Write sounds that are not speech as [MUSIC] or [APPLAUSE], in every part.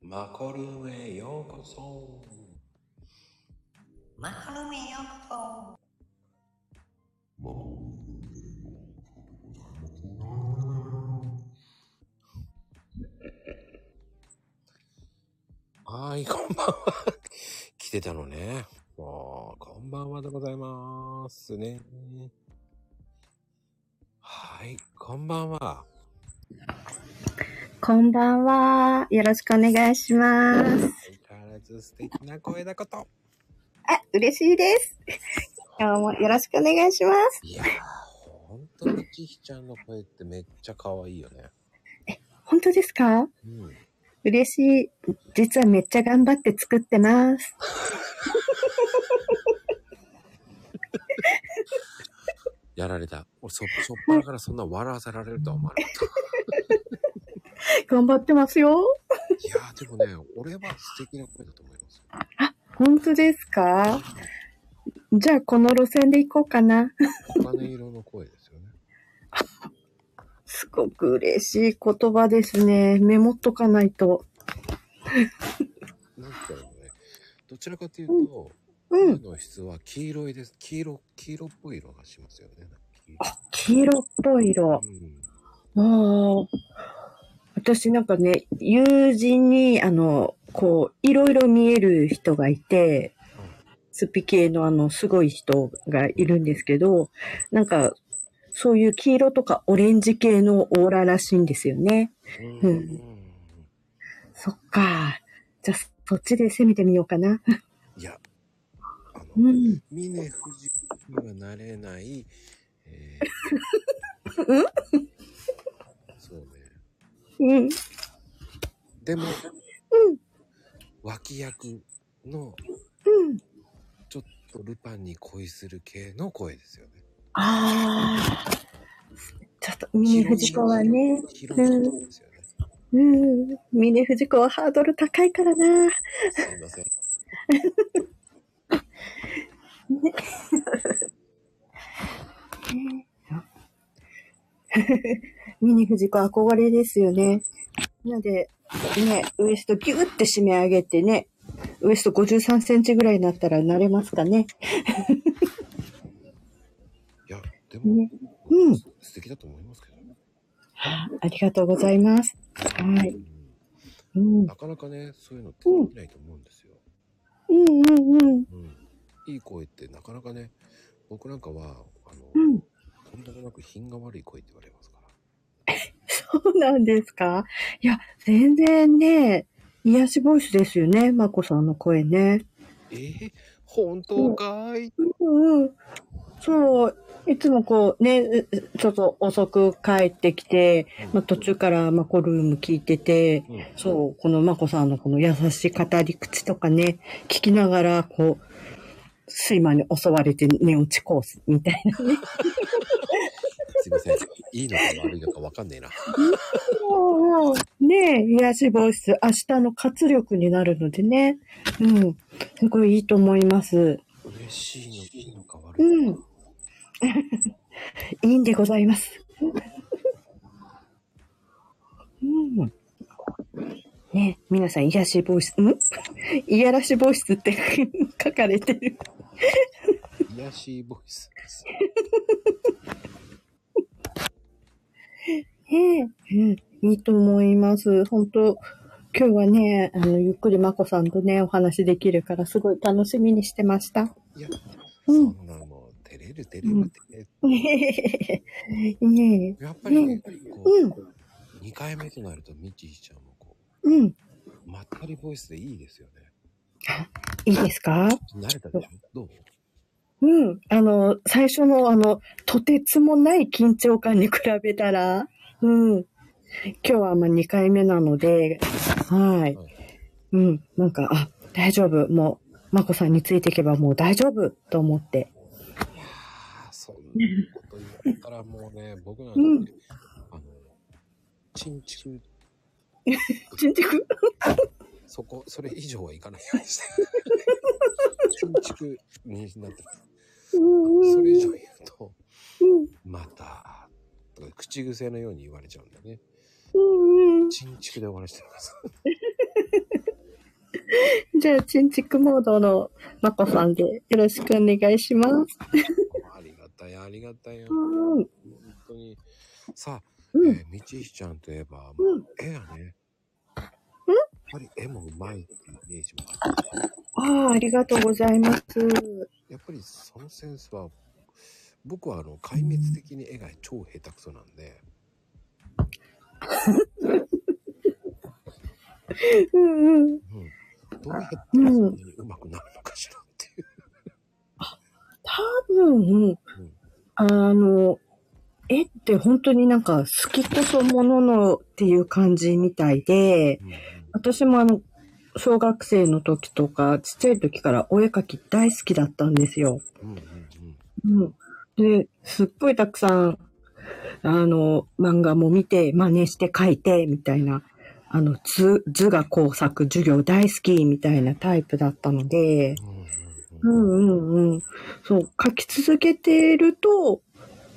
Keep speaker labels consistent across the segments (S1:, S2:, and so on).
S1: マコルームへようこそ。
S2: マカロニようこ
S1: はい、こんばんは。来てたのね。もう、こんばんはでございますね。はい、こんばんは。
S3: こんばんは。よろしくお願いします。
S1: 相変わらず素敵な声だこと。
S3: あ、嬉しいです。今日もよろしくお願いします。
S1: いやー、本当にキヒちゃんの声ってめっちゃ可愛いよね。
S3: 本当ですか
S1: うん。
S3: 嬉しい。実はめっちゃ頑張って作ってます。
S1: やられた。俺、そ、そっぱらからそんな笑わせられるとは思わなかった。
S3: 頑張ってますよ。
S1: [LAUGHS] いやー、でもね、俺は素敵な声だと思います。
S3: 本当ですかじゃあこの路線で行こうかな。
S1: 黄金色の声ですよね。
S3: すごく嬉しい言葉ですね。メモっとかないと。
S1: なんていうのね、どちらかというと、
S3: うん。
S1: 声の質は黄色いです。黄色、黄色っぽい色がしますよね。黄色
S3: 黄色っぽい色。
S1: うん。
S3: ああ。私なんかね、友人に、あの、こう、いろいろ見える人がいて、スピ系のあの、すごい人がいるんですけど、なんか、そういう黄色とかオレンジ系のオーラらしいんですよね。
S1: う
S3: う
S1: う
S3: んん
S1: ん。
S3: そっか。じゃあ、そっちで攻めてみようかな。
S1: いや、あの、
S3: うん。
S1: 峰富士にはなれない、え
S3: [LAUGHS]
S1: ーそうね。
S3: うん。
S1: でも、脇役の、
S3: うん。
S1: ちょっとルパンに恋する系の声ですよね。
S3: ああ。ちょっと、峰不二子はね、
S1: 広い声ですよね。
S3: うん。峰不二子はハードル高いからな。
S1: すいません。
S3: [LAUGHS] ミニフジコ憧れですよね。なので、ね、ウエストギュって締め上げてね、ウエスト53センチぐらいになったら慣れますかね。
S1: いや、でも、
S3: ねうん。
S1: 素敵だと思いますけどね。
S3: ありがとうございます。はい
S1: うん
S3: うん。うん
S1: なかなかね、そういうのってできないと思うんですよ。
S3: うんうん。
S1: うん。いい声ってなかなかね、僕なんかは、あの、
S3: うん。
S1: とんでもなく品が悪い声って言われますから。
S3: そうなんですかいや、全然ね、癒しボイスですよね、まこさんの声ね。
S1: えー、本当かい
S3: うんうん。そう。いつもこうね、うちょっと遅く帰ってきて、まあ、途中からマコルーム聞いてて、
S1: うん。
S3: そう、このまこさんのこの優しい語り口とかね、聞きながら、こう、睡魔に襲われて寝落ちコースみたいな。
S1: すいません。いいのか悪いのかわかんねえな。
S3: ねえ、癒しボイス、明日の活力になるのでね。うん。すごいいいと思います。
S1: 嬉しいの、いいのか悪
S3: う
S1: いのか。
S3: ん。いいんでございます。うん。ねえ、皆さん、癒しボイス、んいやらしボイスって書かれてる。
S1: 癒しいボイスです。
S3: ねえ、うん、いいと思います。本当今日はね、あの、ゆっくりまこさんとね、お話できるから、すごい楽しみにしてました。
S1: いや、そ
S3: [LAUGHS] うん
S1: んなもう、照れる照れる照れる。
S3: ねえ、
S1: やっぱりね、こ
S3: う、、
S1: うん2回目となると、ミッチーちゃんもこ、
S3: うん、いう
S1: まったりボイスでいいですよね。
S3: いですか
S1: 慣れたでしょどう
S3: うん、あの、最初のあの、とてつもない緊張感に比べたら、うん。今日はまあ2回目なので、はい。うん、なんか、あ、大丈夫。もう、まこさんについていけばもう大丈夫と思って。
S1: ああ、そんなこと言ったらもうね、僕なんかね、あの、チンチク、
S3: 新宿
S1: そこ、それ以上はいかないようにして。チンチクになってます。それ以上言うと、また、とか口癖のように言われちゃうんだよね。
S3: うんうん
S1: チンチクで終わらせてます。
S3: じゃあ、チンチクモードのまこさんでよろしくお願いします。
S1: ありがたい、ありがたいよ。
S3: うん。
S1: 本当に。さあ、
S3: う
S1: え
S3: ん。
S1: ー、みちひちゃんといえば、
S3: うん
S1: 絵がね。やっぱり絵もうまいっていうイメージもある。
S3: ああ、ありがとうございます。
S1: やっぱりそのセンスは、僕はあの、壊滅的に絵が超下手くそなんで、
S3: うんう
S1: う
S3: ん。
S1: ん、どうやったらそんなに上手くなるのかしらっていう。
S3: 多分、うん、あの、絵って本当になんか好きこそもののっていう感じみたいで、
S1: うんうん
S3: 私もあの、小学生の時とか、ちっちゃい時からお絵描き大好きだったんですよ。
S1: うんうんうん
S3: うん。で、すっごいたくさん、あの、漫画も見て、真似して書いて、みたいな、あの、図、図が工作、授業大好き、みたいなタイプだったので、う
S1: うんうんうん
S3: んうんうん。そう、書き続けていると、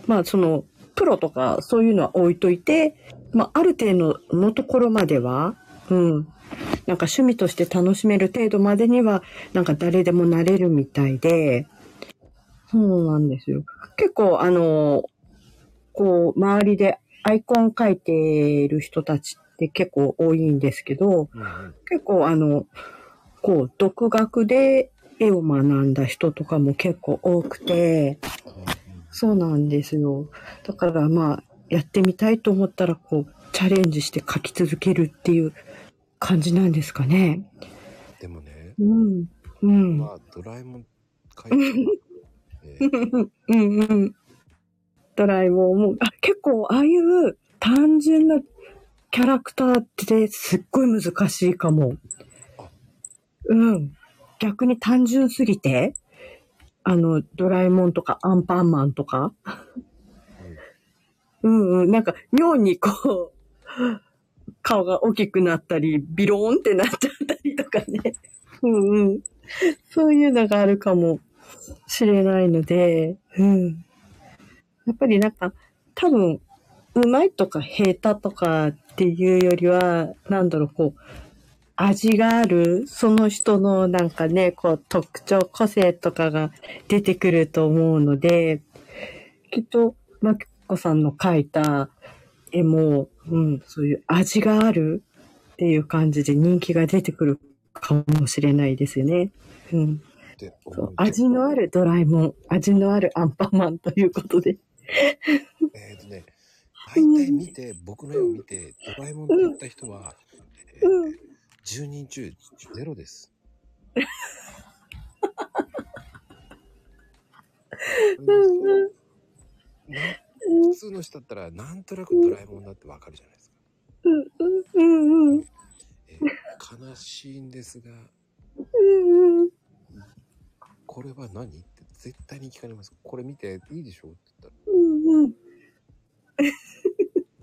S3: まあその、プロとかそういうのは置いといて、まあある程度のところまでは、うん。なんか趣味として楽しめる程度までには、なんか誰でもなれるみたいで、そうなんですよ。結構あの、こう、周りでアイコン書いてる人たちって結構多いんですけど、
S1: うんうん
S3: 結構あの、こう、独学で絵を学んだ人とかも結構多くて、そうなんですよ。だからまあ、やってみたいと思ったら、こう、チャレンジして描き続けるっていう感じなんですかね。
S1: でもね、
S3: うん。うん。
S1: まあ、ドラえもん描いてる、え
S3: うんうん。ドラえもんも、あ、結構ああいう単純なキャラクターってすっごい難しいかも
S1: あ。
S3: うん。逆に単純すぎて、あの、ドラえもんとかアンパンマンとか、うんうん、なんか妙にこう、顔が大きくなったり、ビローンってなっちゃったりとかね。うんうん。そういうのがあるかもしれないので、うん。やっぱりなんか、多分、うまいとか下手とかっていうよりは、なんだろう、こう、味がある、その人のなんかね、こう、特徴、個性とかが出てくると思うので、きっと、まきこさんの描いた絵も、うん、そういう味があるっていう感じで人気が出てくるかもしれないですよね。うん。
S1: ーって
S3: そ
S1: 思
S3: う
S1: う。
S3: 味のあるドラえもん、味のあるアンパンマンということで。
S1: えっ、とね、大体見て、僕の絵を見て、ドラえもんって言った人は、えー
S3: うん。
S1: 10人中ゼロです。
S3: うん
S1: な
S3: うん
S1: 普通の人だったら、なんとなくドラえもんだってわかるじゃないですか。
S3: うんうんうん
S1: えー悲しいんですが、
S3: うんうん
S1: これは何って絶対に聞かれます。これ見ていいでしょって言ったら、
S3: うんうん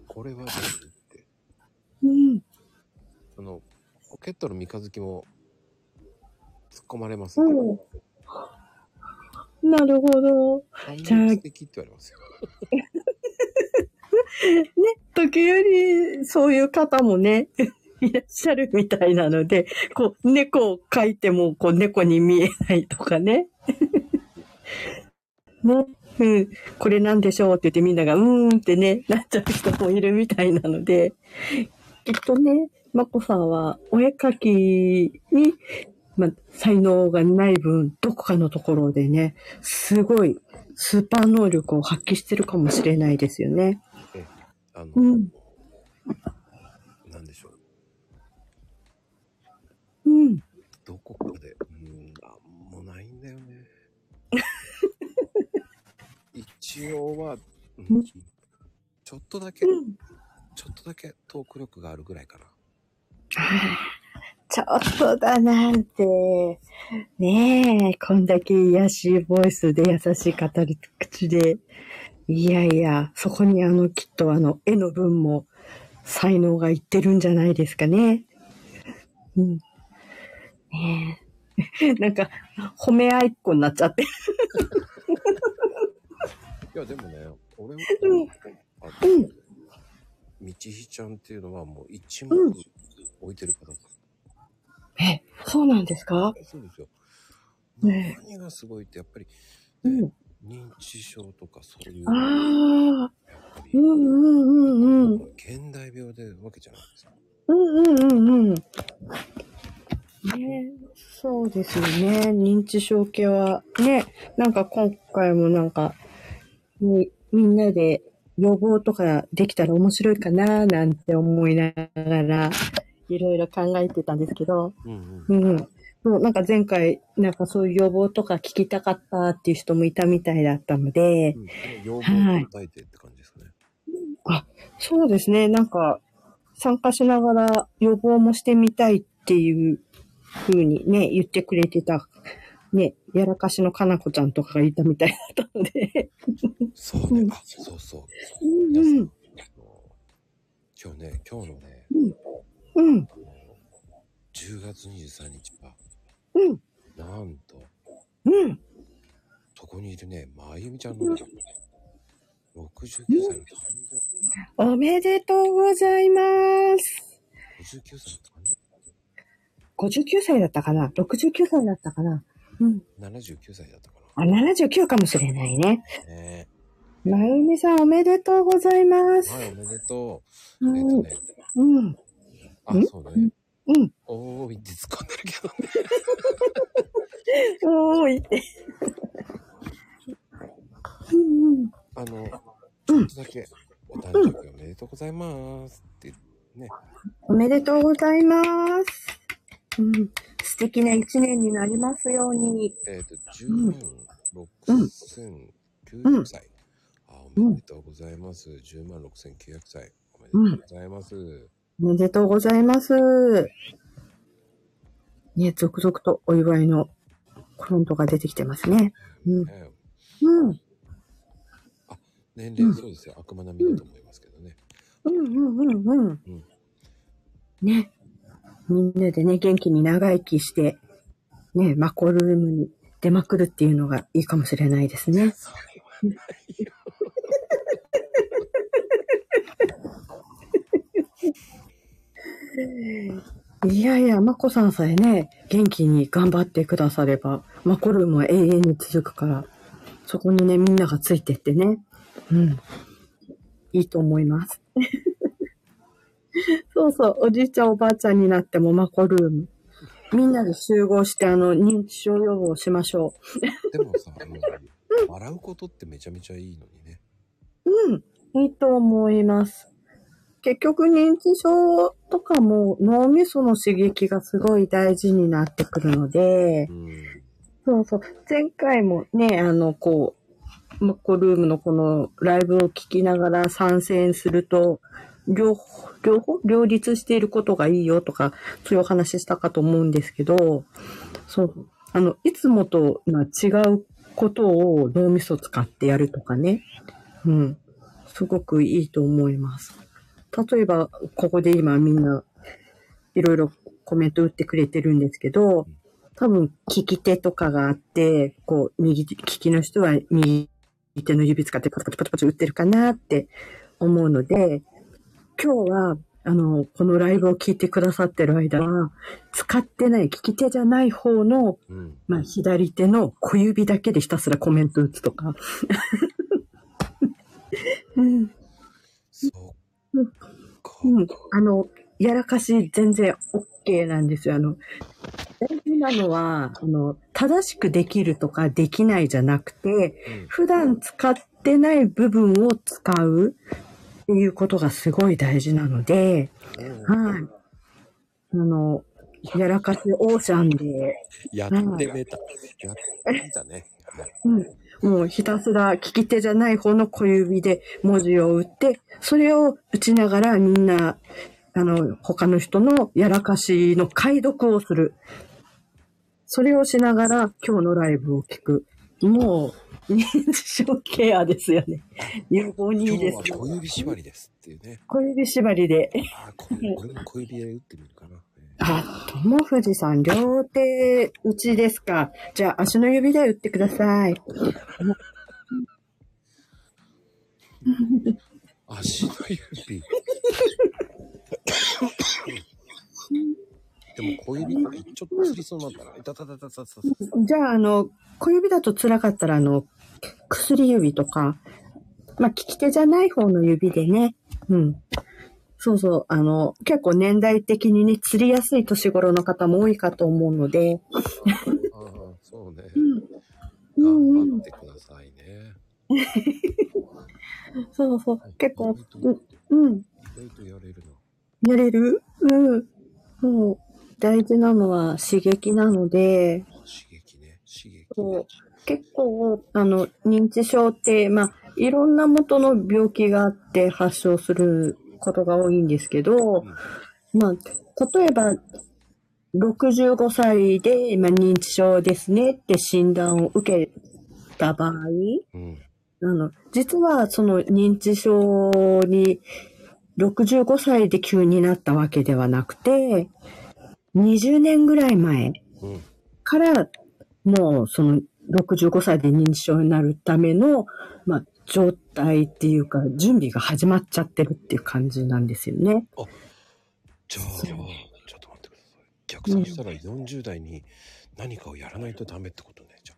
S1: これは何って。
S3: うん
S1: あの、ポケットの三日月も突っ込まれます、
S3: うんなるほど。
S1: 感
S3: じゃあ
S1: 動的って言われますよ。
S3: 時折、そういう方もね、 [LAUGHS] いらっしゃるみたいなので、こう、猫を描いても、こう、猫に見えないとかね。 [LAUGHS] ね、うん、これなんでしょうって言ってみんなが、うーんってね、なっちゃう人もいるみたいなので、きっとね、まこさんは、お絵描きに、まあ、才能がない分、どこかのところでね、すごい、スーパー能力を発揮してるかもしれないですよね。
S1: あの、
S3: うん、
S1: なんでしょう。
S3: うん。
S1: どこかで、うん、なんもないんだよ
S3: [LAUGHS]
S1: ね。一応は、うん、ちょっとだけ、
S3: うん
S1: ちょっとだけトーク力があるぐらいかな。
S3: ちょっとだなんて。ねえ、こんだけ癒しいボイスで優しい語り口で。いやいや、そこにあの、きっとあの、絵の分も才能がいってるんじゃないですかね。うん。ねえ。なんか、褒め合いっ子になっちゃって。
S1: いや、でもね、俺も、
S3: うん
S1: あの
S3: うん。
S1: みちひちゃんっていうのはもう一目
S3: うん
S1: 置いてる方だ、
S3: え、そうなんですか
S1: そうですよ。
S3: ね
S1: 何がすごいって、やっぱり、
S3: うん。
S1: 認知症とかそういう、やっ
S3: ああ、
S1: ぱり
S3: うんうんうんうん。
S1: 現代病でわけじゃないですか。
S3: うんうんうんうん。ねそうですよね。認知症系は、ね、なんか今回もなんか、ね、みんなで予防とかできたら面白いかななんて思いながら、いろいろ考えてたんですけど、
S1: うんうん。
S3: うん。もうなんか前回、なんかそういう予防とか聞きたかったっていう人もいたみたいだったので、
S1: うん、要望を答えてって感じですかね。
S3: そうですね。なんか、参加しながら予防もしてみたいっていう風にね、言ってくれてた、ね、やらかしのかなこちゃんとかがいたみたいだったので。
S1: そうね
S3: う。ん
S1: あ、そうそう。
S3: うん
S1: 皆さ
S3: うんん。
S1: あの今日ね、今日のね、
S3: うん。
S1: あの10月23日は、
S3: うん。
S1: なんと、
S3: うん。
S1: そこにいるね、まゆみちゃんのね、69歳の誕生日、
S3: おめでとうございます。
S1: 59歳の誕生
S3: 59歳だったかな ?69 歳だったかなうん。
S1: 日、79歳だったか
S3: あ、79かもしれないね。
S1: な。ね
S3: まゆみさんおめでとうございま
S1: え
S3: す。
S1: はい、おめでとう。えっ
S3: う
S1: と
S3: ん。
S1: ね、
S3: うん。
S1: あ
S3: ん、
S1: そうね。
S3: うん。
S1: おーいって突っ込んでるけどね。
S3: おーいって。
S1: [LAUGHS]
S3: うんうん。
S1: あの、ちょっとだけ、お誕生日おめでとうございますって、ね。
S3: おめでとうございます。うん、素敵な一年になりますように。
S1: えっ、と、
S3: う
S1: 10万6900歳。あ、おめでとうございます。10万6900歳。おめでとうございます。
S3: おめでとうございます。ね、続々とお祝いのコメントが出てきてますね。うん
S1: ね
S3: うん、うん、
S1: 年齢そうですよ。悪魔並みだと思いますけどね。
S3: うん、うん、うん
S1: うん。
S3: ね、みんなでね、元気に長生きして、ね、マコルームに出まくるっていうのがいいかもしれないですね。
S1: それはないよ。
S3: いやいや、まこさんさえね、元気に頑張ってくだされば、まこルームは永遠に続くから、そこにね、みんながついてってね、うん、いいと思います。そうそう、おじいちゃんおばあちゃんになってもまこルーム。みんなで集合して、あの、認知症予防しましょ
S1: でもさ、あの、笑うことってめちゃめちゃいいのにね。
S3: う。うん、いいと思います。結局、認知症とかも脳みその刺激がすごい大事になってくるので、
S1: うん。
S3: そうそう。前回もね、あの、こう、マッコルームのこのライブを聞きながら参戦すると、両方、両方、両立していることがいいよとか、そういうお話ししたかと思うんですけど、そう。あの、いつもとまあ違うことを脳みそ使ってやるとかね。うん。すごくいいと思います。例えば、ここで今みんないろいろコメント打ってくれてるんですけど、多分利き手とかがあって、こう、右手、利きの人は右手の指使ってパチパチパチパチ打ってるかなって思うので、今日は、あの、このライブを聞いてくださってる間は、使ってない、利き手じゃない方の、
S1: うん。
S3: まあ、左手の小指だけでひたすらコメント打つとか。 [LAUGHS] うん
S1: そっ
S3: うん
S1: か。
S3: うん、あの、やらかし全然 OK なんですよ。あの、大事なのは、あの、正しくできるとかできないじゃなくて、
S1: うん
S3: 普段使ってない部分を使うっていうことがすごい大事なので、はい。あの、やらかしオーシャンで、
S1: やってみた。やってみたね。はい。
S3: うん、もうひたすら利き手じゃない方の小指で文字を打って、それを打ちながらみんな、あの、他の人のやらかしの解読をする。それをしながら今日のライブを聞く。もう、認知症ケアですよね。有効にい
S1: 今
S3: い
S1: 日
S3: です
S1: は。小指縛りですっていうね。
S3: 小指縛りで。
S1: あ、これ、これも小指で打ってみるかな。
S3: あ、友藤さん、両手打ちですか。じゃあ、足の指で打ってください。
S1: 足の指。でも小指がちょっとつりそうになったら、痛たたたたたた。
S3: じゃあ、あの、小指だと辛かったら、あの、薬指とか、まあ、利き手じゃない方の指でね、うん。そうそう、あの、結構年代的にね、釣りやすい年頃の方も多いかと思うので、
S1: ああ、そうね。
S3: うん
S1: 頑張ってくださいね。
S3: そうそう
S1: はい、
S3: 結構
S1: 意、外と
S3: うん、
S1: 意外とやれるな。
S3: やれるうん。もう、大事なのは刺激なので、
S1: 刺激ね。刺激
S3: そ
S1: ね
S3: う。結構、あの、認知症って、まあ、いろんな元の病気があって発症することが多いんですけど、まあ、例えば、65歳で、まあ、認知症ですねって診断を受けた場合、
S1: うん。
S3: あの、実はその認知症に65歳で急になったわけではなくて、20年ぐらい前
S1: うん。
S3: から、もうその65歳で認知症になるための、まあ、状態っていうか、準備が始まっちゃってるっていう感じなんですよね。
S1: じゃあ、ちょっと待ってください。逆算したら40代に何かをやらないとダメってことね。じゃ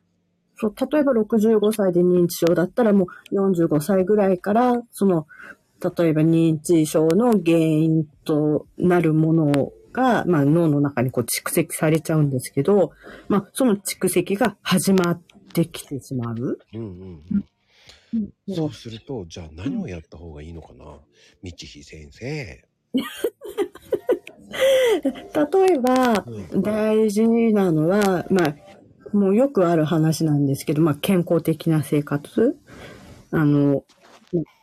S3: そう、例えば65歳で認知症だったらもう45歳ぐらいから、その、例えば認知症の原因となるものが、まあ脳の中にこう蓄積されちゃうんですけど、まあその蓄積が始まってきてしまう。
S1: あうんうん。
S3: そ
S1: そううすると、じゃあ何をやった方がいいのかなみちひ先生。
S3: 例えば、
S1: うん
S3: 大事なのは、まあ、もうよくある話なんですけど、まあ、健康的な生活、あの、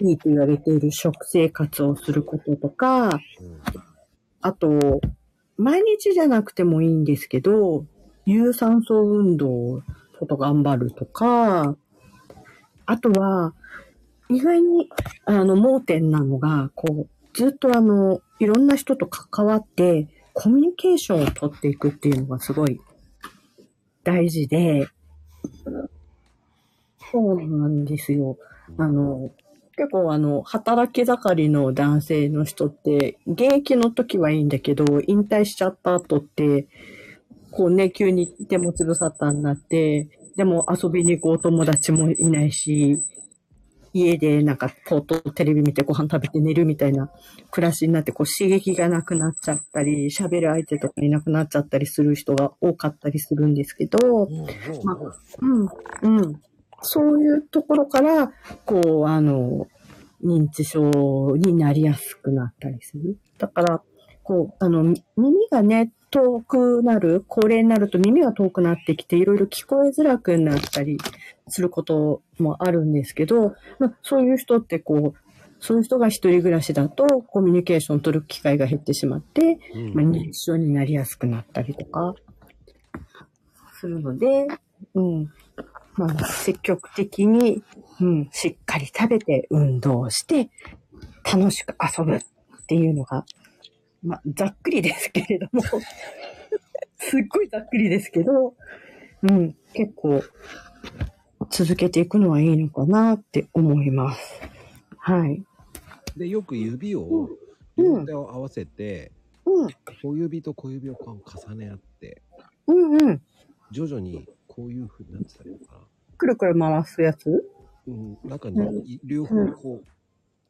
S3: いいと言われている食生活をすることと
S1: う
S3: か、
S1: ん
S3: あと、毎日じゃなくてもいいんですけど、有酸素運動をちょっと頑張るとか、あとは、意外に、あの、盲点なのが、こう、ずっとあの、いろんな人と関わって、コミュニケーションを取っていくっていうのがすごい大事で、そうなんですよ。あの、結構あの、働き盛りの男性の人って、現役の時はいいんだけど、引退しちゃった後って、こうね、急に手持ち無沙汰になって、でも遊びに行くお友達もいないし、家でなんかとうとうテレビ見てご飯食べて寝るみたいな暮らしになって、こう刺激がなくなっちゃったり、喋る相手とかいなくなっちゃったりする人が多かったりするんですけど、
S1: うんうん
S3: ま
S1: うん
S3: うん、うん。そういうところから、こう、あの、認知症になりやすくなったりする。だから、こう、あの、み耳がね、遠くなる、高齢になると耳が遠くなってきて、いろいろ聞こえづらくなったりすることもあるんですけど、まあ、そういう人ってこう、そういう人が一人暮らしだと、コミュニケーション取る機会が減ってしまって、
S1: うん
S3: まあ、認知症になりやすくなったりとか、するので、うん。まあ、積極的に、うん、しっかり食べて、運動をして、楽しく遊ぶっていうのが、まあ、ざっくりですけれども、す [LAUGHS] っごいざっくりですけど、うん、結構、続けていくのはいいのかなって思います。はい。
S1: で、よく指を、
S3: うん
S1: 両手を合わせて、
S3: うん、
S1: 小指と小指をこう重ね合って、
S3: うん、うん。
S1: 徐々にこういうふうになってたりとかな。
S3: くるくる回すやつ
S1: うん、中
S3: う
S1: にい両方こう、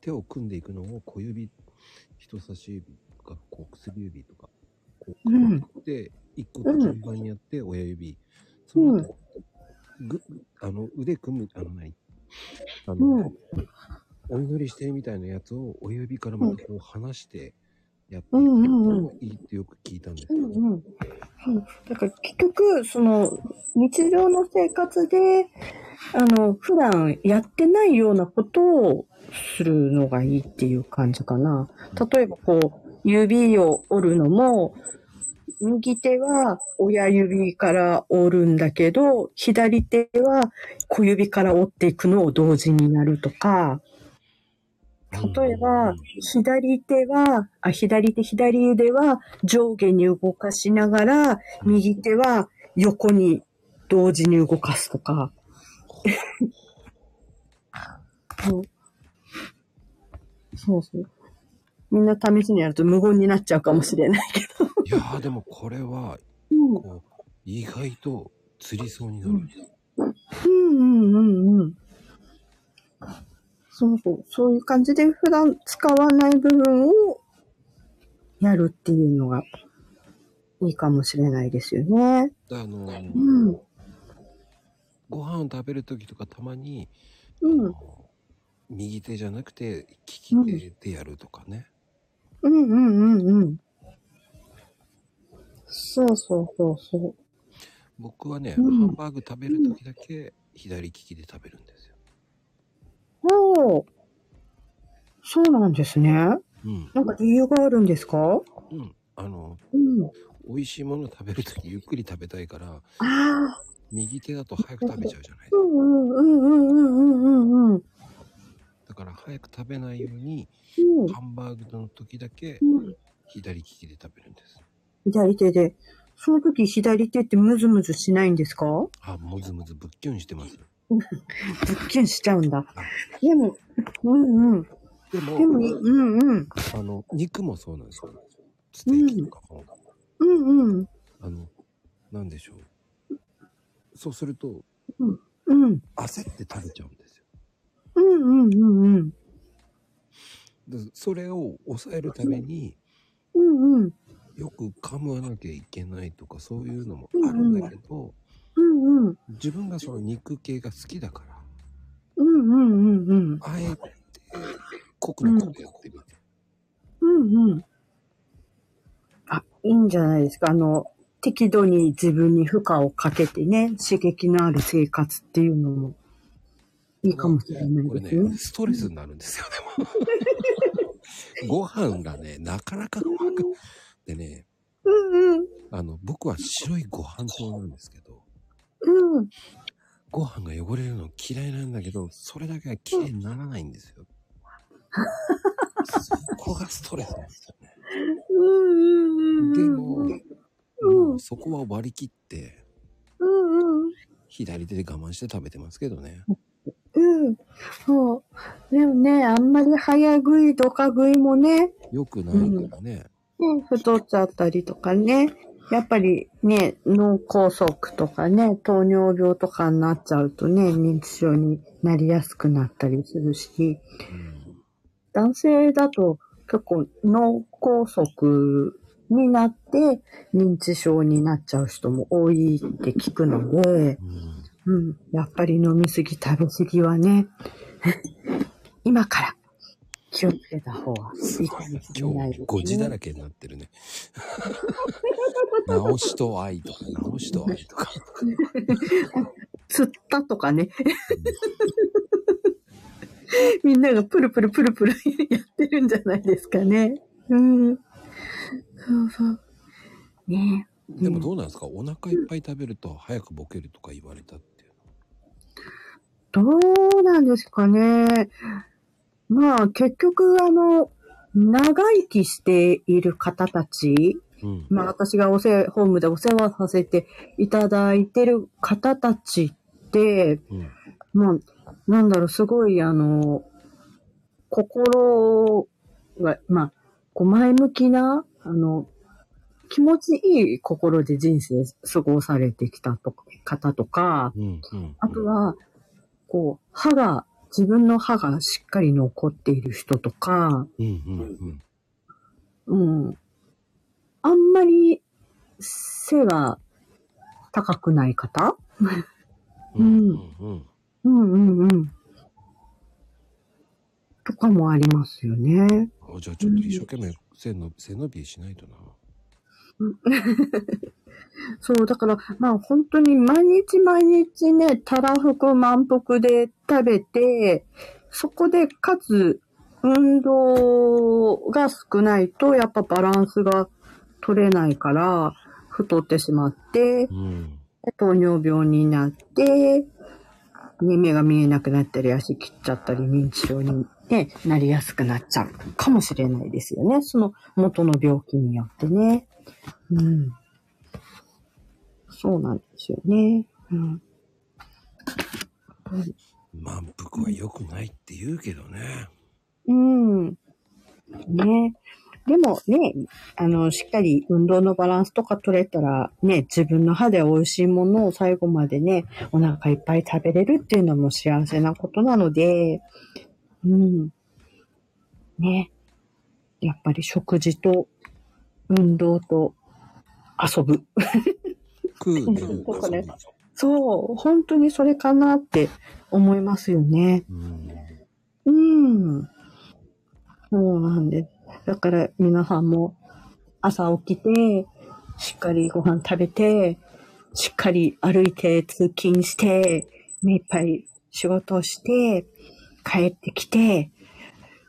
S1: 手を組んでいくのを小指人差し指とかこう薬指とかこう
S3: うん
S1: やって一個順番にやって親指、その後ぐあの腕組むあのないあの、
S3: うん
S1: お祈りしてるみたいなやつを親指からまたこう離してやっていく
S3: うんうんうん
S1: のがいいってよく聞いたんですけ
S3: う
S1: ど、
S3: んうん。うんだから結局、その日常の生活で、あの、普段やってないようなことをするのがいいっていう感じかな。例えばこう、指を折るのも、右手は親指から折るんだけど、左手は小指から折っていくのを同時になるとか、例えば、左手は、あ、左手、左腕は上下に動かしながら、右手は横に同時に動かすとか。 [LAUGHS] そうそうそう。みんな試しにやると無言になっちゃうかもしれないけど。
S1: いやーでもこれは、
S3: うん
S1: こう、意外と釣りそうになる。
S3: うんうんうんうん。そうそう。そういう感じで普段使わない部分をやるっていうのがいいかもしれないですよね。
S1: であのー、
S3: うん
S1: ご飯を食べる時とかたまに、
S3: うん。
S1: あの右手じゃなくて利き手でやるとかね、
S3: うんうんうんうん。そうそうそうそ
S1: 僕はね、
S3: うん
S1: ハンバーグ食べる時だけ左利きで食べるんですよ、
S3: う。おーそうなんですね。
S1: うん
S3: なんか理由があるんですか
S1: うん、あの
S3: うん。
S1: 美味しいもの食べる時ゆっくり食べたいから
S3: ああ。
S1: 右手だと早く食べちゃうじゃない
S3: うんうんうんうんうんうんうんうん。
S1: だから早く食べないようにハンバーグの時だけ
S3: うん。
S1: 左利きで食べるんです
S3: 左手で。その時左手ってムズムズしないんですか物
S1: あもずもずぶっきゅんしてます
S3: 件しちゃうんだ。でも、うんうん。
S1: でも
S3: でも、うんうん。
S1: あの肉もそうなんですよステーキとかも、
S3: うんうん。
S1: あのなんでしょうそうすると
S3: うん。
S1: 焦って食べちゃうんですよ
S3: うんうんうんうん。
S1: でそれを抑えるために
S3: うんうん。
S1: よく噛まなきゃいけないとかそういうのもあるんだけど
S3: うんうん。
S1: 自分がその肉系が好きだから
S3: うんうんうんうん。
S1: あえて酷なことやってみて、
S3: うんうん。あ、いいんじゃないですか。あの、適度に自分に負荷をかけてね、刺激のある生活っていうのもいいかもしれない
S1: これ
S3: ですね
S1: ね。ストレスになるんですよで
S3: [LAUGHS]
S1: もご飯がねなかなかうまくでね
S3: うんうん。
S1: あの僕は白いご飯糖なんですけど
S3: うん。
S1: ご飯が汚れるの嫌いなんだけど、それだけが綺麗にならないんですよ。そこがストレスなんですよね。
S3: うんうんうん。
S1: でも、
S3: うん
S1: もうそこは割り切って、
S3: うんうん。
S1: 左手で我慢して食べてますけどね。
S3: うん。そう。でもね、あんまり早食い、ドカ食いもね、ね、
S1: よくないからね。
S3: 太っちゃったりとかね、やっぱりね、脳梗塞とかね、糖尿病とかになっちゃうとね、認知症になりやすくなったりするし、
S1: うん
S3: 男性だと結構脳梗塞になって認知症になっちゃう人も多いって聞くので、
S1: うん
S3: うん。やっぱり飲みすぎ、食べすぎはね、 [LAUGHS] 今から気をつけた方がいいかもしれな
S1: 今
S3: い
S1: 日、5時だらけになってる
S3: [LAUGHS]
S1: ね。直しと愛とか、直しと愛とか。
S3: 釣ったとかね。 [LAUGHS] みんながプルプルプルプル [LAUGHS] やってるんじゃないですかね。うん。そうそう。ねえ。
S1: でもどうなんですかお腹いっぱい食べると早くボケるとか言われたっていう
S3: どうなんですかね。まあ結局あの、長生きしている方たち
S1: の。うん。
S3: まあ私がおせ、ホームでお世話させていただいてる方たちって、
S1: うん
S3: まあ、なんだろう、すごいあの、心が、まあ、こう前向きな、あの、気持ちいい心で人生過ごされてきたと方とか、
S1: うん。うん。
S3: あとは、こう、歯が、自分の歯がしっかり残っている人とか、
S1: うん、うん、うん。
S3: うん。あんまり背が高くない方
S1: うん、うん。
S3: うんうんうん。とかもありますよね。
S1: あじゃあちょっと一生懸命背の背伸びしないとな。
S3: そう、だから、まあ本当に毎日毎日ね、たらふく満腹で食べて、そこでかつ運動が少ないと、やっぱバランスが取れないから、太ってしまって、
S1: うん。
S3: 糖尿病になって、ね、目が見えなくなったり、足切っちゃったり、認知症に、ね、なりやすくなっちゃうかもしれないですよね。その元の病気によってね。うん。そうなんですよね。うん。
S1: 満腹は良くないって言うけどね。
S3: うん。ね。でもね、あの、しっかり運動のバランスとか取れたら、ね、自分の歯で美味しいものを最後までね、お腹いっぱい食べれるっていうのも幸せなことなので、うん。ね。やっぱり食事と、運動と、遊ぶ。
S1: 食う寝る
S3: そうかね
S1: 遊ぶ
S3: そう、本当にそれかなって思いますよね。
S1: うん
S3: うん。そうなんです。だから皆さんも朝起きて、しっかりご飯食べて、しっかり歩いて通勤して、目いっぱい仕事をして、帰ってきて、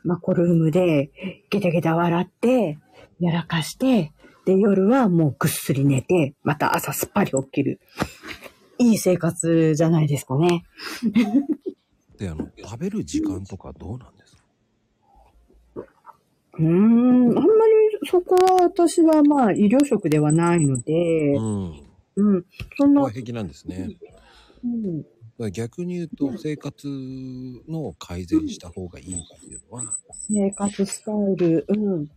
S3: マコルームでゲタゲタ笑って、やらかして、で、夜はもうぐっすり寝て、また朝すっぱり起きる。いい生活じゃないですかね。
S1: であの食べる時間とかどうなんですか
S3: うーん、あんまりそこは私はまあ医療職ではないので、
S1: うん
S3: うん、そんな、
S1: 公
S3: う
S1: 平なんですね
S3: ん、
S1: だから逆に言うと生活の改善した方がいいっていうのは
S3: 生活スタイル、うん、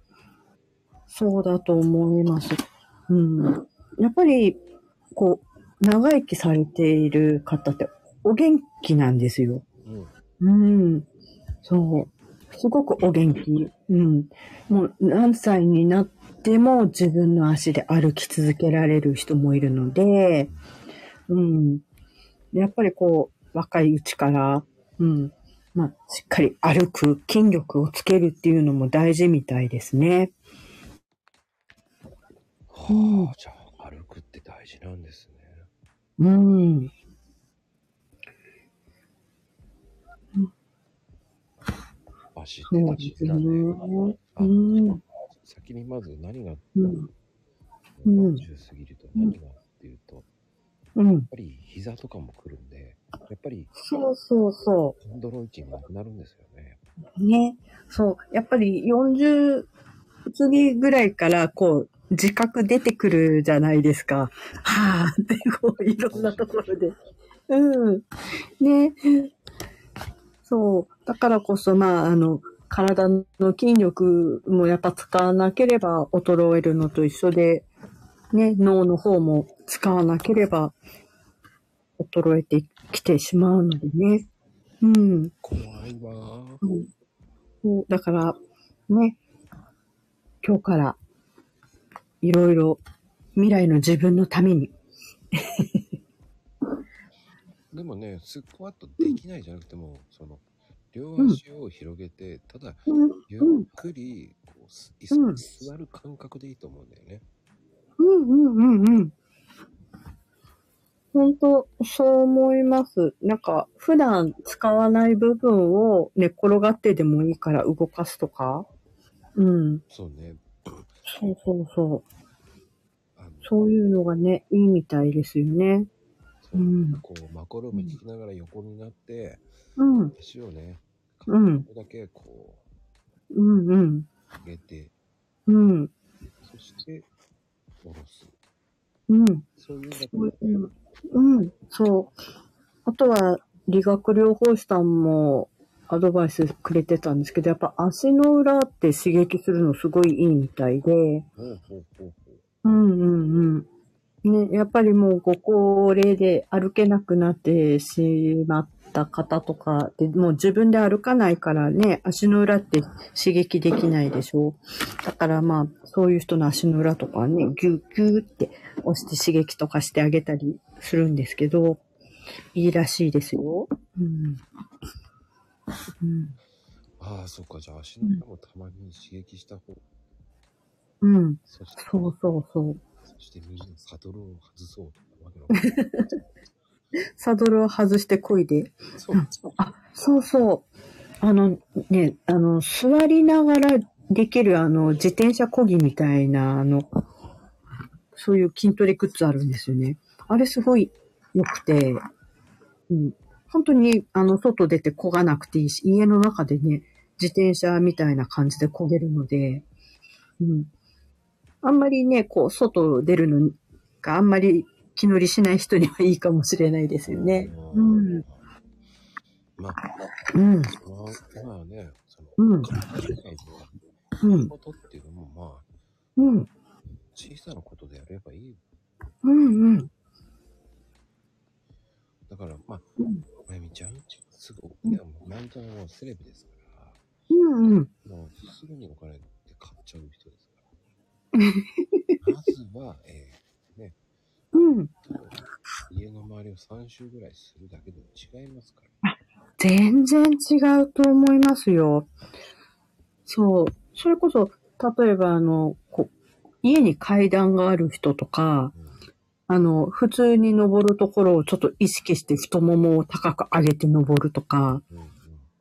S3: そうだと思います。うん、やっぱり、こう、長生きされている方ってお元気なんですよ。
S1: うん
S3: うん。そう。すごくお元気。うん。もう何歳になっても自分の足で歩き続けられる人もいるので、うん。やっぱりこう、若いうちから、うん。まあ、しっかり歩く、筋力をつけるっていうのも大事みたいですね。うん
S1: はあじゃあ歩くって大事なんですね
S3: うん。
S1: 足って
S3: そう
S1: 大
S3: で
S1: 事
S3: すね。
S1: な
S3: うん
S1: で
S3: ん。
S1: あ
S3: うん。
S1: 先にまず何が
S3: うん。うん
S1: 40過ぎると何がっていうとやっ
S3: うん。
S1: ぱり膝とかもくるんでやっぱり
S3: そうそうそう。
S1: コンドロイチンがなくなるんですよね
S3: ね。そう。やっぱり40過ぎぐらいから、こう、自覚出てくるじゃないですか。はぁ、って、こう、いろんなところで。うん。ね。そう。だからこそ、まあ、あの、体の筋力もやっぱ使わなければ衰えるのと一緒で、ね、脳の方も使わなければ衰えてきてしまうのでね。うん。
S1: 怖いわー
S3: うんそう、だから、ね、今日から、いろいろ、未来の自分のために。
S1: でもねスクワットできないじゃなくてもその両足を広げてただ
S3: うん、
S1: ゆっくりこうす椅子
S3: う
S1: に
S3: ん
S1: 座る感覚でいいと思うんだよね。
S3: うん、うん、うん。本当、そう思います。なんか、普段使わない部分を寝っ転がってでもいいから動かすとか。うん。
S1: そうね。
S3: そうそうそう。
S1: あの
S3: そういうのがね、いいみたいですよね。
S1: そう
S3: うん
S1: こうマコローム聞きながら横になって
S3: うん。
S1: 足をね、
S3: うん
S1: 片方だけこ
S3: うん、うん。
S1: う上げて
S3: うん。
S1: そして下ろす。
S3: うん。
S1: そういうだけ
S3: うん、うんそう。あとは、理学療法士さんもアドバイスくれてたんですけど、やっぱ足の裏って刺激するのすごいいいみたいで、
S1: ほうほうほうほう。
S3: うんうんうん。ね、やっぱりもうご高齢で歩けなくなってしまった方とかで、もう自分で歩かないからね、足の裏って刺激できないでしょだからまあ、そういう人の足の裏とかはね、ギュッギュッって押して刺激とかしてあげたりするんですけど、いいらしいですよ。うん。
S1: ああそっかじゃあ足の裏もたまに刺激した方。
S3: うん。うん。
S1: そして
S3: そうそうそう。
S1: そしてみんなサドルを外そうとかわけのわかんない。
S3: サドルを外して漕いで
S1: そう
S3: あ、そうそう。あのね、あの、座りながらできるあの、自転車漕ぎみたいな、あの、そういう筋トレグッズあるんですよね。あれすごい良くて、うん。本当に、あの、外出て漕がなくていいし、家の中でね、自転車みたいな感じで漕げるので、うん。あんまりね、こう、外出るのがあんまり気乗りしない人にはいいかもしれないですよね。うん。
S1: まあ
S3: うん。
S1: まあ今はねその
S3: うん。
S1: 海外では
S3: うん、
S1: ことっていうのも、まあ、
S3: うん、
S1: 小さなことでやればいい。
S3: うん、うん。
S1: だから、まあ、
S3: うん
S1: まゆみちゃん、すぐ、
S3: うん
S1: いや、もう、まゆみちゃんはもうセレブですから、
S3: うんうん。
S1: もうすぐにお金って買っちゃう人ですから。まずは、え
S3: うん。
S1: ー家の周りを3周ぐらいするだけでも違いますから。
S3: 全然違うと思いますよ。そう。それこそ、例えばあの、こう家に階段がある人とか、あの、普通に登るところをちょっと意識して太ももを高く上げて登るとか、
S1: うん、うん、
S3: う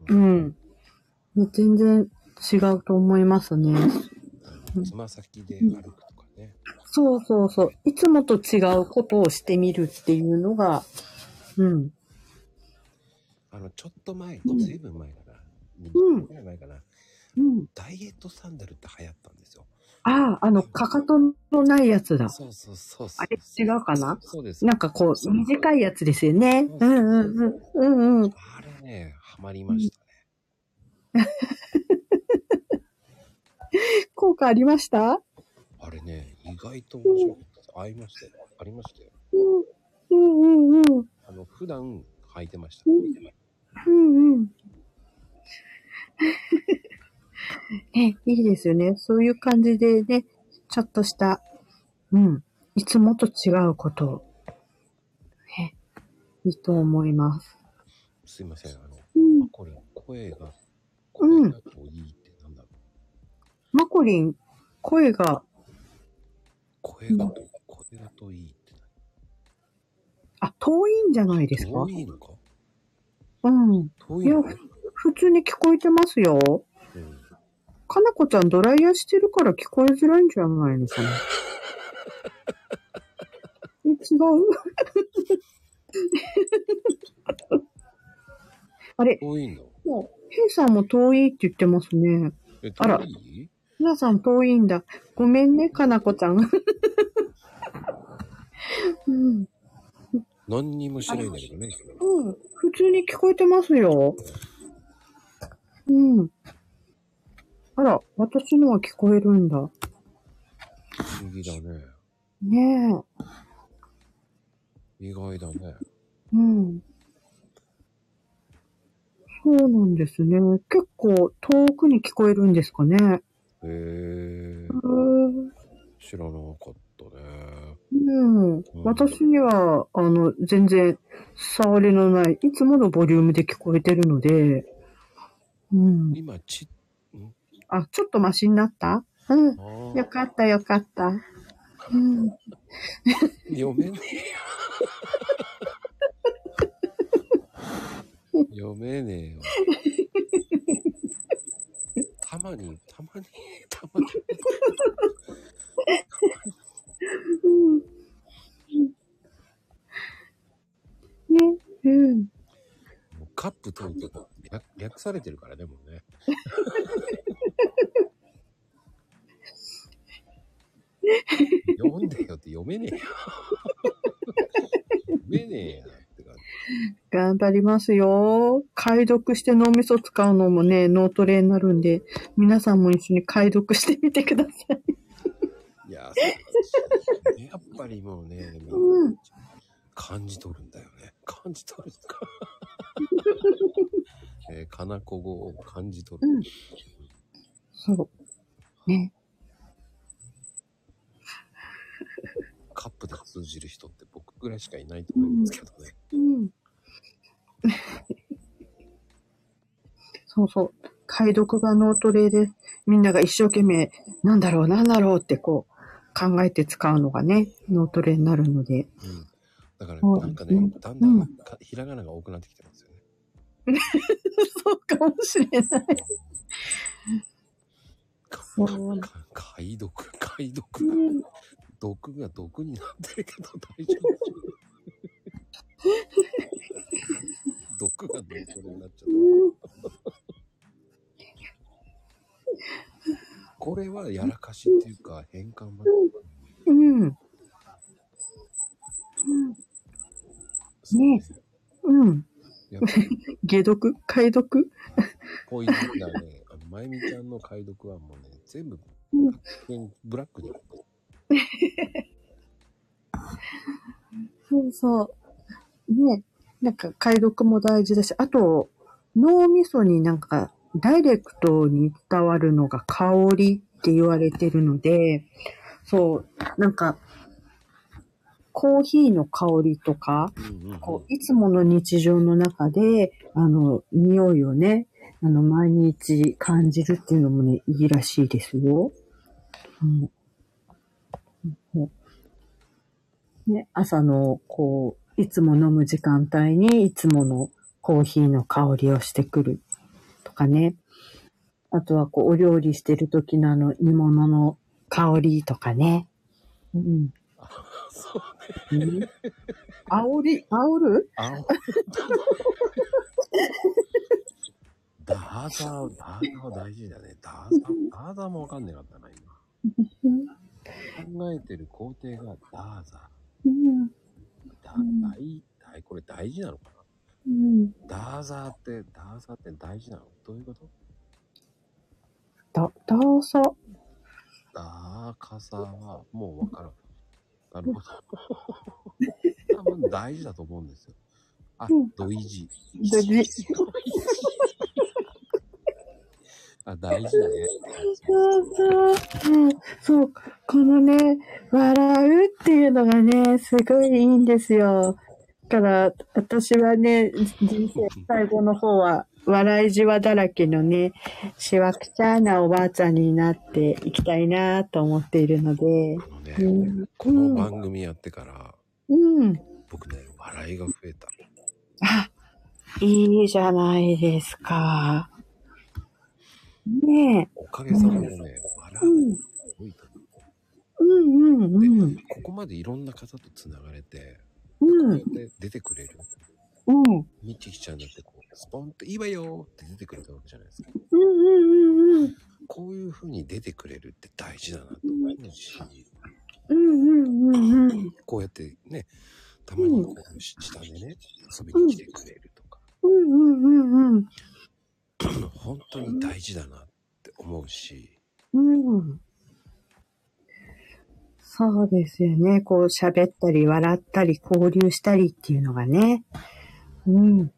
S1: うん。
S3: ん。全然違うと思いますね。うん
S1: つま先で歩くとかね。
S3: そうそうそう。いつもと違うことをしてみるっていうのが、うん。
S1: あの、ちょっと前、
S3: うん
S1: ずいぶん前かな。
S3: うん
S1: 2年ぐらい前かな。
S3: うん。
S1: ダイエットサンダルって流行ったんですよ。
S3: ああ、あの、かかとのないやつだ。
S1: そうそうそうそう。
S3: あれ違うかな
S1: そうです。
S3: なんかこう、短いやつですよね。
S1: そう
S3: う
S1: そうん
S3: うんうん。うんうん。
S1: あれね、ハマりましたね。
S3: 効果ありました
S1: あれね、意外と面白かった。合いましたよ。ありましたよ。
S3: うん。うんうんうん。
S1: あの、普段履いてました。
S3: うんうん [LAUGHS] うん。ね、いいですよね。そういう感じでね、ちょっとした、うん。いつもと違うことを。ね、いいと思います。
S1: すいません。あの、
S3: うん。
S1: これ、声が、
S3: うん
S1: 声がいいってなんだろう。
S3: マコリン、声が、
S1: 声がと、声がといいって
S3: あ、遠いんじゃないです
S1: 何
S3: か
S1: 遠いのか
S3: うん。
S1: 遠いの
S3: い
S1: か
S3: や普通に聞こえてますよ。
S1: うん。
S3: かなこちゃんドライヤーしてるから聞こえづらいんじゃないのかな。え、違う [LAUGHS] あれ、
S1: 遠いの
S3: もう、ヘイさんも遠いって言ってますね。
S1: え、
S3: あら
S1: 遠い
S3: ひなさん遠いんだ。ごめんね、かなこちゃん。 [LAUGHS] うん、
S1: 何にもしないんだけどね。
S3: うん、普通に聞こえてますよ。うん。あら、私のは聞こえるんだ。
S1: 不思議だね。
S3: ねえ。
S1: 意外だね。
S3: うん。そうなんですね。結構遠くに聞こえるんですかね。へ
S1: へえ
S3: え。うん。
S1: 知らなかったね。
S3: 私には、あの、全然、触りのない、いつものボリュームで聞こえてるので、うん。
S1: 今、ち、
S3: あ、ちょっとマシになったうん。
S1: あ
S3: よ
S1: ー
S3: かった、よかった。うん。
S1: 読
S3: [LAUGHS]
S1: めねえよ。読めねえよ。たまに、たまに、たまに。
S3: うんね、うん。
S1: もうカップ取るとか略略されてるからね、もうね。
S3: [LAUGHS]
S1: 読んでよって読めねえよ。読めねえよって感じ。
S3: 頑張りますよ。解読して脳みそ使うのもね、脳トレになるんで、皆さんも一緒に解読してみてください。
S1: いや、そうやっぱりもうね、
S3: うん
S1: 感じ取るんだよね。感じ取るん
S3: [LAUGHS]
S1: か。えー、かなこ語を感じ取る。
S3: うんそう。ね。
S1: カップで通じる人って僕ぐらいしかいないと思うんですけどね。
S3: うん。 [LAUGHS] そうそう。解読が脳トレで、みんなが一生懸命、なんだろう、なんだろうってこう、考えて使うのがね、脳トレになるので。
S1: うん、だから、
S3: そう
S1: なんかね
S3: うん、
S1: だんだん
S3: うん
S1: かひらがなが多くなってきてますよね。
S3: そうかもしれない。
S1: か
S3: そう
S1: かか解読、解
S3: う
S1: 読。
S3: ん、
S1: 毒が毒になってるけど大丈夫。 [LAUGHS] 毒が毒になっちゃう。これはやらかしっていうか変換版。
S3: うん、うん、
S1: そうですね。
S3: うん。
S1: やっぱり
S3: [LAUGHS] 解読解読
S1: ポイントだね。あのまゆみちゃんの解読はもうね、全部
S3: うん、
S1: ブラックに。
S3: そうそう。ね。なんか解読も大事だし、あと、脳みそになんか、ダイレクトに伝わるのが香りって言われてるので、そう、なんか、コーヒーの香りとか、
S1: うんうんうん
S3: こういつもの日常の中で、あの、匂いをね、あの、毎日感じるっていうのもね、いいらしいですよ。うん。うんね、朝の、こう、いつも飲む時間帯に、いつものコーヒーの香りをしてくるとかね。あとは、こう、お料理してる時のあの、煮物の香りとかね。うん。
S1: そう
S3: うん、煽り、煽る
S1: あ
S3: [LAUGHS]
S1: おダーザー、ダーザー大事だね。ダーザー、ダーザーもわかんなかったな、今。考えてる工程がダーザ
S3: うん
S1: ー。ダ
S3: うん
S1: ー、大、大、これ大事なのか
S3: うん
S1: なダーザーって、ダーザーって大事なのどういうこと
S3: だ、ダーサ。
S1: ダーカサーはもうわからん。なるほど。多分大事だと思うんですよ。あ
S3: うん、
S1: ドイジ。
S3: ドイジ
S1: ドイジ [LAUGHS] あ、大事
S3: [LAUGHS]
S1: だね。
S3: そうそう。うんそう、このね、笑うっていうのがね、すごいいいんですよ。だから、私はね、人生最後の方は、笑いじわだらけのね、しわくちゃなおばあちゃんになっていきたいなと思っているので。
S1: あのね、
S3: うん。
S1: この番組やってから、
S3: うん。
S1: 僕ね、笑いが増えた。
S3: あ、いいじゃないですか。ね
S1: おかげさまでね、笑
S3: え。
S1: う。多いと思
S3: うんうんうん。
S1: うここまでいろんな方とつながれて、
S3: うん。
S1: で出てくれる。
S3: うん。うん
S1: みちきちゃんだってこう、スポンっていいわよって出てくれたわけじゃないですか。
S3: うんうんうん。
S1: こういう風に出てくれるって大事だなと思うし、
S3: うんうんうんうん。
S1: こうやってね、たまにこう下でね、遊びに来てくれるとか、
S3: うんうんうんうん。
S1: 本当に大事だなって思うし、
S3: うん。そうですよね。こう喋ったり笑ったり交流したりっていうのがね。うん。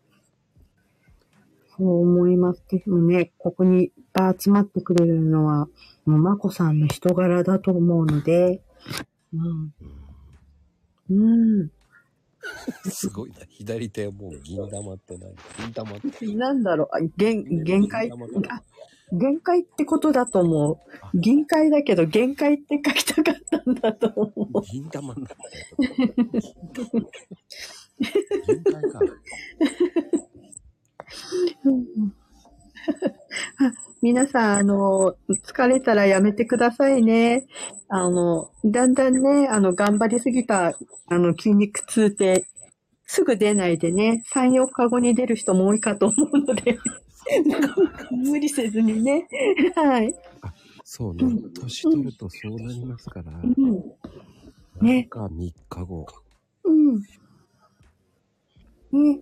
S3: そう思いますけどね。ここにいっぱい集まってくれるのは、もうまこさんの人柄だと思うので。うん。うん。
S1: すごいな。左手はもう銀玉ってない。銀玉って。
S3: なんだろう、あ限、限界
S1: 銀玉かな
S3: あ限界ってことだと思
S1: あ
S3: う。限界だけど、限界って書きたかったんだと思う。
S1: 銀玉になったよ。銀塊か。
S3: あ皆さん、あの、疲れたらやめてくださいね。あの、だんだんね、あの、頑張りすぎた、あの、筋肉痛って、すぐ出ないでね、3、4日後に出る人も多いかと思うので、無理せずにね。はい。
S1: そうね。年取るとそうなりますから、
S3: う
S1: な
S3: ん。
S1: んか3日後。
S3: うん。ね。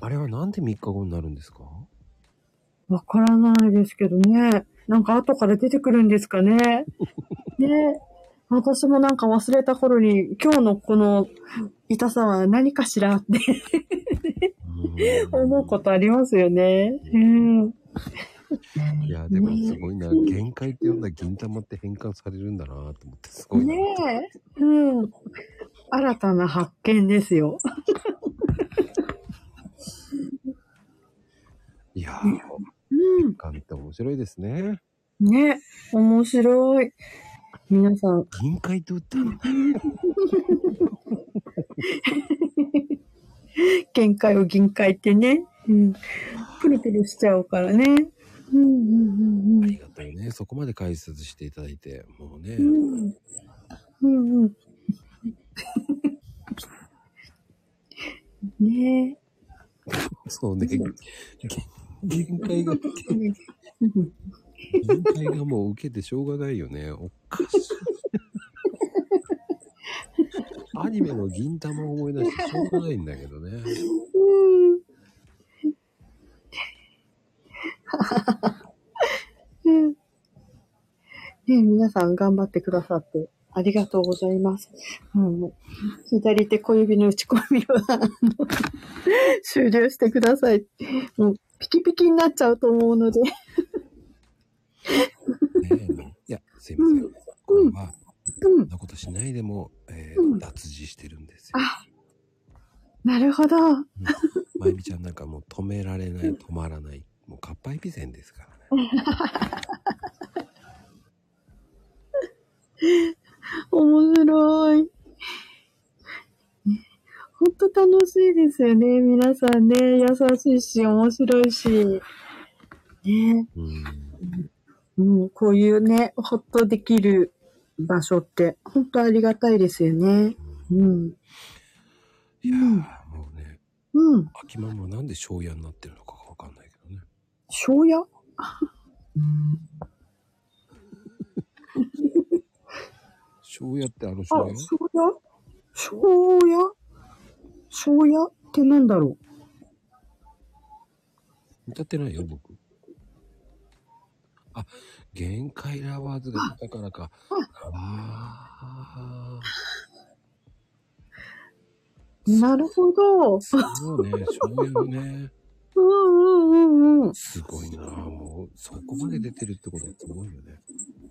S1: あれはなんで3日後になるんです [LAUGHS] か
S3: わからないですけどね。なんか後から出てくるんです
S1: [LAUGHS]
S3: かね。ね私もなんか忘れた頃に、今日のこの痛さは何かしらって思うことありますよね。うん。
S1: いや、でもすごいな。限界って呼んだら銀玉って変換されるんだなと思って、すごいな。
S3: ねえ。うん。新たな発見ですよ。
S1: いやー、
S3: うん。
S1: 感って面白いですね。
S3: ね面白い。皆さん、
S1: 銀界って打ったの
S3: 限界を銀界ってね。うん。プルプルしちゃうからね。うんうん
S1: あ
S3: うんうん
S1: り。がたいね。そこまで解説していただいて、もうね、
S3: うん。うんうん。ね
S1: そうね、限限界が、
S3: え。うん
S1: 限界がもう受けてしょうがないよね。おかしい。アニメの銀玉を思い出してしょうがないんだけどね。
S3: ね、皆さん頑張ってくださって、ありがとうございます。うん、左手小指の打ち込みは、あの終了してください。もうピキピキになっちゃうと思うので。
S1: ねえもういや、すいません。
S3: うん
S1: これは、
S3: う
S1: そん
S3: ん。
S1: なことしないでも、えー
S3: うん
S1: 脱字してるんですよ。
S3: あ、なるほど。
S1: まゆみちゃんなんかもう止められない、止まらない。もう、かっぱえびせんですからね。
S3: 面白い。ほんと楽しいですよね。皆さんね、優しいし、面白いし。ね。
S1: うん。
S3: うん、こういうね、ほっとできる場所って、本当ありがたいですよね。うん。
S1: いや
S3: うん
S1: ー、もうね、
S3: うん。
S1: 秋ママなんで庄屋になってるのかがわかんないけどね。
S3: 庄屋
S1: 庄屋ってあの
S3: あ
S1: 庄屋、
S3: 庄屋庄屋庄屋ってなんだろ
S1: 歌ってないよ、僕。あ、限界ラバーズがだからか。あ
S3: うなるほど。
S1: あ。そうね、そういうね。
S3: うんうんうんうん。
S1: すごいなもう、そこまで出てるってことはすごいよね。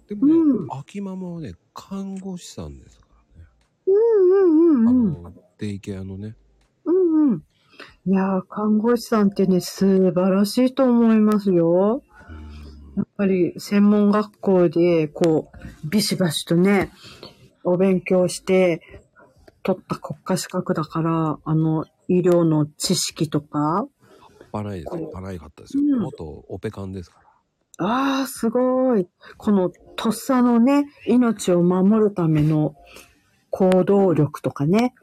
S1: でもね、
S3: うん
S1: 秋ママはね、看護師さんですからね。
S3: うんうん
S1: あ
S3: うんうん。
S1: の、デイケアのね。
S3: うんうん。いやー、看護師さんってね、素晴らしいと思いますよ。やっぱり専門学校で、こう、ビシバシとね、お勉強して、取った国家資格だから、あの、医療の知識とか、
S1: バラいですよ。バラいかったですよ。
S3: うん
S1: 元オペカンですから。
S3: ああ、すごい。この、とっさのね、命を守るための行動力とかね。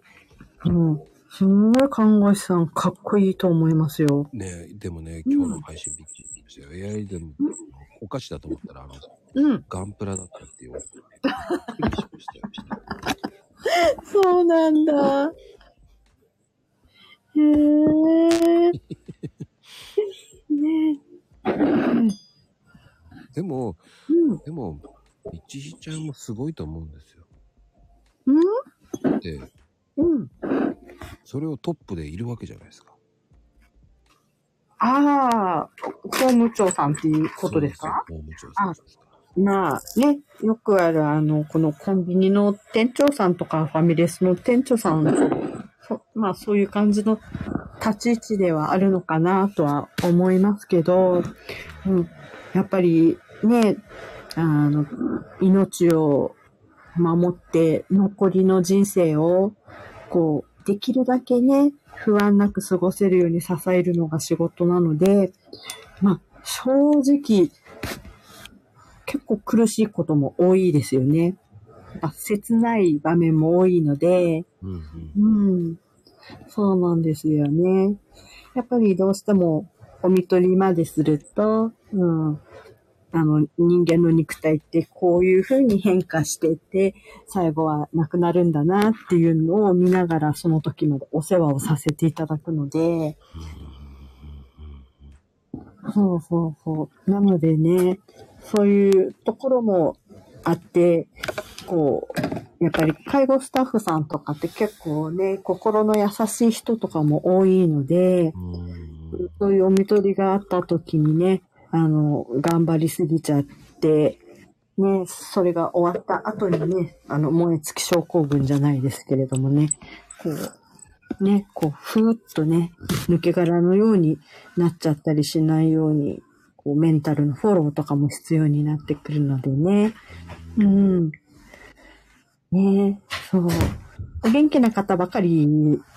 S3: うん。すんごい看護師さん、かっこいいと思いますよ。
S1: ねでもね、
S3: うん
S1: 今日の配信びっくりしたよ。いや、でも、お菓子だと思ったら、あの、
S3: うん。
S1: ガンプラだったっていう。
S3: [LAUGHS]
S1: びっくりしましたよ
S3: そうなんだ。へ [LAUGHS] え。ね
S1: でも、
S3: うん。
S1: でも、いちひちゃんもすごいと思うんですよ。
S3: うん
S1: で、
S3: うん。
S1: それをトップでいるわけじゃないですか。
S3: ああ、法務長さんっていうことですか
S1: そうですよ法務長さんですから
S3: まあね、よくあるあの、このコンビニの店長さんとかファミレスの店長さん、そまあそういう感じの立ち位置ではあるのかなとは思いますけど、うん、やっぱりね、あの、命を守って残りの人生を、こう、できるだけね、不安なく過ごせるように支えるのが仕事なので、まあ正直、結構苦しいことも多いですよね。あ切ない場面も多いので、
S1: うんうん。
S3: うん。そうなんですよね。やっぱりどうしても、お見取りまですると、うん。あの、人間の肉体ってこういう風に変化してって、最後はなくなるんだなっていうのを見ながら、その時までお世話をさせていただくので、そうそうそう。なのでね、そういうところもあって、こう、やっぱり介護スタッフさんとかって結構ね、心の優しい人とかも多いので、
S1: うんうん
S3: そういうお見取りがあった時にね、あの、頑張りすぎちゃって、ね、それが終わった後にね、あの、燃え尽き症候群じゃないですけれどもね、こう、ね、こう、ふーっとね、抜け殻のようになっちゃったりしないように、こう、メンタルのフォローとかも必要になってくるのでね、うん。ねそう。お元気な方ばかり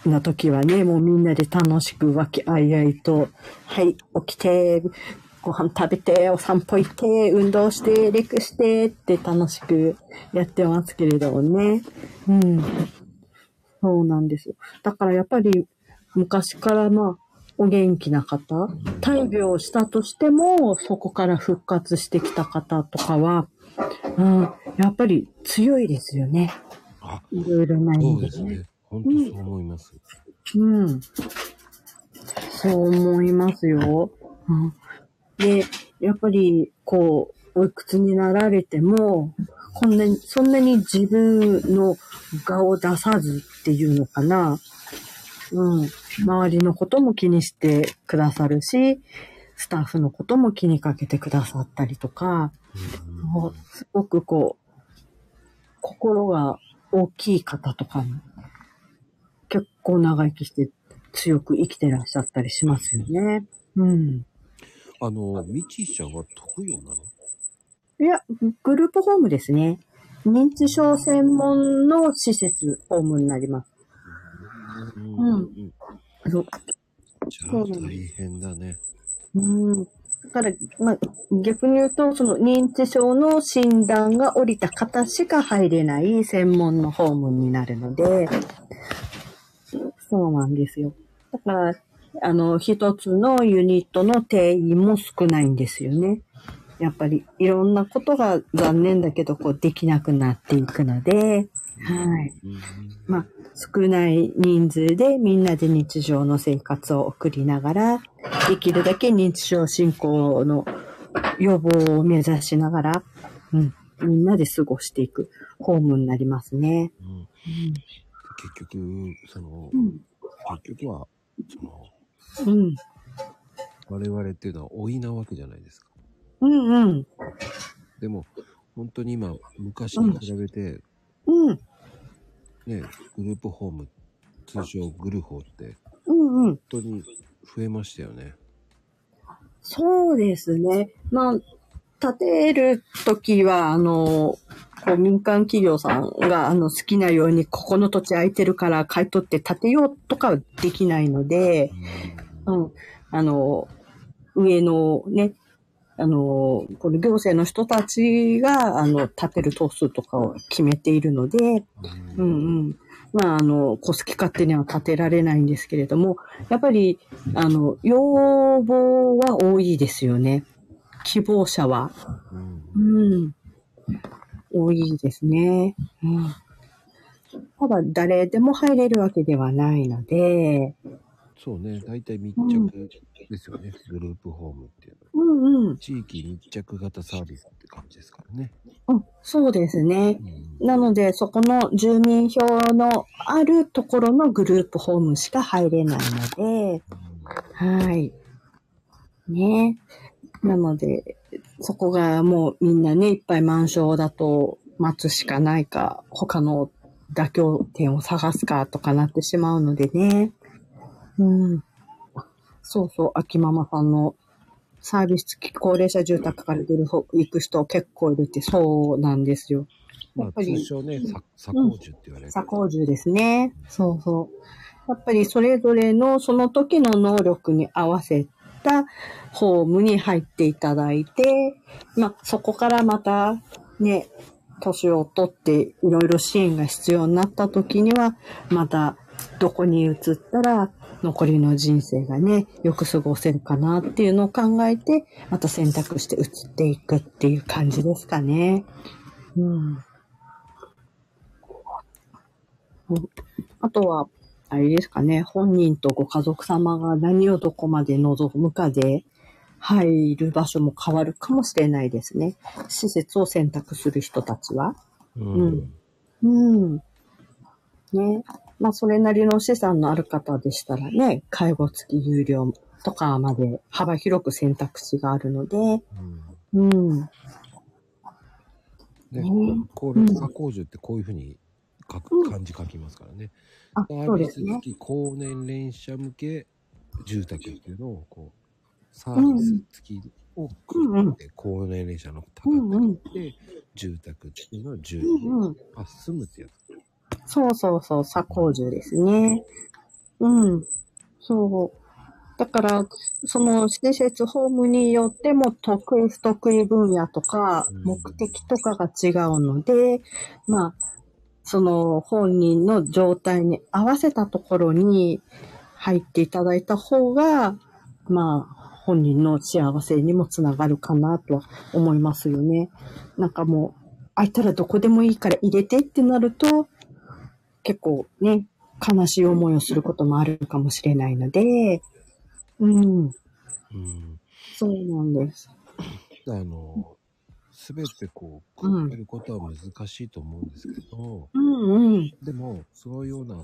S3: な時はね、もうみんなで楽しく和気あいあいと、はい、起きて、ご飯食べて、お散歩行って、運動して、レクしてって楽しくやってますけれどもね。うん。そうなんですよ。だからやっぱり昔からまあ、お元気な方、大病をしたとしても、そこから復活してきた方とかは、うん、やっぱり強いですよね。
S1: あ、
S3: いろいろな意
S1: そう
S3: 味
S1: で
S3: ですすね。
S1: ね。本当そう思います。
S3: うん。そう思いますよ。うん、で、やっぱり、こう、おいくつになられても、こんなに、そんなに自分の顔を出さずっていうのかな。うん。周りのことも気にしてくださるし、スタッフのことも気にかけてくださったりとか、もうすごくこう、心が大きい方とかも、結構長生きして強く生きてらっしゃったりしますよね。うん。
S1: あの、ミチーちゃんは特養なの
S3: いや、グループホームですね。認知症専門の施設、ホームになります。
S1: うん
S3: うあの
S1: じゃあ
S3: そうなの
S1: 大変だね。
S3: うん。だから、まあ、逆に言うと、その認知症の診断が下りた方しか入れない専門の訪問になるので、そうなんですよ。だから、あの、一つのユニットの定員も少ないんですよね。やっぱり、いろんなことが残念だけど、こう、できなくなっていくので、はい。
S1: うん
S3: まあ、少ない人数でみんなで日常の生活を送りながら、できるだけ認知症進行の予防を目指しながら、うん、みんなで過ごしていくホームになりますね。
S1: うん結局、その、
S3: うん。
S1: 結局は、その、
S3: うん。
S1: 我々っていうのは老いなわけじゃないですか。
S3: うんうん。
S1: でも、本当に今、昔に比べて、
S3: うん。
S1: ね、グループホーム、通称グルホーって、
S3: うんうん。
S1: 本当に増えましたよね。
S3: そうですね。まあ、建てるときは、あの、こう民間企業さんがあの好きなようにここの土地空いてるから買い取って建てようとかはできないので、うん。あの、上のね、あの、この行政の人たちが、あの、建てる棟数とかを決めているので、
S1: う。
S3: うんんうん。まあ、あの、こすき勝手には建てられないんですけれども、やっぱり、あの、要望は多いですよね。希望者は。
S1: うん
S3: うん。多いですね。うん。ただ、誰でも入れるわけではないので、
S1: そうね、大体密着ですよね、グループホームっていうのは。
S3: うんうん。
S1: 地域密着型サービスって感じですからね。
S3: うん、そうですね。
S1: うん
S3: なので、そこの住民票のあるところのグループホームしか入れないので、はい。ね。なので、そこがもうみんなね、いっぱい満床だと待つしかないか、他の妥協点を探すかとかなってしまうのでね。うん。そうそう、秋ママさんのサービス付き高齢者住宅から出る方行く人結構いるってそうなんですよ。
S1: ま
S3: や
S1: あ、
S3: っぱり
S1: 通称ね、さ左高樹って言われる。
S3: 鎖工獣ですね。そうそう。やっぱりそれぞれのその時の能力に合わせたホームに入っていただいて、まあそこからまたね、年を取っていろいろ支援が必要になった時には、またどこに移ったら残りの人生がね、よく過ごせるかなっていうのを考えて、また選択して移っていくっていう感じですかね。うん。あとは、あれですかね、本人とご家族様が何をどこまで望むかで、入る場所も変わるかもしれないですね。施設を選択する人たちは。
S1: う
S3: うんん。うん。ね。まあ、それなりの資産のある方でしたらね、介護付き有料とかまで幅広く選択肢があるので、
S1: うん
S3: うん。
S1: ね
S3: うん、
S1: これ、
S3: うん
S1: 左高樹ってこういうふうに書く、
S3: うん
S1: 漢字書きますからね。
S3: あ、
S1: サ
S3: そ
S1: ー
S3: う
S1: ビ
S3: で
S1: ス
S3: すね
S1: 付。き高年連社向け住宅っていうのを、こう、サービス付きを
S3: うんう
S1: 組ん
S3: ん
S1: で、高年連社の
S3: う
S1: 高
S3: ん
S1: く
S3: うん。
S1: て、住宅っていうのは住
S3: うんうん。
S1: あ、住むってやつ。
S3: そうそうそう、左工獣ですね。うん。そう。だから、その施設、ホームによっても得意不得意分野とか
S1: うん、
S3: 目的とかが違うので、まあ、その本人の状態に合わせたところに入っていただいた方が、まあ、本人の幸せにもつながるかなとは思いますよね。なんかもう、空いたらどこでもいいから入れてってなると、結構ね、悲しい思いをすることもあるかもしれないので、うん、
S1: うん。
S3: そうなんです。
S1: あの、すべてこう、比べることは難しいと思うんですけど、
S3: うんうん。
S1: でも、そういうような、ポ
S3: ん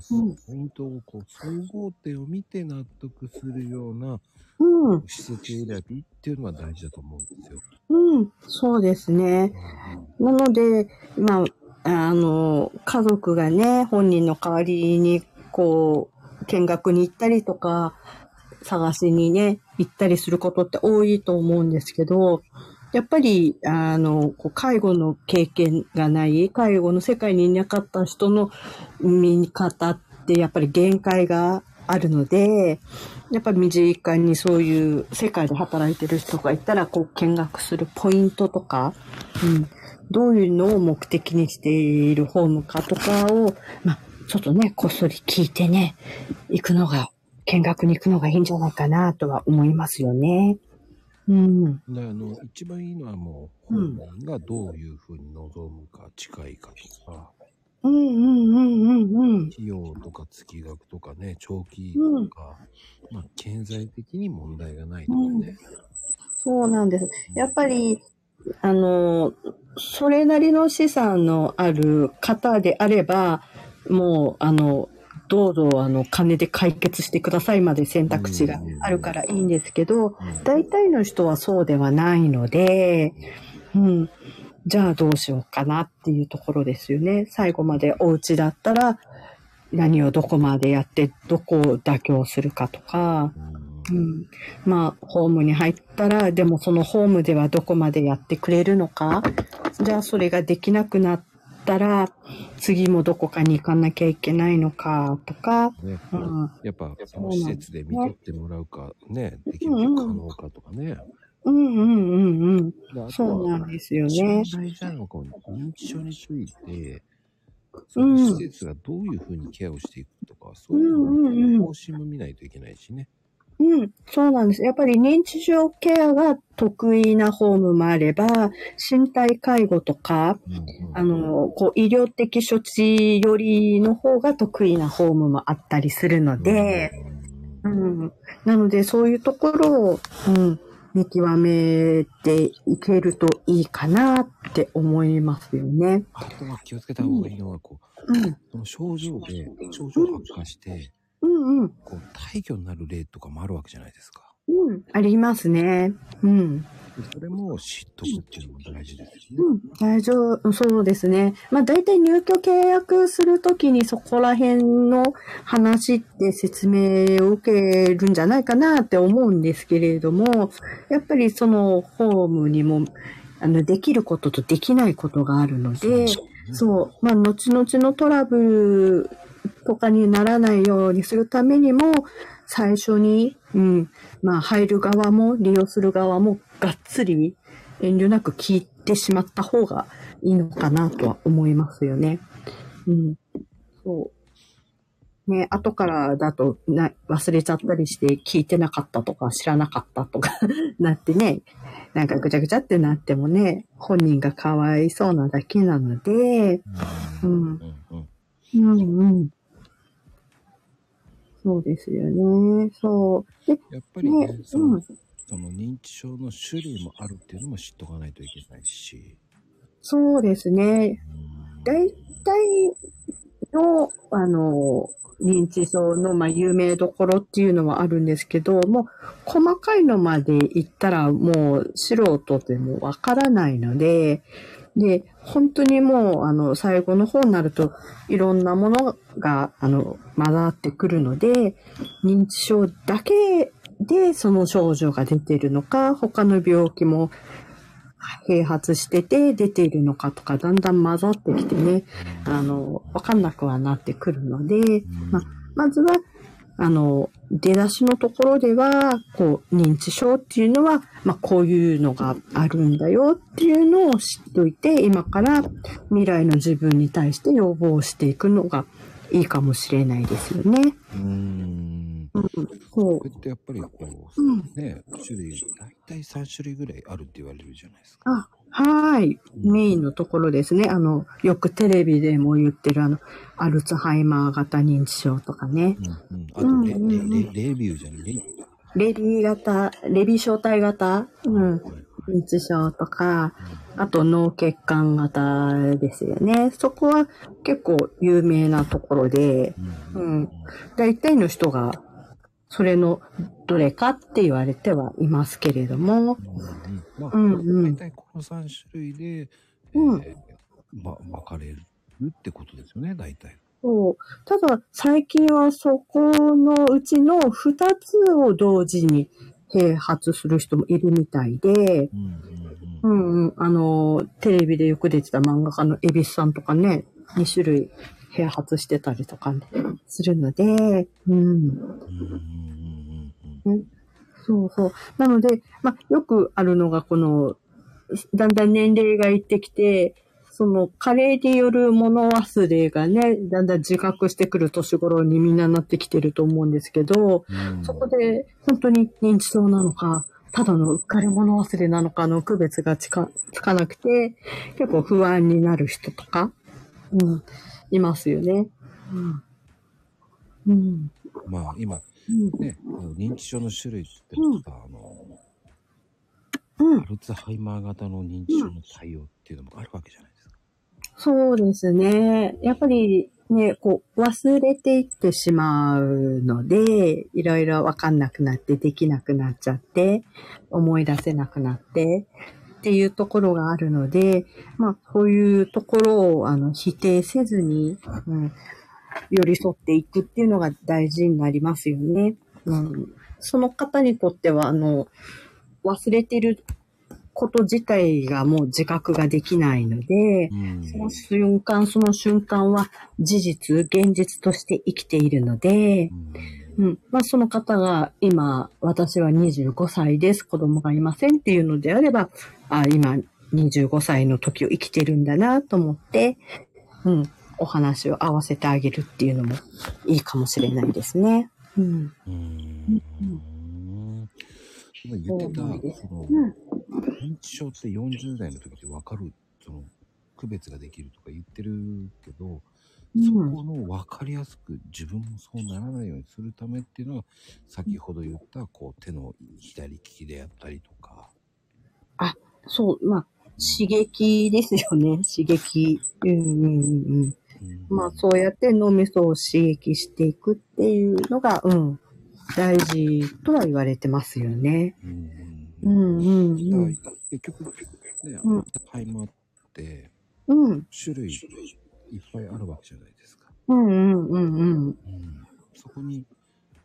S1: イントをこう、総合点を見て納得するような
S3: うん。
S1: 施設選びっていうのが大事だと思うんですよ。
S3: うん。そうですね。なので、まあ、あの、家族がね、本人の代わりに、こう、見学に行ったりとか、探しにね、行ったりすることって多いと思うんですけど、やっぱり、あの、こう介護の経験がない、介護の世界にいなかった人の見方って、やっぱり限界があるので、やっぱり身近にそういう世界で働いてる人がいたら、こう見学するポイントとか、うん、どういうのを目的にしているホームかとかを、まあ、ちょっとね、こっそり聞いてね、行くのが、見学に行くのがいいんじゃないかなとは思いますよね。うん。
S1: で、あの、一番いいのはもう、
S3: うん
S1: 本人がどういうふうに望むか、近いかとか、
S3: うんうんうんうんうん。
S1: 費用とか月額とかね、長期とか、まあ、経済的に問題がないとかね。
S3: そうなんです。やっぱり、あの、それなりの資産のある方であれば、もう、あの、どうぞ、あの、金で解決してくださいまで選択肢があるからいいんですけど、
S1: うん
S3: 大体の人はそうではないので、うん。じゃあどうしようかなっていうところですよね。最後までお家だったら、何をどこまでやって、どこを妥協するかとか、
S1: うん
S3: うん、まあ、ホームに入ったら、でもそのホームではどこまでやってくれるのか。じゃあそれができなくなったら、次もどこかに行かなきゃいけないのかとか、
S1: ね
S3: うん、
S1: やっぱその施設で見とってもらうかね、できるか可能かとかね。
S3: うんうんうんうん。
S1: であと
S3: そうな
S1: は、
S3: んですよね
S1: 心。配じゃんのかも、認知症について、そうの
S3: ん
S1: 施設がどういうふうにケアをしていくとか、そう
S3: うんうん
S1: いううん方針も見ないといけないしね。
S3: うん、そうなんです。やっぱり認知症ケアが得意なホームもあれば、身体介護とか、
S1: うんうん
S3: あ、の、こう、医療的処置よりの方が得意なホームもあったりするので、
S1: うん
S3: うん。なので、そういうところを、うん、見極めていけるといいかなって思いますよね。
S1: あとは気をつけた方がいいのは、こう、
S3: うん。
S1: その症状で、症状が悪化して、
S3: うんうん。
S1: こう、退去になる例とかもあるわけじゃないですか。
S3: うん。ありますね。うん。
S1: でそれも知っとくっていうのも大事ですよね。
S3: うん、大丈夫、そうですね。まあ大体入居契約するときにそこら辺の話って説明を受けるんじゃないかなって思うんですけれども、やっぱりそのホームにも、あの、できることとできないことがあるので、そう、まあ後々のトラブルとかにならないようにするためにも、最初に、うん、まあ入る側も利用する側もがっつり遠慮なく聞いてしまった方がいいのかなとは思いますよね。うん。そう。ね、後からだとな忘れちゃったりして聞いてなかったとか知らなかったとか [LAUGHS] なってね、なんかぐちゃぐちゃってなってもね、本人がかわいそうなだけなので、
S1: う。
S3: うん
S1: う
S3: ん。
S1: んうん
S3: うんうん。そうですよね。そう。で、
S1: やっぱりね、
S3: ね、
S1: そうの
S3: ん。
S1: その認知症の種類もあるっていうのも知っとかないといけないし。
S3: そうですね。大体の、あの、認知症の、まあ、有名どころっていうのはあるんですけど、もう、細かいのまで行ったら、もう、素人でもわからないので、で、本当にもう、あの、最後の方になると、いろんなものが、あの、混ざってくるので、認知症だけでその症状が出ているのか、他の病気も併発してて出ているのかとか、だんだん混ざってきてね、あの、わかんなくはなってくるので、まあ、まずは、あの、出だしのところでは、こう、認知症っていうのは、まあ、こういうのがあるんだよっていうのを知っておいて、今から未来の自分に対して要望していくのがいいかもしれないですよね。
S1: うーん。
S3: うん。そ
S1: こうやってやっぱりこ
S3: う。うん。
S1: う、ね、種類、大体3種類ぐらいあるって言われるじゃないですか。
S3: あ、はーい。メインのところですね。あの、よくテレビでも言ってるあの、アルツハイマー型認知症とかね。
S1: うんうん。あとレ、
S3: うんうんうん
S1: レレレビューじゃないレビュー
S3: レビー型、レビー小体型。うん。認知症とか、あと脳血管型ですよね。そこは結構有名なところで、うん。大体の人が、それのどれかって言われてはいますけれども、
S1: まあ、
S3: うんうん
S1: 大体この3種類で、
S3: うん
S1: えーま、分かれるってことですよね、大体。
S3: そう。ただ、最近はそこのうちの2つを同時に併発する人もいるみたいで、
S1: うん
S3: う
S1: うん
S3: んうん、あの、テレビでよく出てた漫画家の恵比寿さんとかね、2種類併発してたりとかね、するので、
S1: うん
S3: うん。
S1: うんうんうん
S3: そうそう。なので、まあ、よくあるのが、この、だんだん年齢がいってきて、その、加齢による物忘れがね、だんだん自覚してくる年頃にみんななってきてると思うんですけど、
S1: うんうん
S3: そこで本当に認知症なのか、ただのうっかり物忘れなのかの区別がつかつかなくて、結構不安になる人とか、うん、いますよね。うん。うん。
S1: まあ今ね、認知症の種類って
S3: うん
S1: さ、あの、
S3: うん
S1: ア。ルツハイマー型の認知症の対応っていうのもあるわけじゃないですか。
S3: そうですね。やっぱりね、こう、忘れていってしまうので、いろいろわかんなくなって、できなくなっちゃって、思い出せなくなって、っていうところがあるので、まあ、そういうところを、あの、否定せずに、うん、寄り添っていくっていうのが大事になりますよね。うん。その方にとっては、あの、忘れていること自体がもう自覚ができないので、
S1: うん
S3: その瞬間その瞬間は事実、現実として生きているので、うん。まあ、その方が今、私は25歳です、子供がいませんっていうのであれば、あ今、25歳の時を生きてるんだなと思って、うん。お話を合わせてあげるっていうのもいいかもしれないですね。うん。
S1: うんうん今言ってた、そ
S3: そうなん
S1: の
S3: です、ん
S1: 認知症って40代の時で分かる、その、区別ができるとか言ってるけど、
S3: うん
S1: そこの分かりやすく自分もそうならないようにするためっていうのは、先ほど言った、こう、手の左利きであったりとか、
S3: そう、まあ、刺激ですよね。刺激。うんうんうんうん。
S1: うん
S3: まあそうやって脳みそを刺激していくっていうのが、うん、大事とは言われてますよね。
S1: うん
S3: う
S1: うん
S3: んうんうん。
S1: だから結局、ね、
S3: うん
S1: アルツハイマーって
S3: うん
S1: 種類いっぱいあるわけじゃないですか。
S3: うんうんうんうん。
S1: うん、そこに、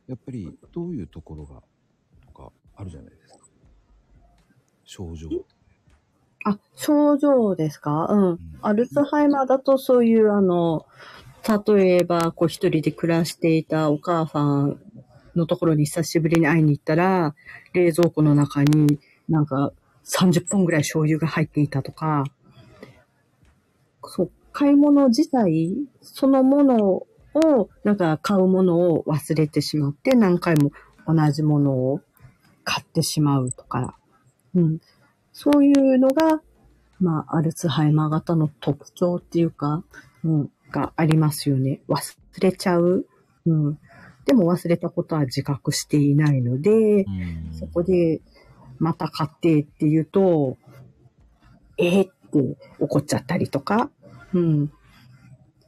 S1: やっぱりどういうところが、とかあるじゃないですか。症状。
S3: あ、症状ですかうん。アルツハイマーだとそういうあの、例えば、こう一人で暮らしていたお母さんのところに久しぶりに会いに行ったら、冷蔵庫の中になんか30本ぐらい醤油が入っていたとか、そう、買い物自体、そのものを、なんか買うものを忘れてしまって何回も同じものを買ってしまうとか、うん。そういうのが、まあ、アルツハイマー型の特徴っていうか、うん、がありますよね。忘れちゃう。うん。でも忘れたことは自覚していないので、そこで、また買ってって言うと、えーって怒っちゃったりとか、うん。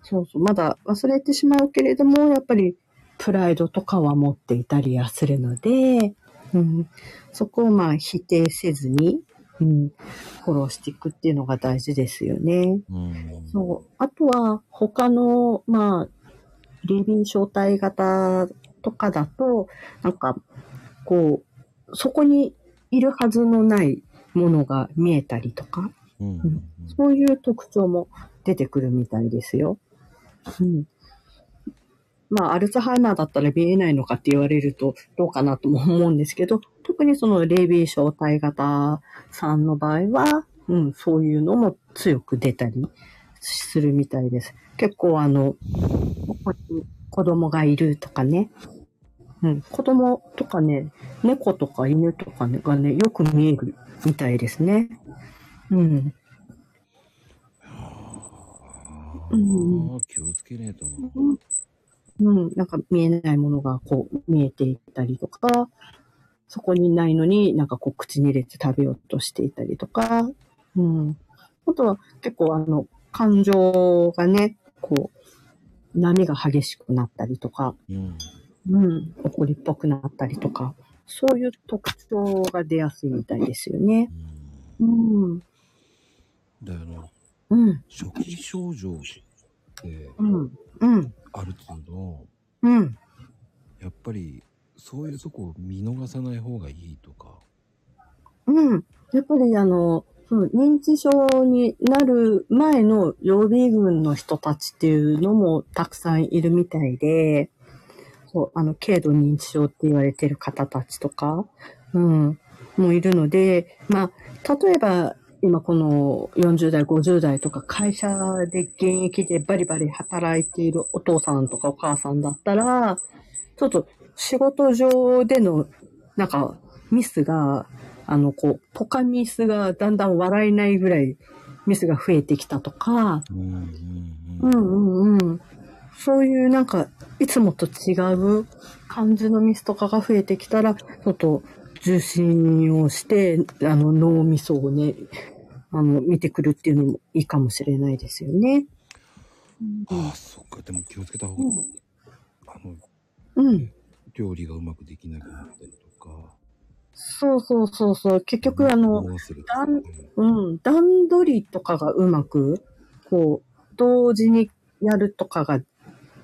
S3: そうそう、まだ忘れてしまうけれども、やっぱりプライドとかは持っていたりはするので、うん。そこをまあ否定せずに、うん。フォローしていくっていうのが大事ですよね。
S1: うん、
S3: そう。あとは、他の、まあ、霊敏小体型とかだと、なんか、こう、そこにいるはずのないものが見えたりとか、
S1: うん。うん
S3: うんそういう特徴も出てくるみたいですよ。うん。まあ、アルツハイマーだったら見えないのかって言われるとどうかなとも思うんですけど、特にそのレイビー小体型さんの場合は、うん、そういうのも強く出たりするみたいです。結構あの、ここに子供がいるとかね、うん、子供とかね、猫とか犬とかねがね、よく見えるみたいですね。うん。
S1: あー
S3: うん
S1: 気をつけねえとな。
S3: うん、なんか見えないものがこう見えていったりとか、そこにないのになんかこう口に入れて食べようとしていたりとか、うん。あとは結構あの、感情がね、こう、波が激しくなったりとか、
S1: うん。
S3: うん、怒りっぽくなったりとか、そういう特徴が出やすいみたいですよね。うん。
S1: だよな。
S3: うん。
S1: 初期症状って、
S3: うん。うん。
S1: ある程度、
S3: うん。
S1: やっぱり、そういうとこを見逃さない方がいいとか。
S3: うん。やっぱりあの、その認知症になる前の予備軍の人たちっていうのもたくさんいるみたいで、そう、あの、軽度認知症って言われてる方たちとか、うん、もいるので、まあ、例えば、今この40代、50代とか会社で現役でバリバリ働いているお父さんとかお母さんだったら、ちょっと仕事上での、なんか、ミスがあの、こう、ポカミスがだんだん笑えないぐらいミスが増えてきたとか、
S1: うんうん
S3: う
S1: うん。
S3: んうんうん。そういうなんか、いつもと違う感じのミスとかが増えてきたら、ちょっと重心をして、あの、脳みそをね、あの、見てくるっていうのもいいかもしれないですよね。
S1: ああ、そっか。でも気をつけた方が、あの、
S3: うん。
S1: 料理がうまくできなくなったりとか。
S3: そうそうそうそう。結局、あの、
S1: 物忘れて
S3: あんうん、段取りとかがうまく、こう、同時にやるとかが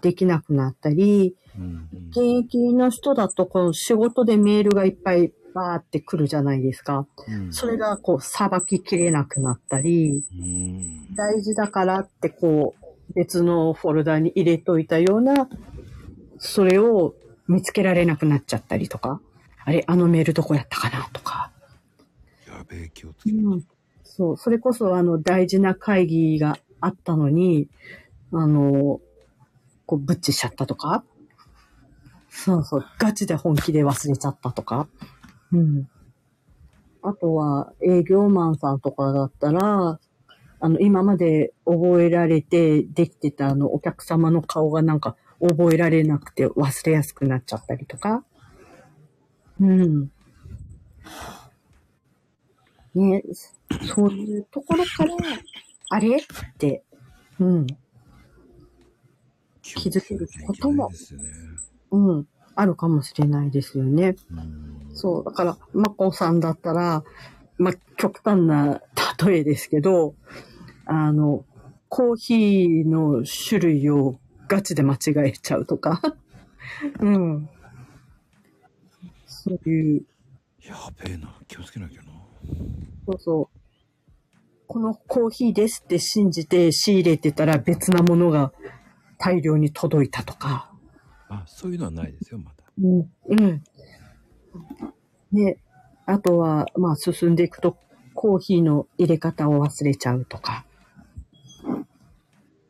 S3: できなくなったり、
S1: うんうん
S3: 現役の人だと、この仕事でメールがいっぱいバーって来るじゃないですか。
S1: うん
S3: それが、こう、さばききれなくなったり、
S1: うん
S3: 大事だからって、こう、別のフォルダに入れといたような、それを見つけられなくなっちゃったりとか、あれ、あのメールどこやったかなとか、
S1: やべえ、気をつけて。
S3: うん、そう、それこそあの大事な会議があったのに、あの、こう、ぶっちしちゃったとか、そうそう、ガチで本気で忘れちゃったとか、うん。あとは、営業マンさんとかだったら、あの、今まで覚えられてできてたあの、お客様の顔がなんか覚えられなくて忘れやすくなっちゃったりとか、うん。ね、そういうところから、あれって、うん、
S1: 気
S3: づけることも
S1: をつけなきゃいけないです
S3: うん、あるかもしれないですよね。
S1: ねうん
S3: そう、だから、まこさんだったら、まあ、極端な例えですけど、あの、コーヒーの種類をガチで間違えちゃうとか、 [LAUGHS] うん。そういう、
S1: やべえな、気をつけなきゃな。
S3: そうそう。このコーヒーですって信じて仕入れてたら別なものが大量に届いたとか。
S1: あ、そういうのはないですよ、まだ。
S3: うん。うん。で、あとは、まあ進んでいくとコーヒーの入れ方を忘れちゃうとか。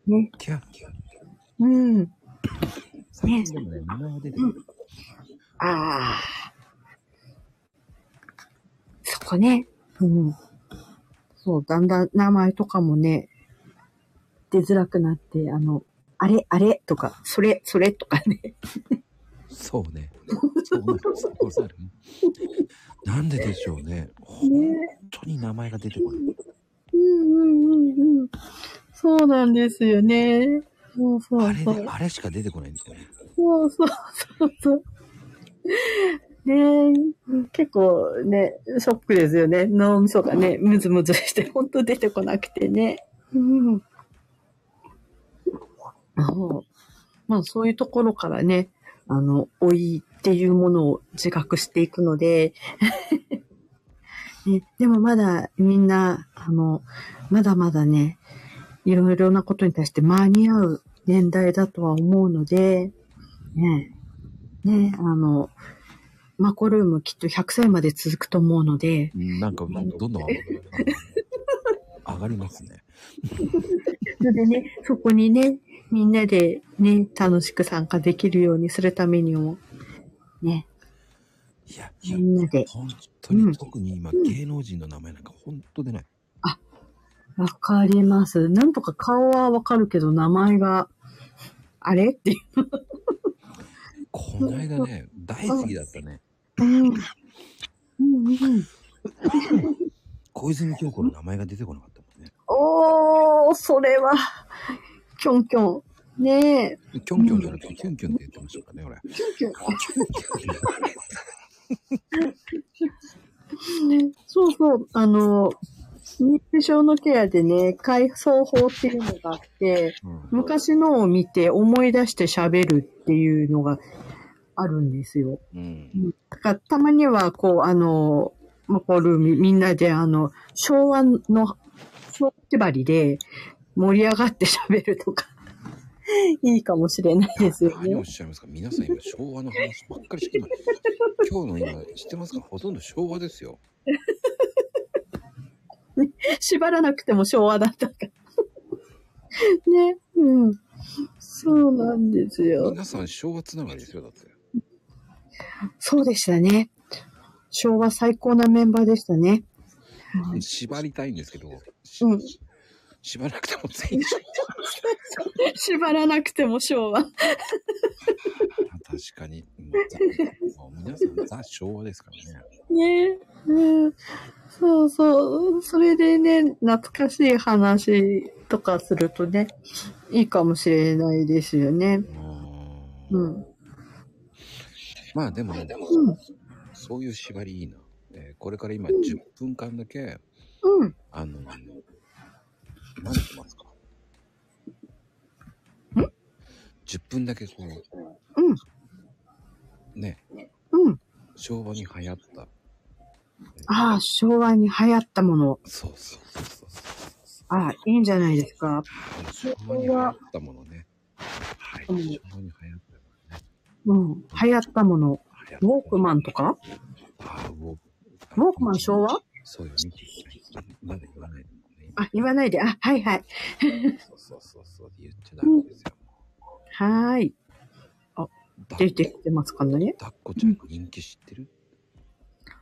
S3: ね。
S1: キャーキャー。
S3: うん。
S1: 最近でも沖縄でね、
S3: ああ。そこね。うん。そう、だんだん名前とかもね、出づらくなって、あの、あれ、あれとか、それ、それとかね。
S1: そうね。そうなる、そうなる。なんででしょうね。本
S3: [LAUGHS] ね
S1: 当に名前が出てこない。
S3: うんうんうんうん。そうなんですよね。そうそ
S1: あ
S3: う
S1: れ
S3: そう
S1: で、。あれしか出てこないんですよね。
S3: そうそうそうそう。ねえ、結構ね、ショックですよね。脳みそがね、ムズムズして、ほんと出てこなくてね。うん。あのまあそういうところからね、あの、老いっていうものを自覚していくので、 [LAUGHS] ね、でもまだみんな、あの、まだまだね、いろいろなことに対して間に合う年代だとは思うので、ねえ、ねえあの、マコルームきっと100歳まで続くと思うので、
S1: うんなんか、どんどん上がる上がりますね。
S3: それでね、そこにね、みんなでね、楽しく参加できるようにするためにも、ね、
S1: いや、い
S3: み
S1: や
S3: んなで、
S1: 本当に、特に今、芸能人の名前なんか本当出ない。
S3: わかります。なんとか顔はわかるけど、名前が、あれっていう。
S1: この間ね、大好きだったね。
S3: うん。
S1: 小泉今日子の名前が出てこなかったもんね。
S3: おー、それは、キョンキョン。ねえ。
S1: キョンキョンじゃなくて、キュンキュンって言ってましたからね、俺。
S3: キョンキョン。そうそう、あの、認知症のケアでね、解放法っていうのがあって、
S1: うん
S3: 昔のを見て思い出して喋るっていうのがあるんですよ。
S1: うん。
S3: だからたまには、こう、あの、まあこうみみんなで、あの、昭和の、昭和縛りで盛り上がって喋るとか、 [LAUGHS] いいかもしれないですよ
S1: 何をお
S3: ね
S1: っ。しゃいますか皆さん今昭和の話ばっかりしてます。今日の今知ってますかほとんど昭和ですよ。
S3: [LAUGHS] 縛らなくても昭和だったから。 [LAUGHS] ね、うん。そうなんですよ。
S1: 皆さん昭和つながりですよ、だって。
S3: そうでしたね。昭和最高なメンバーでしたね。
S1: 縛りたいんですけど、し
S3: うん
S1: 縛らなくても全員昭
S3: 縛らなくても昭和。
S1: 和。確かに。もう皆さんザ昭和ですからね。
S3: ねうん。そうそう。それでね、懐かしい話とかするとね、いいかもしれないですよね。
S1: う
S3: うんん。
S1: まあでも、
S3: うん。
S1: そういう縛りいいな。えーこれから今10分間だけ、
S3: うん。
S1: あの、何しますか
S3: ん
S1: ?10 分だけこう、
S3: うん。
S1: ね、
S3: うん。
S1: 昭和に流行った。
S3: ああ、昭和に流行ったもの。
S1: そうそうそうそうそう。
S3: ああ、いいんじゃないですか。
S1: 昭和に流行ったものね。はい、昭
S3: う
S1: 和
S3: ん
S1: に流行ったものね。
S3: うん。流行ったもの。
S1: 流行った
S3: ウォークマンとか
S1: あーウォーク
S3: ウォークマン昭和
S1: そうよ、ミキまだ言わないでもね。
S3: あ、言わないで。あ、はいはい。
S1: そうそうそうそう、言っちゃダメですよ。
S3: はーい。
S1: だ
S3: 出てきてますかね
S1: だっこちゃんの人気知ってる、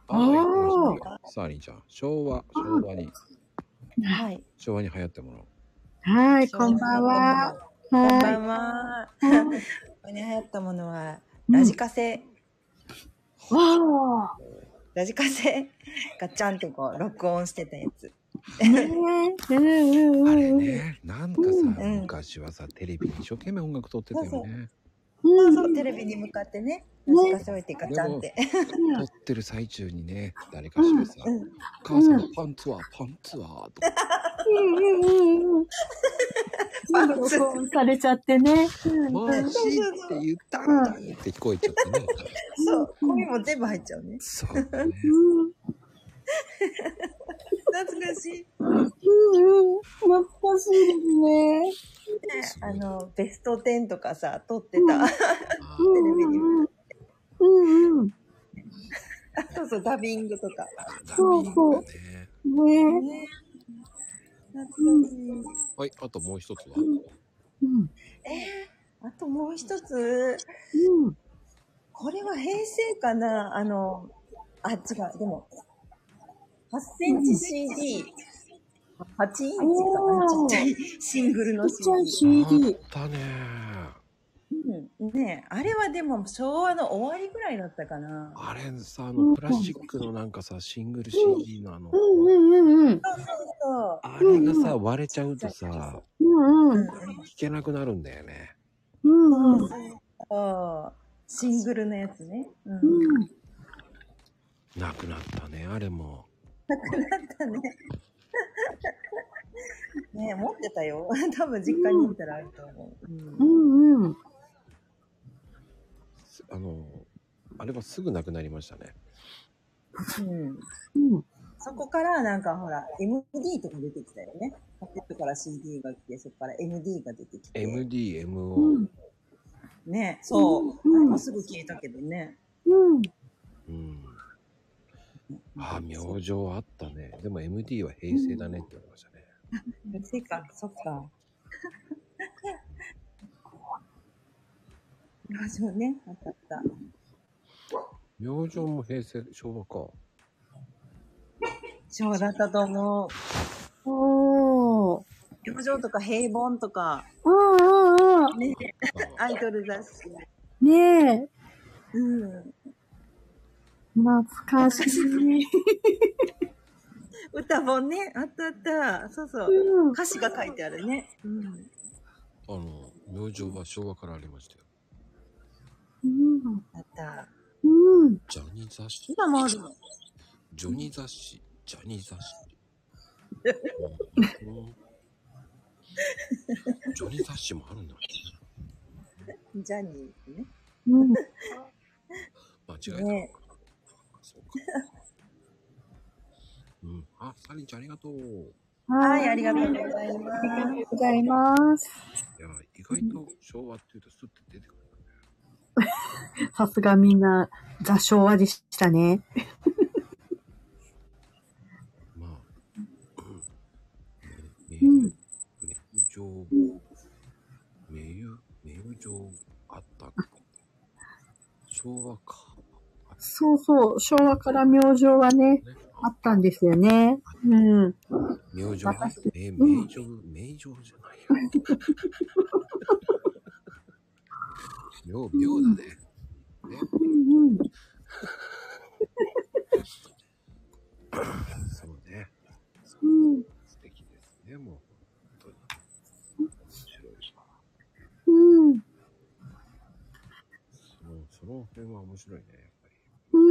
S3: あー
S1: あーサーリンちゃん、昭和、昭和に、
S4: はい。
S1: 昭和に流行ったもの。
S3: はーい、こんばんは。。は
S4: こん
S3: ーい。
S4: ばんは。これに流行ったものは、
S3: うん
S4: ラジカセ。
S3: わ
S4: ラジカセがちゃんとこう、録音してたやつ。
S3: ー。ねえうんうん
S1: あ
S3: う
S1: れ
S3: ん
S1: ね、なんかさ、
S4: うん
S1: 昔はさ、テレビに一生懸命音楽撮ってたよね。
S3: うん
S4: そう、テレビに向かってね、ラジカセ置いてガチャンって。
S1: 撮ってる最中にね、誰かしらさ、
S4: うん
S1: 母さんのパンツはパンツはとか、
S3: うんうんうんうん。全部録音されちゃってね。
S1: マジって言ったんだって聞こえちゃってね。
S4: [LAUGHS] そう、こういうのも全部入っちゃうね。
S1: そうだね。
S3: うん
S4: 懐かしい。
S3: うんうん。懐かしいですね。
S1: すご
S4: あ
S1: いな
S4: の、ベスト10とかさ、撮ってた。
S1: あ
S3: うんうんうん。うん
S4: [LAUGHS] そうそう、ダビングとか。
S1: ー
S3: そうそう
S1: ね
S3: うん。ね
S4: ね懐かしい。
S1: はい、あともう一つは。
S3: うん。
S4: あともう一つ、
S3: うん。
S4: これは平成かなあの、あ、違う、でも、8センチ CD、8インチかなち
S3: おー
S4: っちゃいシングルの
S3: ちっちゃい
S4: CD。
S3: CD。
S1: あったね
S4: うん、ねえあれはでも昭和の終わりぐらいだったかな
S1: あれさ、あ
S3: う
S1: の、
S3: ん
S1: プラスチックのなんかさ、シングル CD のあの、
S3: うんうんうんうん。
S4: そう。
S1: あれがさ、割れちゃうとさ、
S3: うん
S4: う
S3: うんん。
S1: 弾けなくなるんだよね。
S3: うんうん。
S4: そうシングルのやつね。う
S3: う
S4: ん。
S3: ん
S1: なくなったね、あれも。
S4: だったね。 [LAUGHS] ねえ持ってたよ。 [LAUGHS] 多分実家に行ったらあると思う。うん
S3: うんうん。
S1: すあの、あれはすぐなくなりましたね。
S4: うん
S3: うん
S4: そこからなんかほら、MD とか出てきたよね。ポケットから CD が来て、そこから MD が出てきて。
S1: MD、MO。
S3: う
S1: うんん。
S4: ね、そ
S3: う
S4: う。
S3: ん
S4: あれもすぐ消えたけどね。
S3: うん。
S1: ああ、明星あったね。でも MD は平成だねって言われましたね。
S4: てか、そっか。ラジオね、あったあった。
S1: 明星も平成、昭和か。
S4: 昭和だったと思う。
S3: おー。
S4: 表情とか平凡とか、
S3: うんうんうん。
S4: ね、
S1: あ
S4: アイドル雑誌。
S3: ねえ。
S4: うん。
S3: 懐かしい。
S5: 歌本ね。あったあった。そうそう。歌詞が書いてあるね。うん。
S1: あの、明星は昭和からありましたよ。
S3: うん。
S5: あった。
S3: うん。
S1: ジャニー雑誌、
S5: 今もあるの。
S1: ジョニー雑誌、ジャニー雑誌。うんジョニー雑誌もあるんだ。
S5: ジャニーね。
S3: うん。
S1: 間違えた。
S5: ね
S1: そうか。うん。あ、サリンちゃんありがとう。い
S5: はい、ありがとうございま
S3: ありがとう
S5: す。
S3: ございます。
S1: や、意外と昭和って言うとスッて出てくる。
S3: さすがみんな、座昭和でしたね。
S1: まあ、ね
S3: うん。
S1: 名城、名誉、名城あったんだ。昭和か。
S3: そうそう、昭和から明星はね、
S1: ね、
S3: あったんですよね。うん。
S1: 名城
S3: 私、
S1: え、
S3: ん
S1: 名城、名城じゃない
S3: [LAUGHS]
S1: よ。妙、妙だね。ね、
S3: うんうん。
S1: そうね。
S3: うん。
S1: 素敵ですね、もう。本当に。面白いわ。
S3: うん。
S1: その、その辺は面白いね、やっぱり。
S3: うん。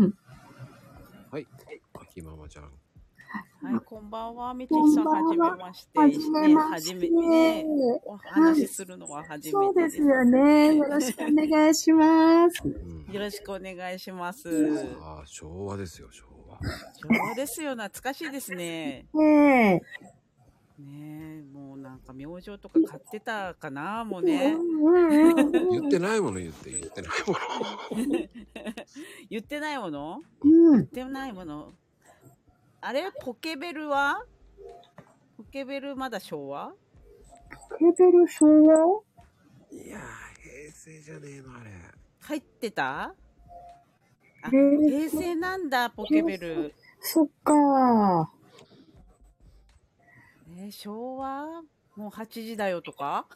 S3: うん。
S1: はい。秋ママちゃん。
S6: はい、こんばんは。みちきさん、
S3: こん
S6: は
S3: ばんは
S6: じめまして。
S3: はじめまして。
S6: ねはじめねお話しするのは初めてです。
S3: そうですよね。よろしくお願いします。
S1: うん。
S6: よろしくお願いします。
S1: ああ、昭和ですよ、昭和。
S6: そうですよ。懐かしいですね。
S3: ねえ。
S6: ねえ、もうなんか明星とか買ってたかな、もうね
S3: う。んうんうん
S1: 言ってないもの言って、言ってないもの。
S6: 言ってないもの
S3: うん。
S6: 言ってないもの。あれポケベルはポケベルまだ昭和
S3: レベル昭和
S1: いやー、平成じゃねえの、あれ。
S6: 入ってたあ
S3: え
S6: 平成なんだ、ポケベル。
S3: そっか。
S6: えー昭和もう8時だよとか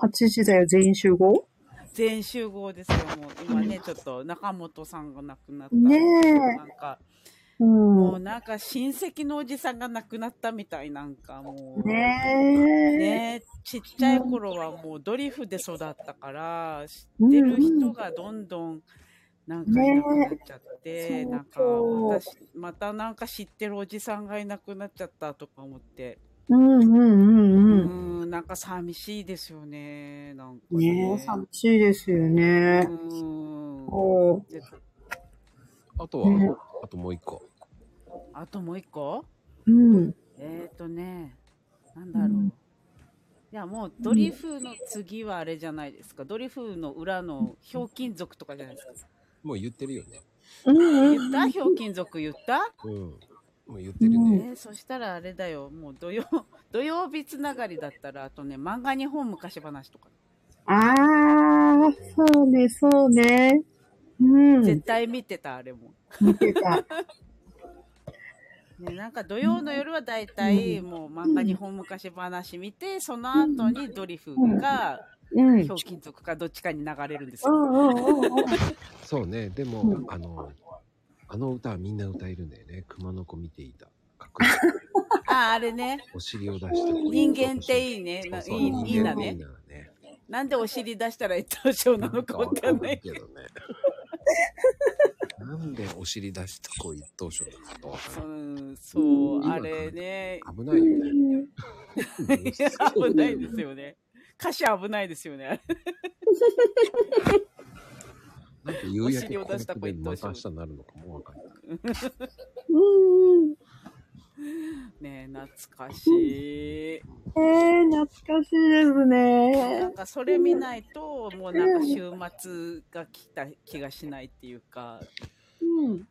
S3: 8時だよ、全員集合
S6: 全集合ですよ、もう。今ね、ちょっと中本さんが亡くなった。
S3: ねえ
S6: なんか、
S3: うん
S6: もう。なんか親戚のおじさんが亡くなったみたい、なんかもう。
S3: ねえ。
S6: ねえちっちゃい頃はもうドリフで育ったから、知ってる人がどんどん、なんかいなくなっちゃって、
S3: ねえ
S6: なんか
S3: そう
S6: 私、またなんか知ってるおじさんがいなくなっちゃったとか思って、
S3: うんうんうん
S6: う
S3: うん。
S6: ん、なんか寂しいですよね、なんかね。
S3: ねえ、寂しいですよね。
S6: うん。
S3: おう
S6: で
S1: あと
S3: うん
S1: は、あともう一個。
S6: あともう一個
S3: うん。
S6: えっ、ー、とね、なんだろう。
S3: うん
S6: いや、もうドリフの次はあれじゃないですか。ドリフの裏のひょうきん族とかじゃないですか。
S1: もう言ってるよね。
S3: うんうん。
S6: 言ったひょうきん族言った
S1: うん。もう言ってる
S6: え
S1: ね。
S6: ー、そしたらあれだよ。もう土曜、土曜日つながりだったら、あとね、漫画日本昔話とか。
S3: ああ、そうね、そうね。うん
S6: 絶。対見てた、あれも。
S3: 見てた。
S6: ね、なんか土曜の夜はだいたいもう漫画日本昔話見て、その後にドリフか、
S3: うん。うん
S6: ひょうきん族かどっちかに流れるんです
S3: う
S6: よ。
S3: んうんうん。
S1: そうね。で
S3: う
S1: も、あの、あの歌はみんな歌えるんだよね。熊の子見ていた。隠し
S6: あ、あれね。
S1: お尻を出して。
S6: 人間っていいね。
S1: そう
S6: な
S1: そう
S6: いい、いい
S1: 人間
S6: な
S1: っていい
S6: ね。
S1: ならね。
S6: なんでお尻出したら一等賞なのかわかんない。
S1: けどね。なんでお尻出した子一等賞なのかわかんな
S6: う
S1: い
S6: ん、そう、あれね。
S1: 危ないよね。
S6: 危ないですよね。歌詞危ないですよね。あれ
S1: なんか夕焼け
S6: お尻を出した子
S1: これ
S6: 一等
S1: ま
S6: 賞
S1: た明日になるのかもわかんない。
S3: うんうん。
S6: ね懐かしい。
S3: えー、懐かしいです
S6: な
S3: ね
S6: ん。かそれ見ないと、もうなんか週末が来た気がしないっていうか、
S3: うん。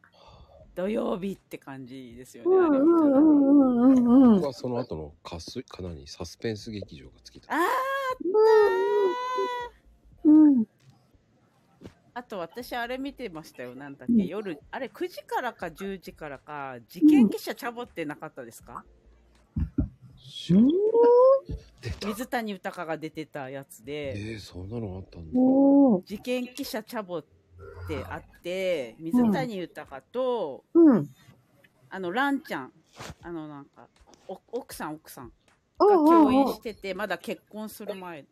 S6: 土曜日って感じですよ
S3: う
S6: ね。あ
S3: んう
S6: れ
S3: んうんうんうんうん
S1: 僕。はその後のかす、かなりサスペンス劇場が好きだ。
S6: あー
S3: うん。
S6: あと私あれ見てましたよ。なんだっけ夜、あれ9時からか10時からか、事件記者チャボってなかったですか
S1: 出た。
S6: 水谷豊が出てたやつ
S1: え
S6: で、
S1: ー、そんなのあったんだ。
S3: おー。
S6: 事件記者チャボっってあって、水谷豊と、
S3: うん。
S6: あの、ランちゃん、あの、なんか、お奥さん、奥さん
S3: お
S6: が共
S3: うお
S6: 演
S3: う
S6: してて、まだ結婚する前、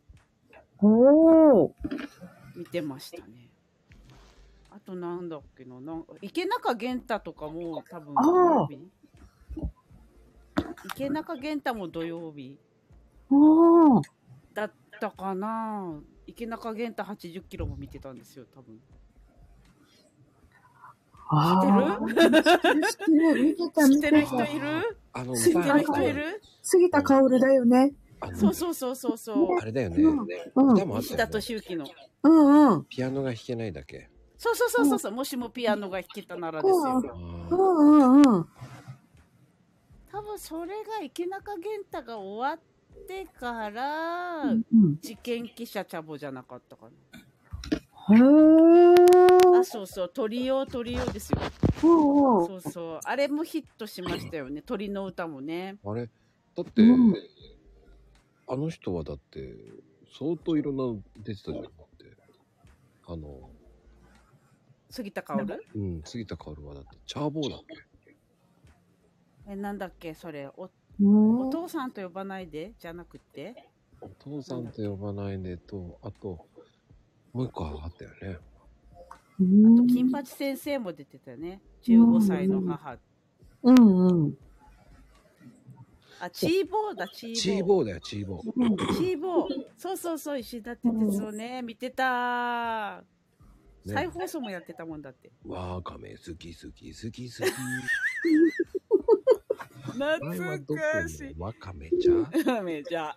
S3: おう。
S6: 見てましたね。あと、なんだっけな、なんか、池中玄太とかも、多分、
S3: あ
S6: 土
S3: ー
S6: 曜日。池中玄太も土曜日
S3: おう。
S6: だったかな池中玄太80キロも見てたんですよ、多分。
S3: あ
S6: 知っ
S3: あ。見てた、
S6: 知
S3: 見
S6: って
S3: て
S6: る
S3: た。
S6: 人いる
S1: あの、
S6: 知ってる人い
S1: 歌
S6: る
S3: 杉田薫だよね。
S1: あの
S6: そうそうそうそうそう。
S1: あれだよね。
S3: うんうん
S1: 歌もあっ
S6: 西
S1: たよ
S6: 田
S1: ね。
S6: 敏行の。
S3: うんうん。
S1: ピアノが弾けないだけ。
S6: そうそうそうそうそう、もしもピアノが弾けたならですよ。
S1: あ
S3: う
S1: ー
S3: んうんうん。
S6: 多分それが池中玄太が終わってから、
S3: うん
S6: 事件記者チャボじゃなかったか
S3: うん、へ
S6: な。あ、
S3: え。
S6: そうそう、鳥を鳥をですよ。
S3: おうおう。
S6: そうそう。あれもヒットしましたよね。鳥の歌もね。
S1: あれだって、
S3: うん
S1: あの人はだって、相当いろんなの出てたじゃん。だってあの、
S6: 杉田薫
S1: うん、杉田薫はだって、チャーボーだっけ
S6: え、なんだっけそれ。お、
S3: うん
S6: お父さんと呼ばないでじゃなくて。
S1: お父さんと呼ばないでと、あと、もう一個あったよね。
S6: あと、金八先生も出てたよね。15歳の母。
S3: うんうん。
S6: あ、チーボーだ、チーボー。
S1: チーボーだよ、チーボー。
S6: チーボー。そうそうそう、石田哲夫ね、見てたー。
S1: ね
S6: 再放送もやってたもんだって。
S1: わーかめ、好き好き好き好き。
S6: 懐
S1: 前はどこ
S6: かしい [LAUGHS]
S1: に。わかめちゃん
S6: めち
S1: [LAUGHS]
S6: ゃ。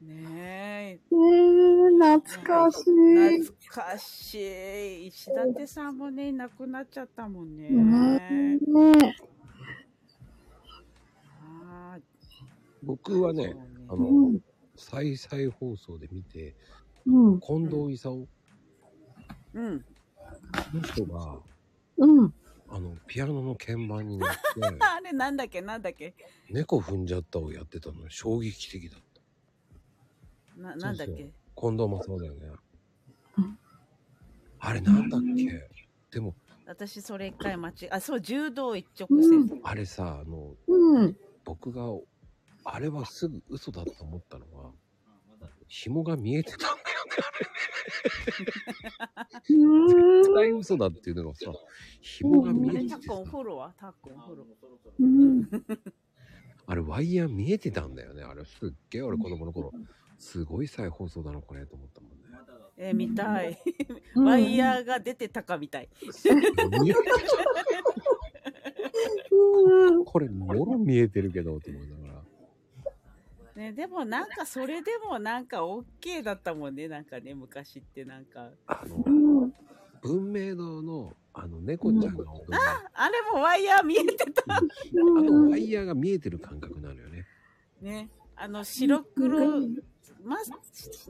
S6: ねえ。
S3: えー、懐かしい。
S6: 懐かしい。石田哲さんもね、いなくなっちゃったもんね。
S3: ねね
S6: あー
S1: 僕は
S6: そう
S1: ね、あの
S3: うん、
S1: 再々放送で見て、
S3: うん、
S1: 近藤勲、
S6: うん。
S1: この人が、
S3: うん。
S1: あの、ピアノの鍵盤に乗っ
S3: [LAUGHS]
S6: あれなんだっけなんだっけ
S1: て、猫踏んじゃったをやってたの衝撃的だった。
S6: な、なんだ
S1: そう
S6: っ
S1: そう
S6: け
S1: 近藤正夫だよね
S3: うん。
S1: あれなんだっけでも、
S6: 私それ一回間違え、あ、そう、柔道一直線。
S1: あれさ、あの、
S3: うん。
S1: 僕が、あれはすぐ嘘だと思ったのは、紐が見えてたんだよね。
S3: うん
S1: 絶対嘘だっていうのがさ、紐が見
S6: あ
S1: え
S6: れ、
S1: て
S6: タ
S1: た
S6: ッコンフォローはタッコンフォロー。
S3: うん。
S1: あれワイヤー見えてたんだよね。あれすっげえ俺子供の頃、すごい再放送だなこれと思ったもんね。
S6: えー、見たい。ワイヤーが出てたかみたい。
S1: 見えて
S3: うん。
S1: これもろ見えてるけどと思いながら。
S6: ね、でもなんかそれでもなんか OK だったもんね。なんかね、昔ってなんか。
S1: あの、
S3: うん。
S1: 文明堂のあの猫ちゃんが踊る、
S6: あれもワイヤー見えてた。
S1: あの
S3: う
S1: ワ
S3: ん。
S1: イヤーが見えてる感覚なのよね。
S6: ね。あの白黒、ま、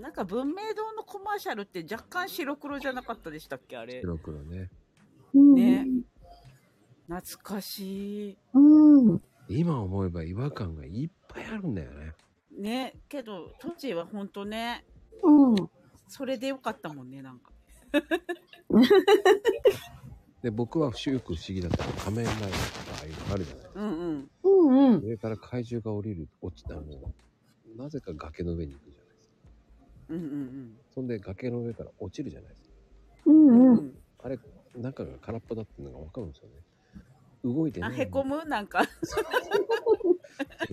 S6: なんか文明堂のコマーシャルって若干白黒じゃなかったでしたっけあれ。
S1: 白黒ね。
S6: ね。懐かしい。
S3: うん。
S1: 今思えば違和感がいっぱいあるんだよね。
S6: ね。けど、当時はほんとね、
S3: うん。
S6: それでよかったもんね、なんか。
S1: で、僕は不思議不思議だったの仮面ライダーとかああいうのあるじゃない
S6: うんうん。
S3: うん。うん。
S1: 上から怪獣が降りる、落ちたの。なぜか崖の上に行くじゃないですか。
S6: うんうん
S1: そんで崖の上から落ちるじゃないですか。
S6: うん。
S3: うん。
S6: ん。
S1: あれ、中が空っぽだっていうのがわかるんですよね。動いてな
S6: あ、
S1: い。
S6: へこむなんか。
S1: そ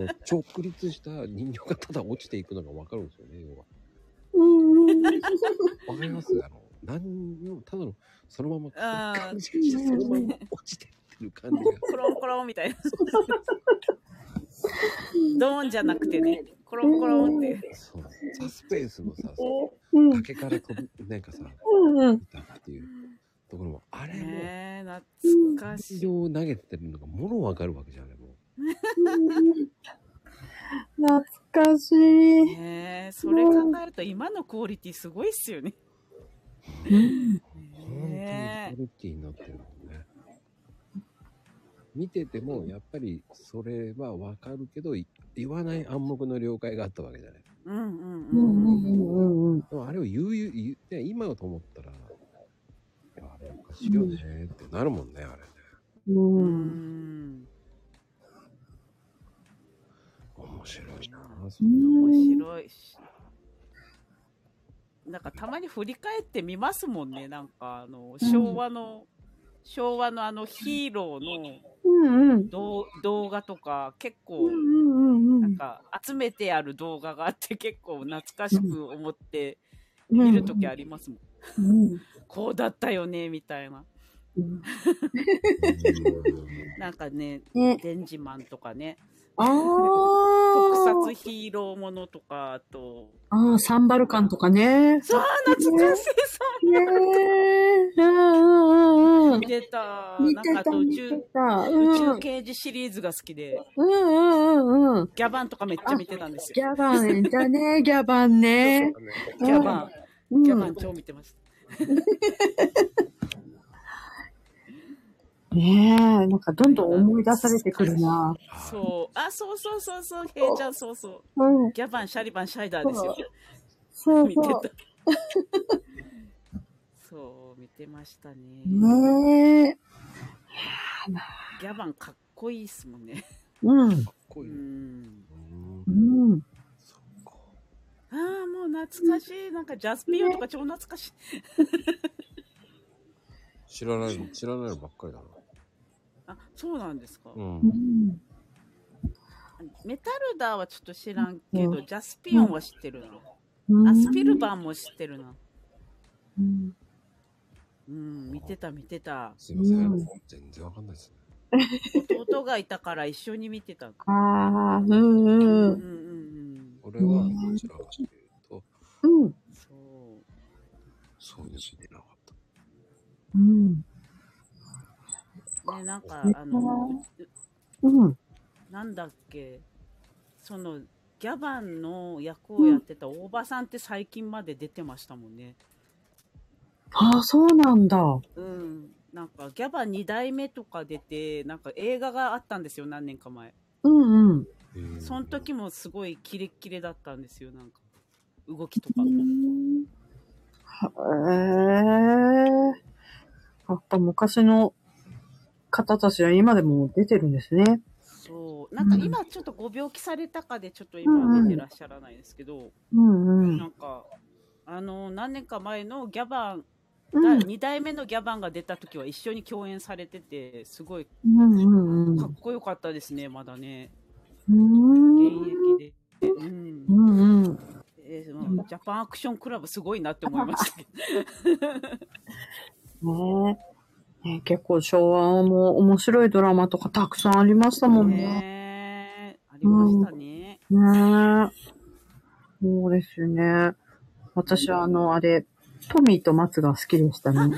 S1: の直立した人形がただ落ちていくのがわかるんですよね、要は。
S3: うん。
S1: わかりますあの、何にも、ただの、そのまま、
S6: あ
S1: 感じがしてそのまま落ちてってる感じが。
S6: コロンコロンみたいな。ドーンじゃなくてね、コロンコロンって。
S1: そう。サスペンスのさ、
S3: うん。
S1: 竹から飛ぶ、なんかさ、
S3: うん。
S1: 見たっていうところも、あれも、
S6: ねえ、懐かしい。
S1: 人形を投げてるのがもろわかるわけじゃないもう。
S3: 懐かしい。
S6: ねえ、それ考えると今のクオリティすごいっすよね。
S1: 本当に
S6: ね
S1: クオリティになってるもんね。見てても、やっぱりそれはわかるけど、い言わない暗黙の了解があったわけじゃない。
S6: うんうん
S3: う
S6: うんん
S3: う
S6: うんん。
S3: うんうん。
S1: でもあれを言う、言う言うね今と思ったら、いや、あれおかしいよねってなるもんね、あれね。
S6: う
S3: うん。
S6: ん
S1: 面白いな
S3: う
S6: 面
S3: ん。
S6: 白いし。なんかたまに振り返ってみますもんね。なんかあの、昭和の、昭和のあのヒーローの
S3: うんうん。
S6: 動動画とか結
S3: うん
S6: 構、
S3: うんうんう
S6: なん
S3: ん。
S6: か集めてある動画があって結構懐かしく思って
S3: 見
S6: 見るときありますもん。
S3: うん
S6: こうだったよね、みたいな。
S3: うん。
S6: なんかね、
S3: ね。
S6: デンジマンとかね、
S3: あ
S6: 特
S3: あ。
S6: 撮ヒーローものとか、あと、
S3: ああ、サンバルカンとかね。
S6: そう、懐かしい、そう。
S3: ねえ。うんうんうんうん
S6: 見。てた。
S3: 見
S6: なん
S3: て
S6: かあ
S3: た、
S6: と宇
S3: 見
S6: 宙、
S3: てた。
S6: 宇
S3: うん
S6: 宙刑事シリーズが好きで、
S3: うんうんうん。
S6: ギャバンとかめっちゃ見てたんです
S3: ギ
S6: よ。
S3: ャバン、だね、ギャバンね。
S6: ギャバン、
S3: うん
S6: ギャバン超見てました。
S3: ねえ、なんかどんどん思い出されてくるな。
S1: はい
S6: そう。あ、そうそうそうそう、平ちゃんそうそう。
S3: うん、
S6: ギャバン、シャリバン、シャイダーですよ。
S3: そう
S6: 見て
S3: そ
S6: た。 [LAUGHS] そう、見てましたね。
S3: う。ねえ。
S6: ギャバンかっこいいっすもんね。
S3: うん。
S1: かっこ
S6: う
S1: いい。
S6: ん。
S1: うん
S3: うん。
S1: そっか。
S6: ああ、もう懐かしい。なんかジャスピオンとか超懐かしい。
S1: 知らないの、知らないのばっかりだな。
S6: あ、そうなんですか。
S1: うん。
S6: メタルダーはちょっと知らんけど、ジャスピオンは知ってるな。
S3: うん。
S6: あ、スピルバーも知ってるな。
S3: うん
S6: うん、見てた見てた。
S1: すいませ
S3: うん
S1: ん。全然わかんないですね。
S6: 弟がいたから一緒に見てた。
S3: ああ、うんう
S6: うんうん
S3: ん。
S6: うん。
S1: 俺は、どちらかというと、
S3: うん。
S6: そう。
S1: そういうの知ってなかった。
S3: うん。
S6: ね、なんか
S3: うん、
S6: あの、
S3: うん。
S6: なんだっけ、その、ギャバンの役をやってた大場さんって最近まで出てましたもんね。
S3: ああ、そうなんだ。
S6: うん。なんか、ギャバン2代目とか出て、なんか映画があったんですよ、何年か前。
S3: うんうん。
S1: うん
S6: その時もすごいキレッキレだったんですよ、なんか。動きとか。
S3: へえ。やっぱ昔の方たちは今でも出てるんですね。
S6: そう。なんか今ちょっとご病気されたかで、ちょっと今出てらっしゃらないですけど、
S3: うんうん。
S6: なんか、あの、何年か前のギャバン、
S3: うん
S6: 2代目のギャバンが出た時は一緒に共演されてて、すごいか
S3: うんうんうん
S6: っ。こよかったですね、まだね。
S3: うー
S6: 現
S3: ん
S6: 役で。うん
S3: うんうん。
S6: えーまあジャパンアクションクラブすごいなって思いましたけど。
S3: ねえ。ねえ結構昭和も面白いドラマとかたくさんありましたもんね。
S6: ねありましたね。
S3: ねえ。そうですね。私はあの、あれ、トミーと松が好きでしたね。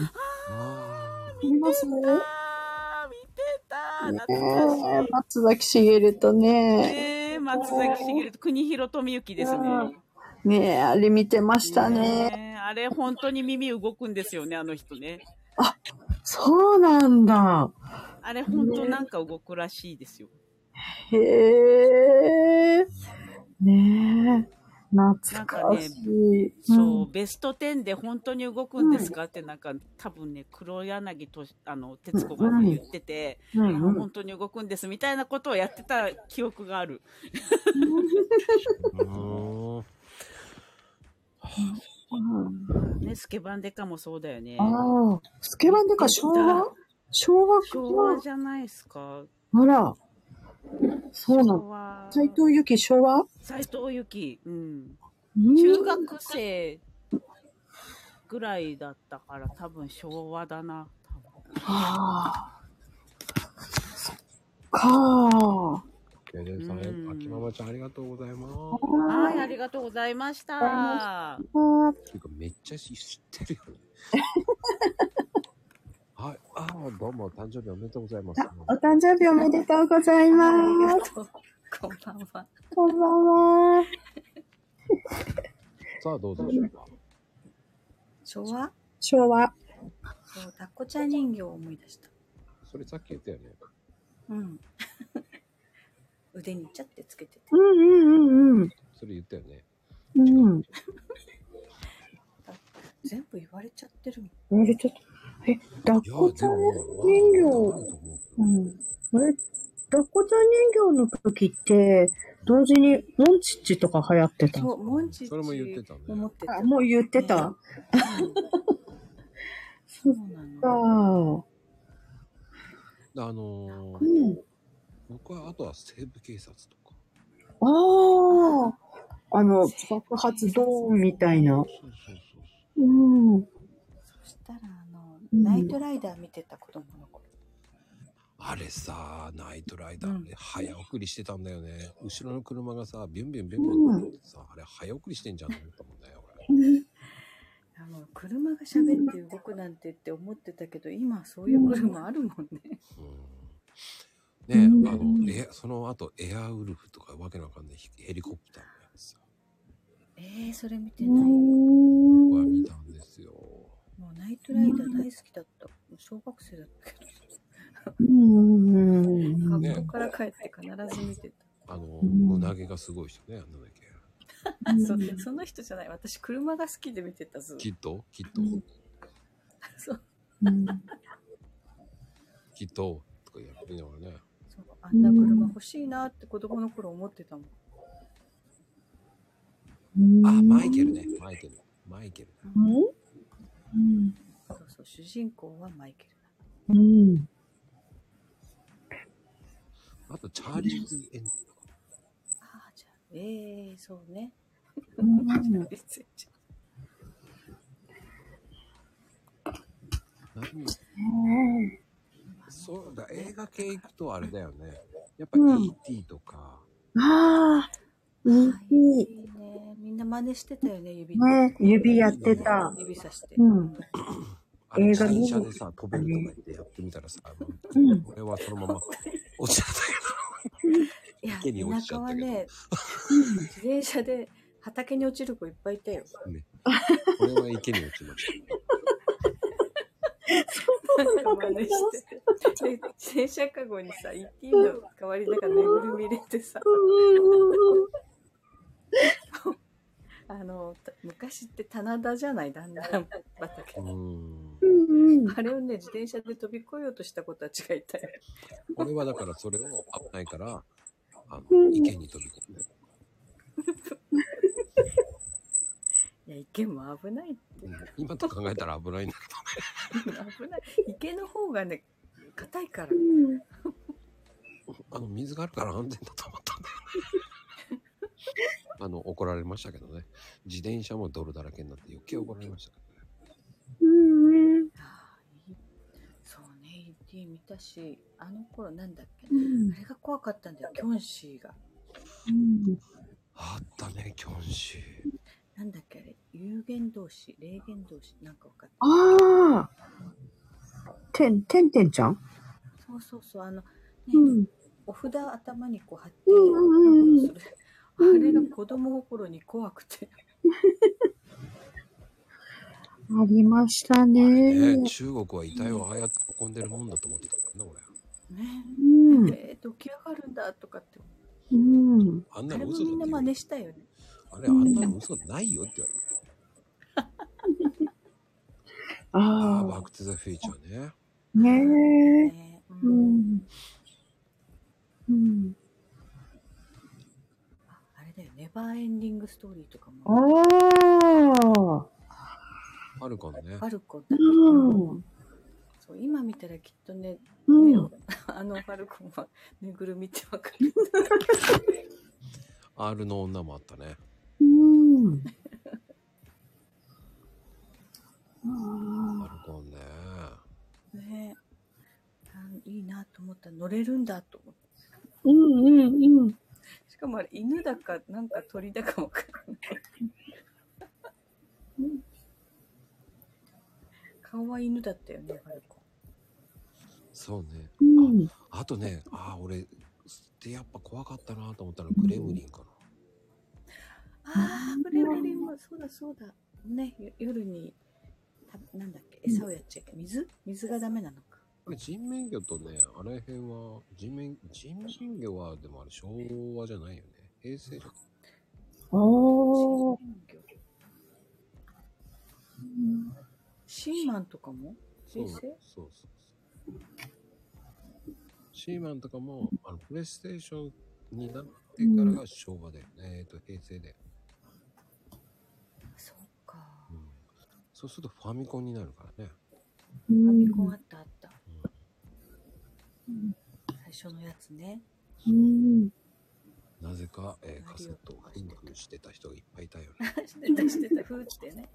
S1: あ
S3: 見ますね
S6: あー、見てた懐か
S3: え、松崎しげると
S6: しい。
S3: ね。
S6: ねえ、松崎しげると国広富之ですね。
S3: ねえ、あれ見てましたね。
S6: ねえあれ、本当に耳動くんですよね、あの人ね。
S3: そうなんだ。
S6: あれ、本当なんか動くらしいですよ。
S3: へえ。ねえ。懐かしい。
S6: そう、ベスト10で本当に動くんですかって、なんか、多分ね、黒柳としあの徹子がね
S3: うん
S6: 言ってて、
S3: うん。う
S6: あ
S3: んうん
S6: 本当に動くんですみたいなことをやってた記憶がある。
S1: ーうん
S3: うん
S6: ね、スケバンデカもそうだよね。
S3: ああ、スケバンデカ昭和昭和か
S6: 昭和じゃないですか。
S3: あら。そうなの。
S6: 昭和。
S3: 斎藤由紀昭和
S6: 斎藤由紀。うん。
S3: うん
S6: 中学生ぐらいだったから、多分昭和だな。多分
S3: ああ。そっか
S1: ケイデンさん
S6: うん、
S1: 秋ママちゃんありがとうございます。
S3: あ
S6: はい、ありがとうございました。
S3: ー
S1: っていうかめっちゃ知ってるよね。 [LAUGHS] はい。ああ、どうも、誕生日おめでとうございます。
S3: お誕生日おめでとうございます。
S5: こんばんは。
S3: こんばんは。
S1: さあ、どうぞでしょうか。
S5: 昭和
S3: 昭和。
S5: そう、タコちゃん人形を思い出した。
S1: それさっき言ったよね。
S4: [LAUGHS]
S5: うん。腕にちゃってつけてて。
S3: うんうんうんうん。
S1: それ言ったよね。
S3: うん。
S4: 全部言われちゃってるもん。
S3: あれちょっと、え、ダッ
S1: いや、
S3: コち
S1: で
S3: ゃん
S1: もね
S3: 人
S1: わかんない
S3: 形、
S1: と思う
S3: うん。あれ、ダッコちゃん人形の時って、同時にモンチッチとか流行ってた。
S4: そう、モンチッチ
S1: それも言ってたね
S4: 思ってた。
S3: あ、もう言ってた。そっ
S4: そうなの。
S3: か。
S1: あの
S3: う
S1: ー、
S3: ん。
S1: 僕はあとは西部警察とか。
S3: ああ。あの、爆発ドーンみたいな。
S1: そうそうそうそ
S3: うん。
S4: そしたら、あの、
S3: うん
S4: ナイトライダー見てた子供の頃。
S1: う。あれさ、ナイトライダーね、早送りしてたんだよね。後ろの車がさ、ビュンビュンビュンビュンってさ、あれ早送りしてんじゃんと思ったもんね、俺。
S4: あの、車が喋って動くなんてって思ってたけど、今そういう車あるもんね。
S1: うん。
S3: うん
S1: ねえ、あの、エアその後、エアウルフとかわけのわかんないヘヘリコプターのやつさ、
S4: えー、それ見てない。も
S1: 僕は
S3: う
S1: 見たんですよ。
S4: うナイトライダー大好きだった。小学生だったけど、
S3: ん。
S1: ね
S4: 学校から帰って必ず見てた。
S1: あの、
S3: ん
S1: 胸毛がすごい人ね、なんだっけ。
S4: あそその人じゃない。私、車が好きで見てたずっと
S1: きっと、きっと、
S4: そう。
S3: うん
S1: きっと、とかやってみながらね。
S4: そうあんな車欲しいなって子供の頃思ってたもん。
S1: あ、マイケルね。マイケル。マイケル。
S3: うん。
S4: そうそう、主人公はマイケル。
S3: うん。
S1: あと、チャーリーズ・エンジンとか。
S4: ああ、じゃあ、ええー、そうね。
S3: うん
S4: 別にじゃ
S1: 何そうだ、映画系行くとあれだよね。やっぱ
S3: うん
S1: ET とか、
S3: ああ。
S4: あ
S3: いい。
S4: いいね。みんな真似してたよね、指。
S3: ね、指やってた。
S4: 指さして。
S3: うん。
S1: あれ
S3: 映
S1: 自
S3: 画見る
S1: 転車でさ、飛べるとか言ってやってみたらさ、あの
S3: うん
S1: 俺はそのまま落ちちゃったよ。
S4: いや、
S1: 池に落
S4: 田
S1: ちちゃ
S4: 舎
S1: った
S4: は
S1: けど
S3: [LAUGHS]
S4: ね、自転車で畑に落ちる子いっぱいいたよ。
S1: 俺は池に落ちました。
S4: 真似して。で自転車かごにさ、ET の代わりだからぬいぐるみ入れてさ、あの、た昔って棚田じゃない、だんだん畑
S1: う。ん。
S3: うん。
S4: あれをね、自転車で飛び越えようとした子たちがいたよ。
S1: 俺はだからそれを危ないから、あ
S3: う
S1: の、
S3: ん
S1: 池に飛び込んで。
S4: いや、池も危ない。
S1: うん今と考えたら危ないんだけ
S4: 危ない。池の方がね、硬いから。
S1: ど、あの、水があるから安全だと思ったんだよね。あの、怒られましたけどね。自転車も泥だらけになって余計怒られましたけどね。
S3: うん。
S4: あーいいそうね、ET 見たし、あの頃なんだっけ、
S3: うん
S4: あれが怖かったんだよ、キョンシーが。
S1: あったね、キョンシー。
S4: なんだっけ、あれ、有言同士、霊言同士、なんか分かった。
S3: ああ。てん、てんてんちゃん
S4: そうそうそう、あの、ね
S3: うん。
S4: お札頭にこう貼って、
S3: うんうんうん
S4: それあれが子供心に怖くて、
S3: ありました
S1: ね
S3: ね
S1: え。中国は遺体をああやって運んでるもんだと思ってたからね、俺。
S4: ね、
S3: うん。
S4: えー、と起き上がるんだとかって、
S3: うん。
S1: あんな
S4: あれ
S1: の
S4: も
S1: 嘘だ
S4: みんな
S1: って言う
S4: 真
S1: よ
S4: 似したよね。
S1: あれ、あんなの嘘ないよって言われた。ああ、
S3: あ
S1: バック・トゥ・ザ・フューチャーね。
S3: あ。ねえ。
S4: ね
S3: う
S4: うん
S3: ん。うん。
S4: ああれだよ、ネバーエンディングストーリーとかも、
S3: ああ。
S1: あるかもね。
S4: バルコだ、
S3: うん。
S4: そう今見たらきっとね、
S3: うん。
S4: あのファルコンはぬいぐるみってわか
S3: [LAUGHS]
S4: る。
S1: R の女もあったね。
S3: うん。
S1: ア
S3: あ
S1: ルコンね。
S4: ねあいいなと思った乗れるんだと思っ
S3: あうんうんうん。
S4: て。しかもあれ犬だかなんか鳥だかわかんない。顔は犬だったよね、ファルコン。
S1: そうね。
S3: うん。
S1: あとね、ああ、俺、で、やっぱ怖かったなと思ったのグレムリンかな。
S4: ああ、ブレブリンもそうだそうだ。ね、よ夜にたなんだっけ餌をやっちゃいけない。水水がダメなのか。
S1: あれ人面魚とね、あれ辺は、人面、人面魚は、でもあれ昭和じゃないよね。平成じゃん
S3: ああ。おー。
S4: シーマンとかも
S1: そう
S4: 人
S1: そうそ
S4: 生
S1: うそう。シーマンとかも、あの、プレイステーションになってからが昭和だよね。えっ、と、平成だよね。
S4: そうか。
S1: うん。そうするとファミコンになるからね。
S3: う
S4: ファ
S3: ん
S4: ミコンあったあった。最初のやつね。 [LAUGHS]
S3: うん
S1: なぜか、えーカセットをフンフンしてた人がいっぱいいたよね。
S4: してたしてた、ふーってね。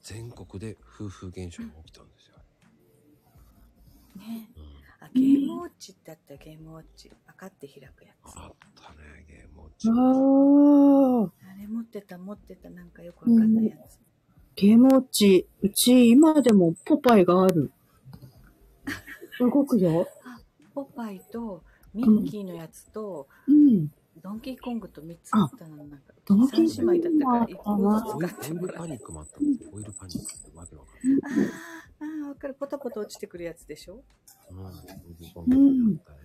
S1: 全国で夫婦現象が起きたんですよ。
S4: ね
S1: うん。
S4: あ、ゲームウォッチってあったゲームウォッチ。パカって開くやつ。
S1: あったね、ゲームウォッチ。
S3: ああ、
S4: あれ持ってた持ってた、なんかよくわかんないやつ。
S3: ゲームウォッチ、うち今でもポパイがある。動くよ。
S4: ポパイとミッキーのやつと、
S3: うん。
S4: ドンキーコングと3つあったの、なんか。
S3: ドンキ
S4: 三
S3: ー
S4: 姉
S3: コング
S4: 妹だったから、一
S1: オイルオイ
S4: 個ずつ買って
S1: ル
S4: もら
S1: パ
S4: う。
S1: ニックもあったんですよ。オイルパニックってわけわかん
S4: あーあー、わかる。ポタポタ落ちてくるやつでしょ
S1: ない。うん。オイルパニックあったね。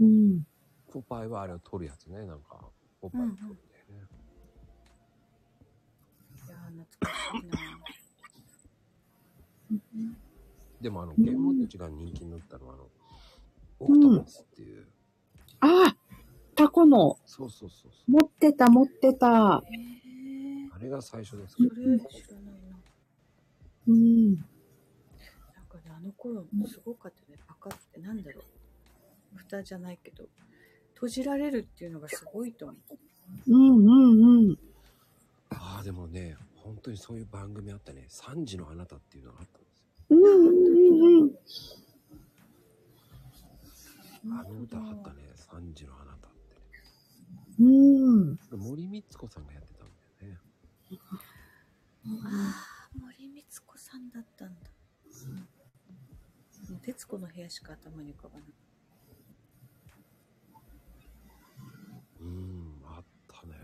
S3: うん。
S1: ポパイはあれを取るやつね、なんか。ポパイ取るんだよね。
S4: いやー、懐かしいな。
S1: でもあの、ゲームウォッチが人気になったのは、あの、オクトパスっていう。
S3: ああ、タコの、
S1: そうそうそうそう。
S3: 持ってた持ってた。
S4: えー、
S1: あれが最初ですか
S4: それ知らないな。
S3: うん。
S4: なんかね、あの頃すごかったね。パカって、なんだろう。蓋じゃないけど、閉じられるっていうのがすごいと思う。
S3: うんうんうん。
S1: ああ、でもね、本当にそういう番組あったね。3時のあなたっていうのがあったんですよ。
S3: うんうんうん。
S1: あの歌あったね、3時のあなたってね。
S3: うん。
S1: 森光子さんがやってたんだよね。
S4: ああ、森光子さんだったんだ。もう徹子の部屋しか頭に浮かばない。
S1: うん、あったね。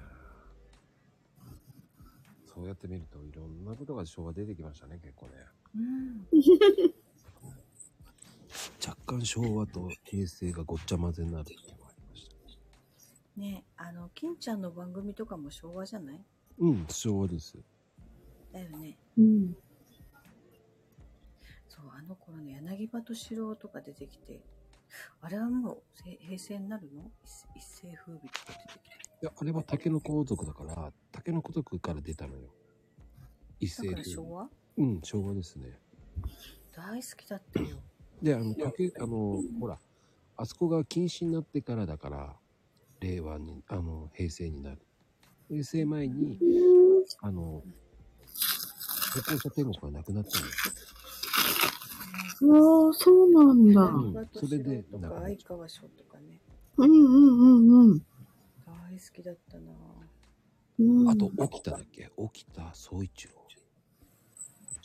S1: そうやって見ると、いろんなことが昭和出てきましたね、結構ね。
S4: うん。
S1: 若干昭和と平成がごっちゃ混ぜになる時もありました。
S4: ねえあの、金ちゃんの番組とかも昭和じゃない
S1: うん、昭和です。
S4: だよね。
S3: うん。
S4: そう、あの頃の柳葉敏郎とか出てきて、あれはもうせ平成になるの一一世風靡とか出てきて。
S1: いや、あれは竹の子族だから、竹の子族から出たのよ。一世
S4: だか
S1: で
S4: ら。昭和
S1: うん、昭和ですね。
S4: 大好きだったよ。
S1: で、あの、竹、あの、ほら、あそこが禁止になってからだから、令和に、あの、平成になる。平成前に、あの、歩行者天国がなくなったのよ。
S3: うわあ、そうなんだ。
S1: ん
S4: 岩戸
S1: それで
S4: と
S1: なく
S4: か
S1: なっ
S4: 相
S1: ち
S4: 川翔とかね。
S3: うんうんうんうん。
S4: 大好きだったなぁ。
S3: うん、
S1: あと、起きただっけ起きた総一郎。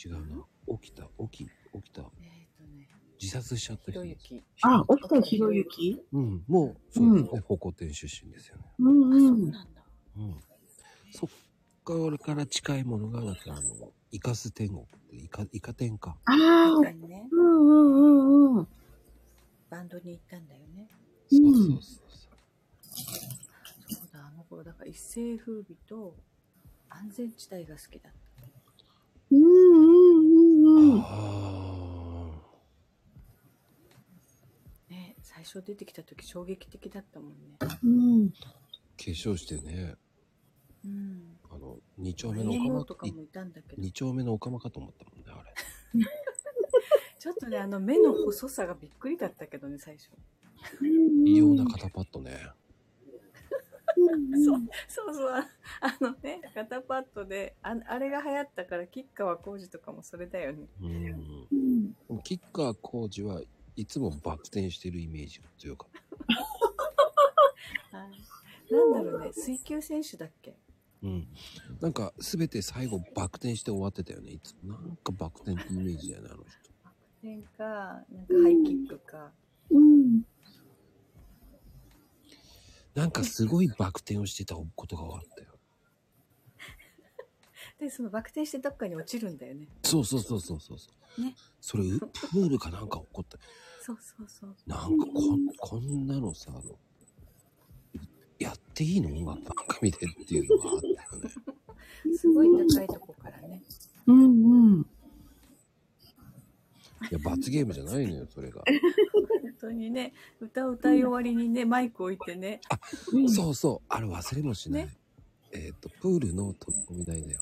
S1: 違うな。起きた、起き、起きた。
S4: えっ、とね、
S1: 自殺しちゃっ
S7: ひ
S1: た人
S7: ろ。ゆき。
S3: あ、起きたひろゆき
S1: うん、もう、そうですね。方向転出身ですよね。
S3: うん
S4: あ、そう
S3: うん。
S4: なんだ。
S1: うん。そっからから近いものが、だってあの、イカス天国って、イカ、イカ天か。
S3: あ
S4: 確
S3: あ
S4: か、にね、
S3: うんうんうんうん。
S4: バンドに行ったんだよね。
S1: そううんそうそうそう。
S4: そうだ、あの頃、だから一世風靡と安全地帯が好きだった。
S3: うんうんうんうん。
S1: あ
S4: ね、最初出てきた時衝撃的だったもんね。
S3: うん。
S1: あ。化粧してね、
S4: うん。
S1: あの、二丁目の
S4: 英語
S1: おか
S4: とか
S1: ま、い
S4: もいたんだけど
S1: 二、丁目のおかまかと思ったもんね、あれ。
S4: ちょっとね、あの目の細さがびっくりだったけどね、最初。
S1: 異様な肩パッドね。
S4: そうそうそう、ああのね、肩パッドで、ああれが流行ったから、吉川浩司とかもそれだよね。
S1: うん。
S3: うん。
S1: キッカー工事はいつもバク転してるイメージが強かった。
S4: はいなんだろうね、水球選手だっけ
S1: うん。なんか、すべて最後バク転して終わってたよね、いつも。なんかバク転ってイメージだよね、あの人。
S4: バク転か、なんかハイキックか。
S3: うん。
S1: なんかすごいバク転をしてたことがあったよ。
S4: で、そのバク転してどっかに落ちるんだよね。
S1: そうそうそうそうそうそう。
S4: ね。
S1: それ、うプールかなんか起こった。
S4: そうそうそう。
S1: なんかこん、こんなのさ、あのやっっていいの音楽番組でっていうのがあったよね。
S4: すごい高いとこからね。
S3: うんうん。
S1: いや、罰ゲームじゃないのよ、それが。
S4: 本当にね、歌を歌い終わりにね、マイク置いてね。
S1: そうそう、あれ忘れもしない。えっ、と、プールの飛び込み台だよ。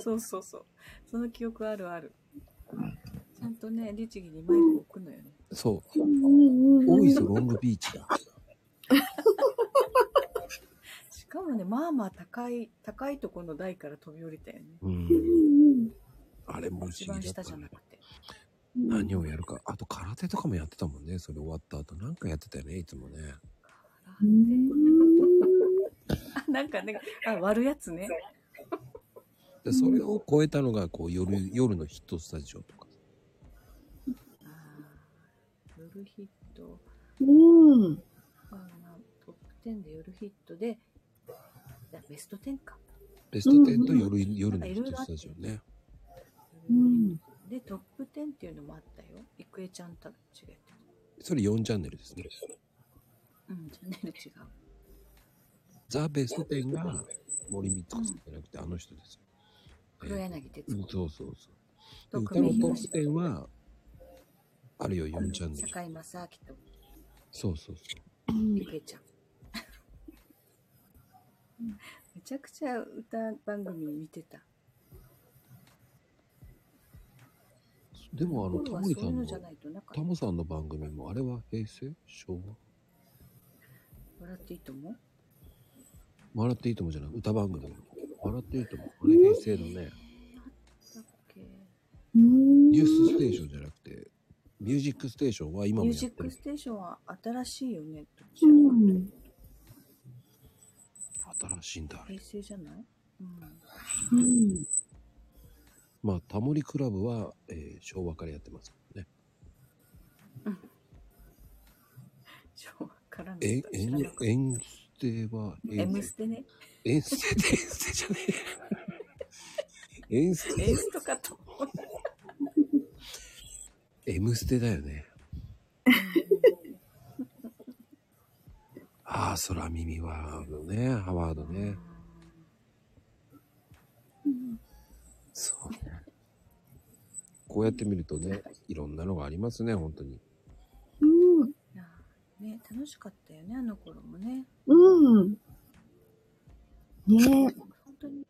S4: そうそうそう。その記憶あるある。ちゃんとね、律儀にマイク置くのよね。
S1: そう、
S3: うん
S1: 大磯ロングビーチだ。
S4: しかもね、まあまあ高い、高いとこの台から飛び降りたよね。
S1: うん。あれも
S4: 一
S1: 不思
S4: 番
S1: 議だ
S4: 下
S1: っ
S4: じ
S1: た
S4: ゃな
S1: ね。
S4: くて。
S1: 何をやるか。あと、空手とかもやってたもんね。それ終わった後、なんかやってたよね、いつもね。
S4: あ、なんかね、あ、割るやつね。
S1: で、それを超えたのが、こう、夜、夜のヒットスタジオとか。
S4: あー夜ヒット。
S3: うん。
S4: あートップ10で夜ヒットで、じゃあベスト10か。
S1: ベスト10と夜、夜のヒットスタジオね。
S3: うん。
S4: で、トップ10っていうのもあったよ。郁恵ちゃんたちがやってた。
S1: それ4チャンネルですね。
S4: うん、チャンネル違う。
S1: ザ・ベスト10が森光子さんじゃなくて、あの人ですよ。
S4: 黒
S1: えー
S4: 柳徹
S1: うん
S4: 子
S1: そうそうそう。で
S4: と
S1: 歌の
S4: 久米
S1: トッ
S4: 宏
S1: プ10は、あるよ、4チャンネル。
S4: 坂井正明と
S1: そうそうそう。
S4: 郁恵ちゃん。めちゃくちゃ歌番組見てた。
S1: でも、あの、タ
S4: 頃は
S1: モリ
S4: そ
S1: さ
S4: ういうんの
S1: の、
S4: じゃないとなか
S1: タ
S4: っ
S1: モさんの番組も、あれは平成昭和
S4: た。笑っていいと思う
S1: 笑っていいともじゃない歌番組。笑っていいとも。あれ平成のね、
S4: だっけ
S1: ニュースステーションじゃなくて、ミュージックステーションは今も
S4: ミュー
S1: やっ
S4: ジッ
S1: て
S4: ク
S1: る。
S4: ステーションは新しいよね。
S3: うん。
S1: 新しいんだ、あれ。
S4: 平成じゃないうん。
S3: うん。
S1: まあ、タモリクラブは、えー昭和からやってますけどね。
S4: 昭和からの歌
S1: え、え
S4: 知らなかった
S1: ん、演出は、平成
S4: M ステね。
S1: 遠征って遠征じゃねえ。 [LAUGHS] 遠征
S4: エースとかと。
S1: M ステだよ [LAUGHS] ね。ああ、空耳はードね、ハワードね。そうね。こうやって見るとね、いろんなのがありますね、本当に。
S4: いやーね、楽しかったよね、あの頃もね。
S3: うん。ねえ。
S4: 本当に、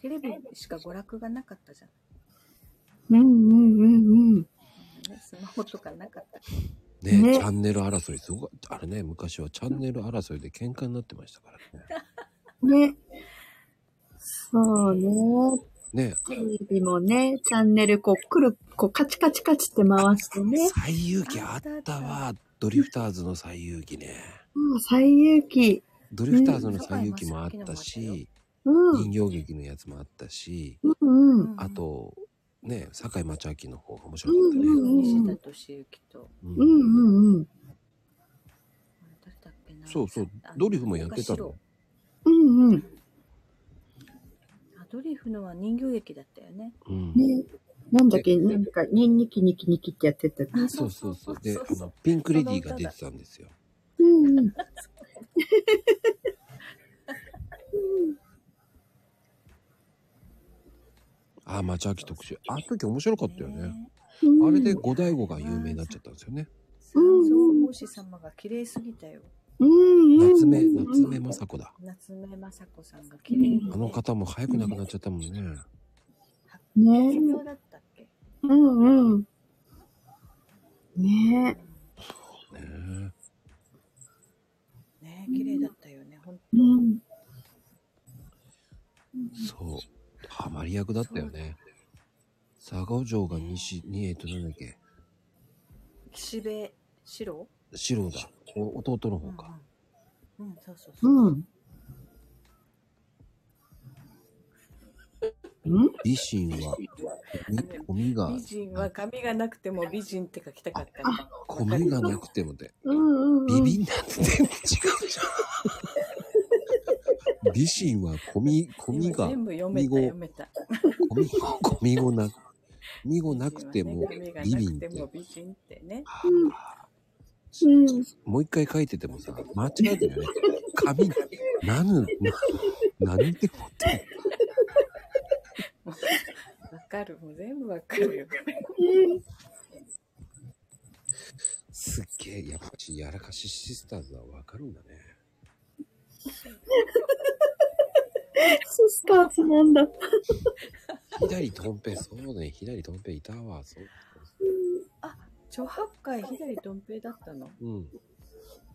S4: テレビしか娯楽がなかったじゃん。
S3: うんうんうんうん。
S4: そんなね、スマホとかなかった。
S1: ね
S3: ね
S1: チャンネル争い、すごい。あれね、昔はチャンネル争いで喧嘩になってましたから [LAUGHS] ね。
S3: ね。そうね。
S1: ね
S3: テレビもね、チャンネルこう、くる、こう、カチカチカチって回してね。
S1: 最遊記あったわ、ドリフターズの最遊記ね。
S3: うん、最有機。
S1: ドリフターズの最遊記もあったし、
S3: うん。
S1: 人形劇のやつもあったし、
S3: うんうん。
S1: あと、ね、坂井町明の方が面白
S3: う
S1: か
S3: ん
S1: った
S3: う
S1: ね。
S3: んう
S4: 西
S3: ん
S4: 田。敏行と、
S1: うん
S3: うんうんうん。
S4: 誰だっけな。
S1: そうそう
S4: あ、
S1: ドリフもやってたの。
S3: うんうん。
S4: あドリフのは人形劇だったよね。
S1: うん
S3: ね。なんだっけ、なんか、ニンニキニキニキってやってた。
S4: あ
S1: そうそうそう。で、
S4: そう
S1: あ
S4: そう
S1: の、ピンクレディーが出てたんですよ。
S3: うんうん。
S1: ああ、町明特集。あの時面白かったよね。
S4: ね
S1: あれで五大悟が有名になっちゃったんですよね。
S4: 三蔵法師様が綺麗すぎたよ。
S3: うんうん。
S1: 夏目、夏目雅子だ。
S4: 夏目雅子さんが綺麗
S1: あの方も早く亡くなっちゃったもんね。
S3: ね
S4: 卒業だったっけ
S3: うんうん。ね
S1: ね
S4: ね綺麗だったよね、本
S3: え。うん。
S1: そう。ハマり役だったよね。佐賀城が西に、えっと、なんだっけ。
S4: 当岸辺四郎
S1: 四郎だ。お弟の
S4: う
S1: 方
S4: ん
S1: か。
S4: うん、うん、そうそうそう。
S3: うん。うん
S1: 美人は、ゴミゴミ
S4: 美人は
S1: が、
S4: 髪がなくても美人って書きたかったんだ。
S1: ゴミがなくてもで、
S3: うんうん。
S1: ビビンなんて全部違うじゃん。美人はゴミ、ゴミ
S4: 今
S1: が、
S4: 全部読
S1: ゴ
S4: めた、
S1: ミ語
S4: 読めた。
S1: ゴミ、ゴミ語な、ゴミ語なくても
S4: 髪が、
S1: ビ
S4: な
S1: ビ
S4: く
S1: ンって
S4: も
S1: て。
S4: 美人ってね。
S3: うん。
S1: もう一回書いててもさ、間違えてるよね。紙、何、な何ってこと
S4: わかる。もう全部わかるよ。
S1: すっげえ、やっぱし、やらかしシスターズはわかるんだね。
S3: そうスターツなんだ。
S1: 左とんぺ、そうね、左とんぺいたわ、そう。
S4: 諸八海左とん平だったの。
S1: うん。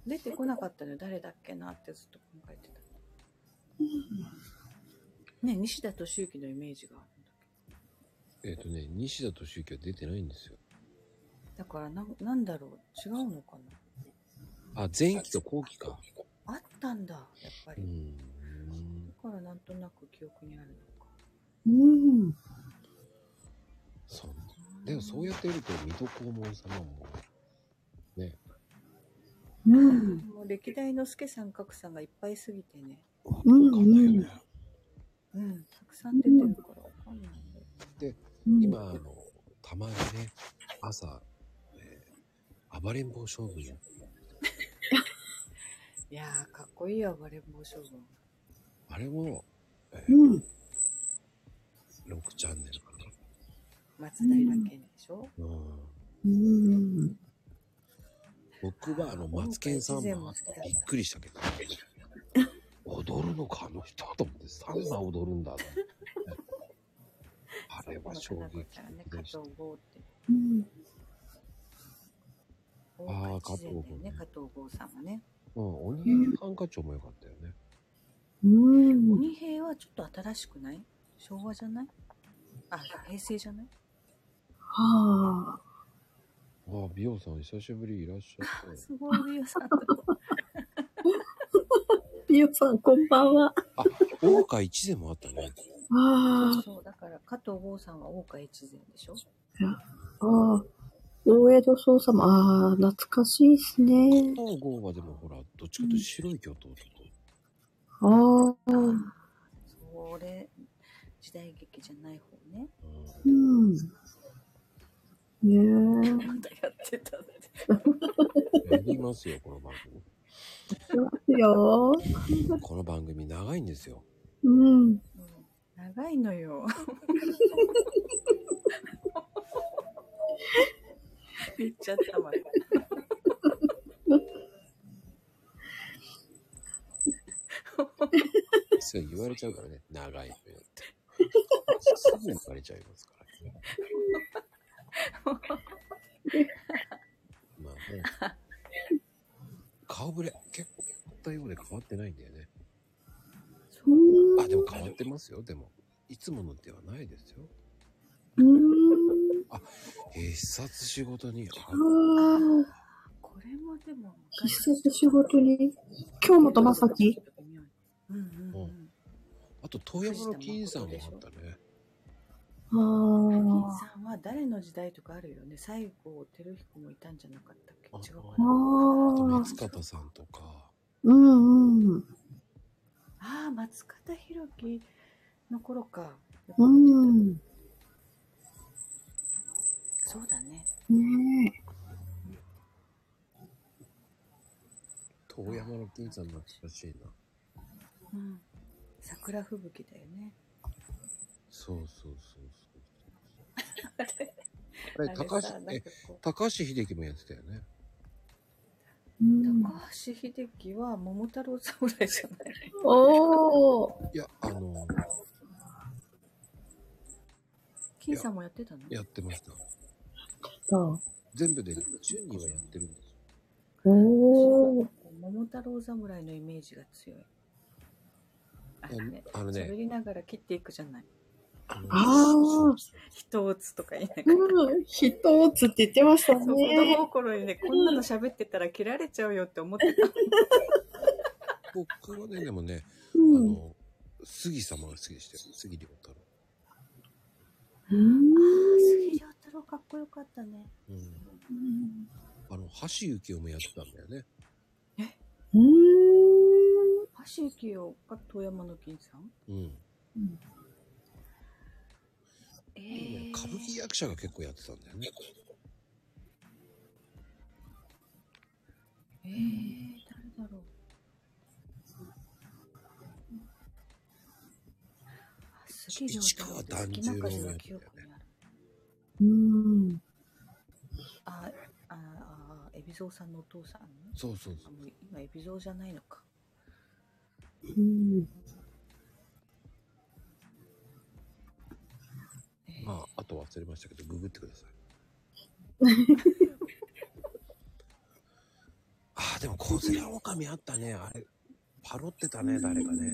S4: 出てこなかったのよ誰だっけなってずっと考えてた。ね、西田敏行のイメージがあるんだ
S1: えっ、とね、西田敏行は出てないんですよ。
S4: けど。だからな、なんだろう。違うのか
S1: あ、前期と後期か。
S4: な。あったんだ、やっぱ
S1: う
S4: り。
S1: ん。
S4: だからなんとなく記憶にあるのか。
S3: うん。
S1: そう。でもそうやって見ると、水戸黄門様も、
S3: うん。
S4: もう歴代の助三角さんがいっぱいすぎてね。
S3: うん
S1: わかんないよね。
S4: うん。たくさん出てるからわかんないんだよ。
S1: 今、あの、たまにね、朝、えー暴れん坊将軍や
S4: いやー、かっこいいよ、暴れん坊将軍。
S1: あれも、え
S3: うん。
S1: ー、6チャンネルか
S4: 松平健でしょ、
S1: な。うん。
S3: うん。
S1: 僕は、あの、マツケンサンバ
S4: も
S1: ー
S4: う一
S1: って
S4: 前
S1: びっくりしたけど、踊るのか、あの人と思って、サンバ踊るんだと思って。あれは衝
S4: 亡くなっ
S1: 撃
S4: たからね、加
S1: でし
S4: 藤
S1: た。
S4: 剛って。
S3: うん。
S1: あー
S4: 大勝ち勢だよね、加
S1: 加
S4: 藤剛さんはね。
S1: うん、鬼ハンカチョも良かったよね。
S3: うん。
S4: 鬼平はちょっと新しくない昭和じゃないあ、平成じゃない
S3: は
S1: あ
S3: あ。
S1: あ、美容さん、久しぶりいらっしゃって。
S4: すごい、美容さんだと。
S3: ピオさん、こんばんは。
S1: あ、大岡一でもあったね。
S4: そう
S3: あ
S4: そう、だから加藤剛さんは大岡越前でしょ
S3: あ。ああ。大江戸捜査も、ああ、懐かしいですね。
S1: 加藤剛はでもほら、どっちかというと白い巨頭と。
S3: ああ。
S4: それ、時代劇じゃない方ね。
S1: うん、
S3: うん。ねえ。
S4: まだやってたんだね。
S1: やりますよ、この番
S3: いいよ。
S1: 組。この番組長いんですよ。
S3: うん。
S4: うん長いの
S1: [LAUGHS]
S4: よ。言っちゃったまで。
S1: すぐ言われちゃうからね、長いのよって。すぐ言われちゃいますからね。まあね。顔ぶれ、結構変わったようで変わってないんだよね。あ、でも変わってますよ、でも。いつものではないですよ。
S3: うん。
S1: 必殺仕事に、あ
S3: ああ。
S4: これもでも昔
S3: 必殺仕事に。今日もとまさき。
S4: うんうんうん。
S1: あと遠山の金さんもあったね。
S3: あ
S4: 金
S3: あ。
S4: さんは誰の時代とかあるよね。西郷輝彦もいたんじゃなかったっけ
S1: あ
S4: 違うか
S3: あ
S4: な。
S1: あと
S3: あ
S1: 松。方さんとか。
S3: うんうん。
S4: ああ、松方弘樹の頃か。
S3: うん。ね
S4: そうだね。
S3: え。
S1: 遠山の金さん懐かしいな。
S4: うん。桜吹雪だよね。
S1: そうそうそう [LAUGHS] そう。あれ、
S4: あれ
S1: 高橋
S4: さ、なん
S1: え、
S4: かこう
S1: 高橋秀樹もやってたよね。
S3: うん、
S4: 高橋秀樹は桃太郎侍じゃない
S3: おお。
S1: いや、あの、
S4: 金さんもやってたの
S1: やってました。
S3: そう。
S1: 全部で10人はやってるんですよ。
S3: おお。
S4: 桃太郎侍のイメージが強い。あれね、
S1: あの
S4: 喋
S1: ね、
S4: りながら切っていくじゃない。
S1: あの
S3: ああ。
S4: 人を打つとか言いながら。
S3: うん。人をつって言ってました
S4: そう子供
S3: ね。
S4: 心にね、こんなの喋ってたら切られちゃうよって思ってた。
S1: 僕はね、でもね、あ
S3: うん。
S1: の、杉様が好きでしたよ。杉良太郎。
S4: 杉良太郎かっこよかったね。
S1: うん。あの、橋幸夫もやってたんだよね。
S3: うん。
S4: 橋幸夫が遠山の金さん
S1: うん。
S4: え
S1: ね歌舞伎役者が結構やってたんだよね。
S4: えー、誰だろう。式場
S1: 市川
S4: と
S1: 團
S4: 月
S1: 十郎の
S4: 中
S1: やつだ
S4: 市
S1: よ
S4: が
S1: ね
S4: 記憶にあ
S3: う
S4: る。
S3: ん。
S4: あ、あ、あ、海老蔵さんのお父さん
S1: そうそうそ
S4: あ
S1: う。
S4: もう今、海老蔵じゃないのか。
S3: うん。
S4: えー
S1: まあ、あと忘れましたけど、ググってくださ [LAUGHS] い。ああ、でも、コウセラ狼あったね。あれ、パロってたね、誰かね。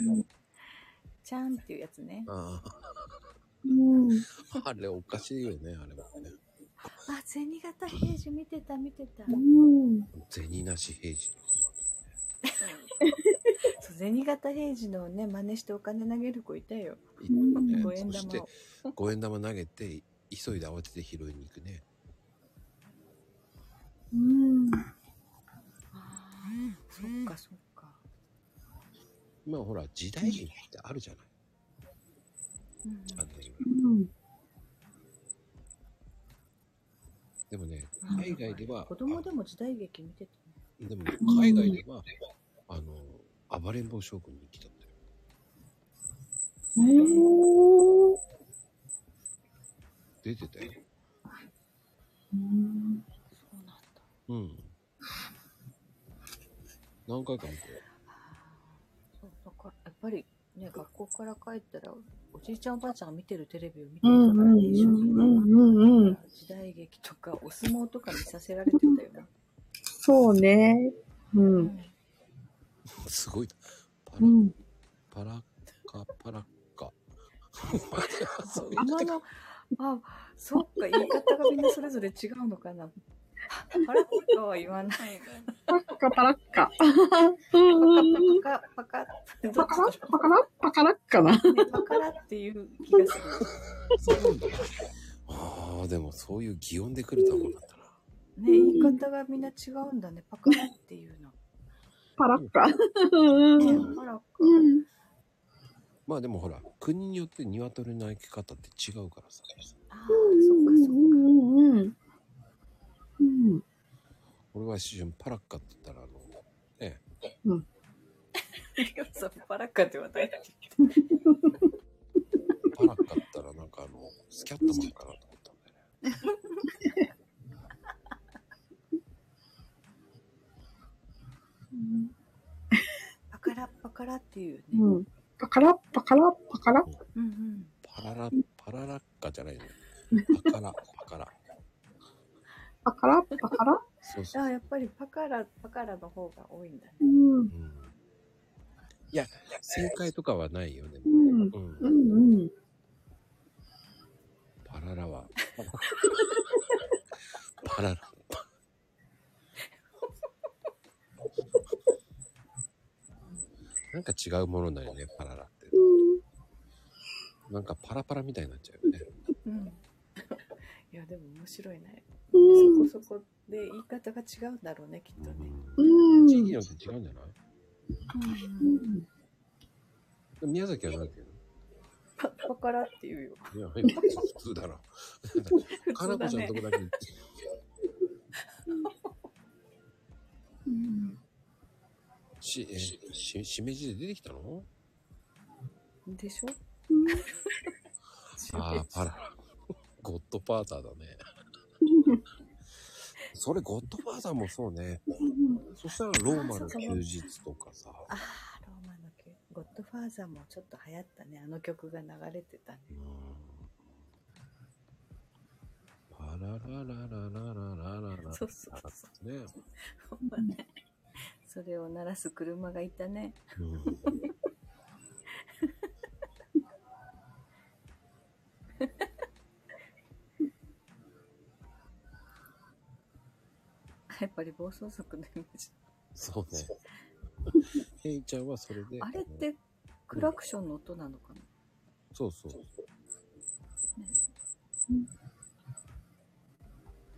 S4: ちゃんっていうやつね。
S1: あ
S3: うん。
S1: [LAUGHS] あ、あれおかしいよね、あれはね。
S4: あ、銭形平次見てた、見てた。
S3: うん。
S1: 銭なし平次とかも。
S4: [LAUGHS] そう銭形平次のね、真似してお金投げる子いたよ。
S1: いたね
S4: 五円
S1: そし
S4: 玉
S1: て
S4: を。
S1: 五円玉投げて急いで慌てて拾いに行くね
S3: うん。
S4: あーそっか、そっか。
S1: 今ほら時代劇ってあるじゃない
S4: うん
S1: あの今
S3: うん。
S1: でもね
S4: うん
S1: 海外では
S4: 子供でも時代劇見てたね。
S1: あでも海外ではあの暴れん坊将軍に来たんだよ
S3: おー
S1: 出てたよ
S3: うん。
S4: そうなんだ。
S1: うん何回か見て
S4: そうだからやっぱりね学校から帰ったらおじいちゃんおばあちゃんが見てるテレビを見てる
S3: う
S4: から
S3: んうんう
S4: ね
S3: ん
S4: 一緒に
S3: うんうん。
S4: 時代劇とかお相撲とか見させられてたよな、
S3: そうね。うん。
S1: すごいなパラ
S3: うん。
S1: パラッカパラッカ
S4: そう今のあそっか言い方がみんなそれぞれ違うのかなパラッカは言わない
S3: パッカパラッカ。うん。
S4: パカパカどっち
S3: パ
S4: だ
S3: カ
S4: ろ
S3: ラッパカラッパカラッかな。
S4: うねパカラっていう気がする
S1: そうなんだああでもそういう擬音で来るとは思わなかったな
S4: ね言い方がみんな違うんだねパカラっていうの
S3: パラッカ。
S4: ねパラッカ
S3: うん。
S1: まあでもほら国によって鶏の開き方って違うからさ
S4: ああ
S3: うん
S4: そっかそっか
S3: うんうんうん。うん。
S1: 俺は一瞬パラッカって言ったらあのね
S4: そうパラッカって話題だけ
S1: パラッカって言ったらなんかあのスキャットマンかなと思ったんだよね
S4: パカラパカラっていうね。
S3: うん。パカラッパカラッパカラッ。
S4: うんうん。
S1: パララパララッカじゃないのパカラパカラ
S3: パカラッパカラッ。
S1: そうそう、
S4: あやっぱりパカラパカラの方が多いんだね。
S3: うん。
S1: うん、いや正解とかはないよね
S3: う、ん。
S1: う、
S3: うんんうん。
S1: パララはパララなんか違うものになるよねパララってなんかパラパラみたいになっちゃうよね
S4: うん。 [LAUGHS] いやでも面白いね。
S3: う
S4: そこそこで言い方が違うんだろうねきっとね。
S3: ん。
S1: 地域によって違うんじゃない
S3: うん。
S1: でも宮崎は何て言う
S4: パパカラっていうよ。
S1: のいや普通だろ
S4: 普
S1: かなこ
S4: 通だ
S1: ちゃんの
S4: ね
S1: と。こだけしえししめじで出てきたの
S4: でしょ？
S1: ああパララゴッドファーザーだね
S4: [LAUGHS]
S1: それゴッドファーザーもそうねそしたらローマの休日とかさ
S4: ああローマの曲。ゴッドファーザーもちょっと流行ったね。あの曲が流れてたね。
S1: うんパラララララララララ
S4: そうそうそ
S1: ね
S4: ほんまね。それを鳴らす車がいたね。
S1: うん
S4: やっぱり暴走族のイメージ。
S1: そうね。 [LAUGHS] ヘイちゃんはそれで。
S4: あれってクラクションの音なのかな
S1: そうそう。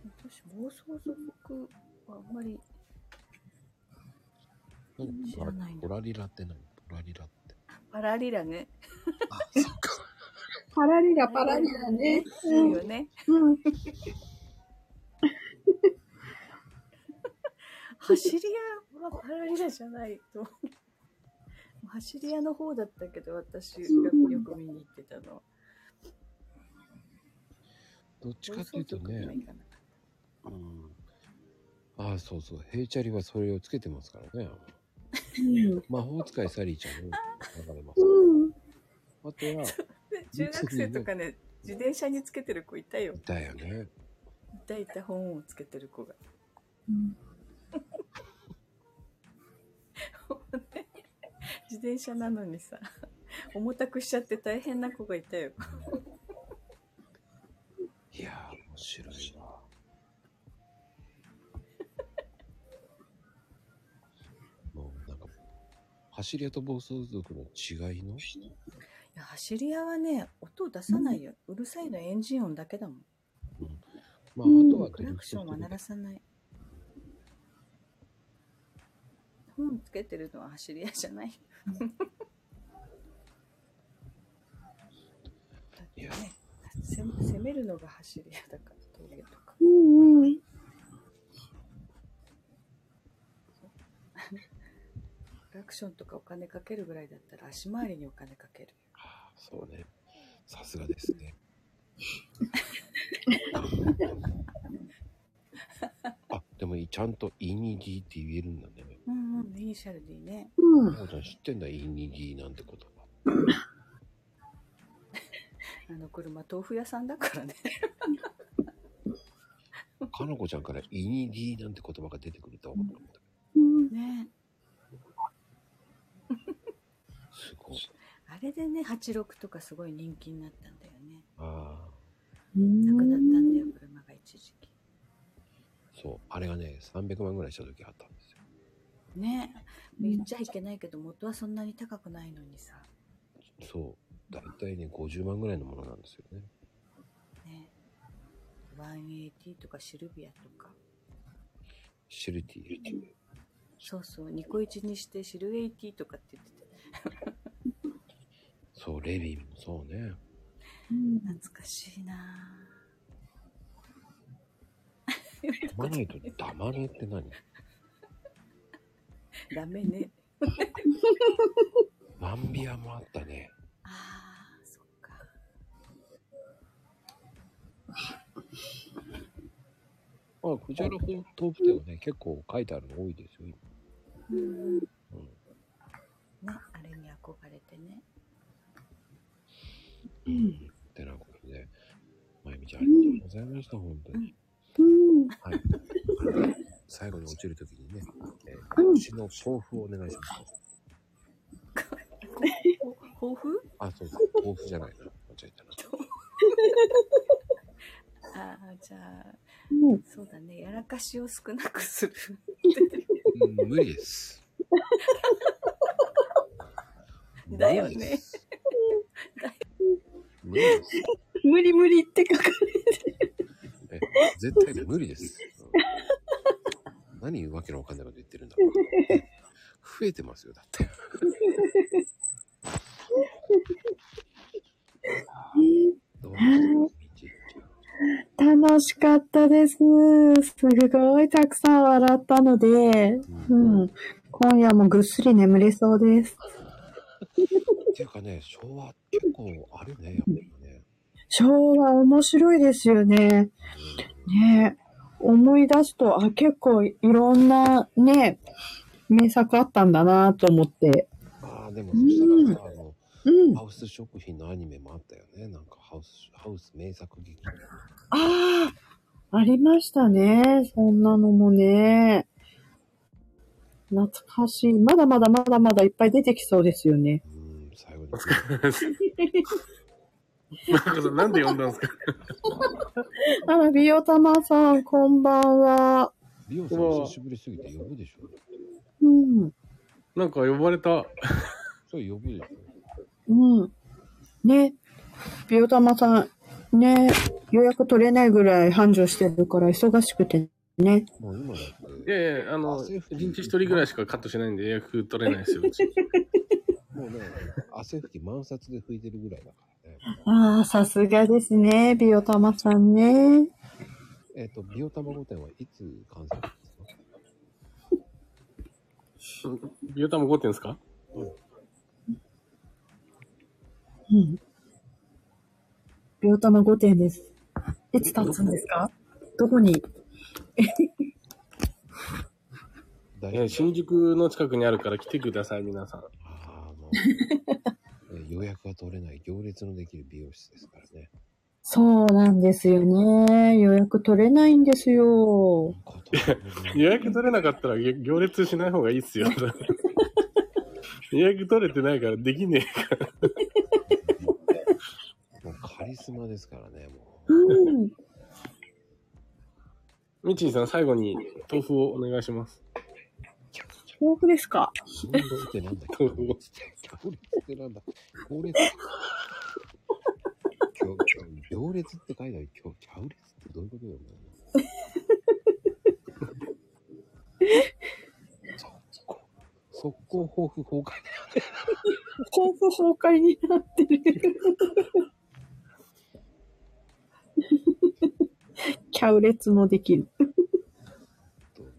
S4: 私暴走族はあんまり
S1: 何
S4: 知らないな
S1: ポラリラって何ポラリラって。
S4: パラリラね
S1: あ、そっか。
S3: パラリラパラリラね。
S4: いいよね
S3: うん。
S4: 走り屋はパラリラじゃないと思う走り屋の方だったけど私がよく見に行ってたの
S1: [LAUGHS] どっちかっていうと
S4: 放送局には
S1: ね、
S4: 行かなかっ
S1: うん。ああ、そうそう。ヘイチャリはそれをつけてますからね。
S3: うん
S1: 魔法使いサリーちゃんも流れます。
S3: うん
S1: あとは、
S4: た中学生とかね、自転車につけてる子いたよ。
S1: だよね。
S4: いたいた本をつけてる子が。 [LAUGHS] 自転車なのにさ、重たくしちゃって大変な子がいたよ。
S1: いやー、面白いわ。もうなんか、走り屋と暴走族の違いの
S4: いや走り屋はね、音を出さないよ。うるさいのエンジン音だけだもん。
S1: まあ、あとは
S4: クラクションは鳴らさない。本つけてるのは走り屋じゃない。だって
S1: い
S4: ね
S1: や、
S4: せ攻めるのが走り屋だから、峠とか。
S3: うんうん
S4: クラクションとかお金かけるぐらいだったら足回りにお金かけるよ。
S1: あーそうね。さすがです [LAUGHS] ね。あ、でもいいちゃんと E2D って言えるんだね。
S4: うんうん、イニシャルでいいね。
S3: うん
S1: もうちゃん知ってんだ、E2D なんて言葉。
S4: あの車、豆腐屋さんだからね。
S1: かのこちゃんから E2D なんて言葉が出てくるとは思ったんだけど、
S3: うん
S4: ね
S1: すごい。
S4: [LAUGHS] あれでね、86とかすごい人気になったんだよね。
S1: ああ、
S4: なくなったんだよ、車が一時期。
S1: そう。あれがね、300万ぐらいした時あったんですよ。
S4: ね言っちゃいけないけど元はそんなに高くないのにさ、
S1: そう。だいたいね、50万ぐらいのものなんですよね。
S4: ね、180とかシルビアとか
S1: シルティ。
S4: そうそうニコイチにしてシルエイティとかって言ってて
S1: そう、レビーもそうね。
S4: 懐かしいな
S1: 噛まないとダマネって何
S4: ぁダメね
S1: マンビアもあったね。
S4: あーそっか
S1: あ、クジャラ豆腐でもね、結構書いてあるの多いですよ、今。うん
S4: ねあれに憧れてね
S1: うん。てなことで、まゆみちゃんありがとうございました、本当に。はい。最後に落ちるときにね、えー、うちの豆腐をお願いします。
S4: 抱負
S1: あ、そうだ、豆腐じゃないな。間違えたな。
S4: ああじゃあ
S3: うん
S4: そうだねやらかしを少なくする
S1: うん無理です。
S4: だよね
S1: 無理です。無理です。
S3: 無理無理って書か
S1: え、絶対に無理です。うん何わけのわかんないこと言ってるんだろう。増えてますよ、だって。どうもみちちゃん
S3: 楽しかったです。すごいたくさん笑ったので、うん。今夜もぐっすり眠れそうで
S1: っ
S3: す。
S1: ていうかね、昭和結構あるね、やっぱりね。
S3: 昭和面白いですよね。ねえ思い出すと、あ、結構いろんなね、名作あったんだなと思って。
S1: ああ、でもそしたらさ、あの、
S3: うん。あ
S1: ハウス食品のアニメもあったよね。なんかハウス、ハウス名作劇。
S3: あー、ありましたね。そんなのもね。懐かしい。まだまだまだまだいっぱい出てきそうですよね。
S1: うん、最後に。
S8: [LAUGHS] なんかさ、なんで呼んだんです [LAUGHS] か
S3: あら、ビオタマさん、こんばんは。
S1: リオさん久しぶりすぎて呼ぶでしょ。
S3: うん。
S8: なんか呼ばれた。
S1: そう呼ぶでしょ。
S3: うん。ね。ビオタマさん、ね。予約取れないぐらい繁盛してるから忙しくてね。
S1: もう今だ
S8: い
S1: って、
S8: やいや、あの、
S1: あ
S8: 一日一人ぐらいしかカットしないんで [LAUGHS] 予約取れないですよ。うち
S1: もうね、汗拭き満札で拭いてるぐらいだからね。
S3: [LAUGHS] ああ、さすがですね。ビオタマさんね。
S1: えっ、と、ビオ卵店はいつ完成なんですか
S8: ビオタも怒ってんですか
S3: うん。ビオタマ5点です。いつ立つんですかどこに
S1: 大
S8: えー新宿の近くにあるから来てください、皆さん。
S1: ああ、もう、ね予約が取れない行列のできる美容室ですからね。
S3: そうなんですよね。予約取れないんですよ。
S8: 予約取れなかったら行行列しない方がいいっす [LAUGHS] よ。予約取れてないからできねえ。
S1: もうカリスマですからね、もう。
S3: うん。
S8: みちんさん、最後に豆腐をお願いします。
S3: 豆腐ですか
S1: 行列ってなんだっけ行
S8: [LAUGHS] 豆腐を
S1: 列ってなんだ行列行行列って書いてある。行行列ってどういうことだよね。速攻、速攻抱負崩壊
S3: 豆腐崩壊になって [LAUGHS] る。キャウレツもできる。
S1: だよ。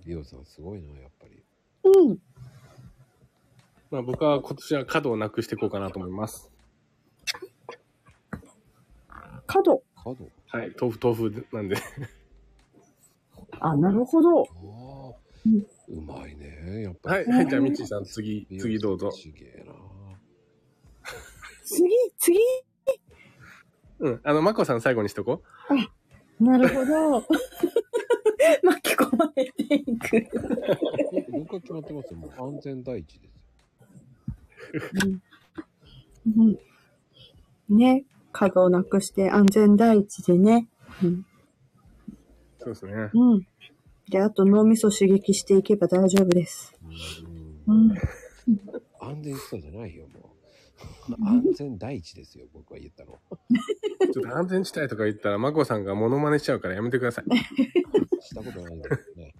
S1: 美容さんすごいな、やっぱり。
S3: うん。
S8: まあ僕は今年は角をなくしていこうかなと思います。
S3: 角。
S1: 角
S8: はい、豆腐、豆腐なん [LAUGHS] で。
S3: あ、なるほど。
S1: ああ、うまいね、やっぱ
S8: は
S1: り
S8: い、。はい、じゃあみちんさん、次、次どうぞ。
S1: すげえな。
S3: 次、次。
S8: うん、あの、まこさん最後にしとこ
S3: なるほど。巻き込まれていく。
S1: 僕は決まってますよ。もう安全第一ですよ。
S3: うん、ね、角をなくして安全第一でね。
S8: う。そうですね。
S3: うん。で、あと脳みそ刺激していけば大丈夫です。
S1: う
S3: うん。
S1: ん安全基礎じゃないよ、もう。安全第一ですよ、僕は言ったの。
S8: ちょっと安全地帯とか言ったら、まこさんがモノマネしちゃうからやめてください。 [LAUGHS]
S1: したことないだろうね。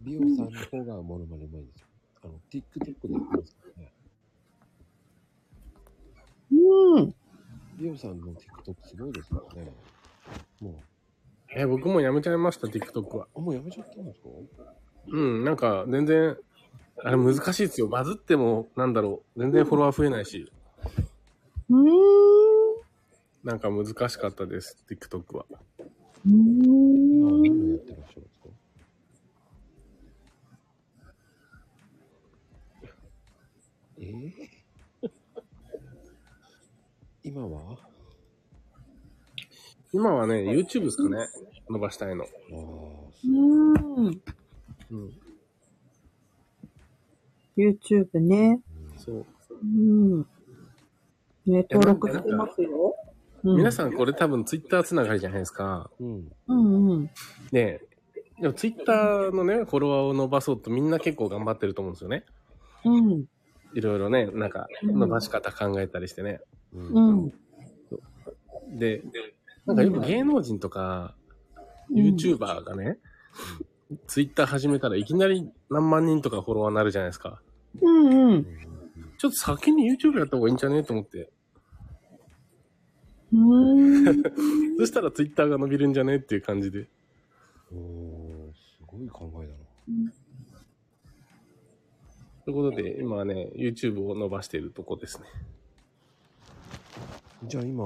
S1: 美容さんの方がモノマネうまいんですよ。あの、TikTok でやってますからね。
S3: うん。
S1: 美容さんの TikTok すごいですからね。も
S8: えー僕もやめちゃいました、TikTok は。
S1: う、あ、もうやめちゃったんですか
S8: うん、なんか全然、あれ難しいですよ。バズっても、なんだろう、全然フォロワー増えないし、
S3: うん。
S8: なんか難しかったです、TikTok は。
S1: 今は
S3: うん。
S1: 何をやってらっしゃるんですかえー、今は
S8: 今はね、YouTube ですかね、伸ばしたいの。
S1: ああ、
S3: うん。
S8: うん、
S3: YouTube ね。
S8: そう。
S3: うん。ね、登録してますよ。うん、
S8: 皆さんこれ多分 Twitter つながりじゃないですか。
S1: うん。
S3: うんうん。
S8: ねえ。でも Twitter のね、フォロワーを伸ばそうとみんな結構頑張ってると思うんですよね。
S3: うん。
S8: いろいろね、なんか伸ばし方考えたりしてね。
S1: う。
S3: うんん。
S8: で、なんかよく芸能人とか、YouTuber がね、Twitter 始めたらいきなり何万人とかフォロワーになるじゃないですか。
S3: うんうん。
S8: ちょっと先に YouTube やった方がいいんじゃねと思って。
S3: うん。
S8: そしたら Twitter が伸びるんじゃねっていう感じで。
S1: おー、すごい考えだな。
S8: ということで、今はね、YouTube を伸ばしているとこですね。
S1: じゃあ今、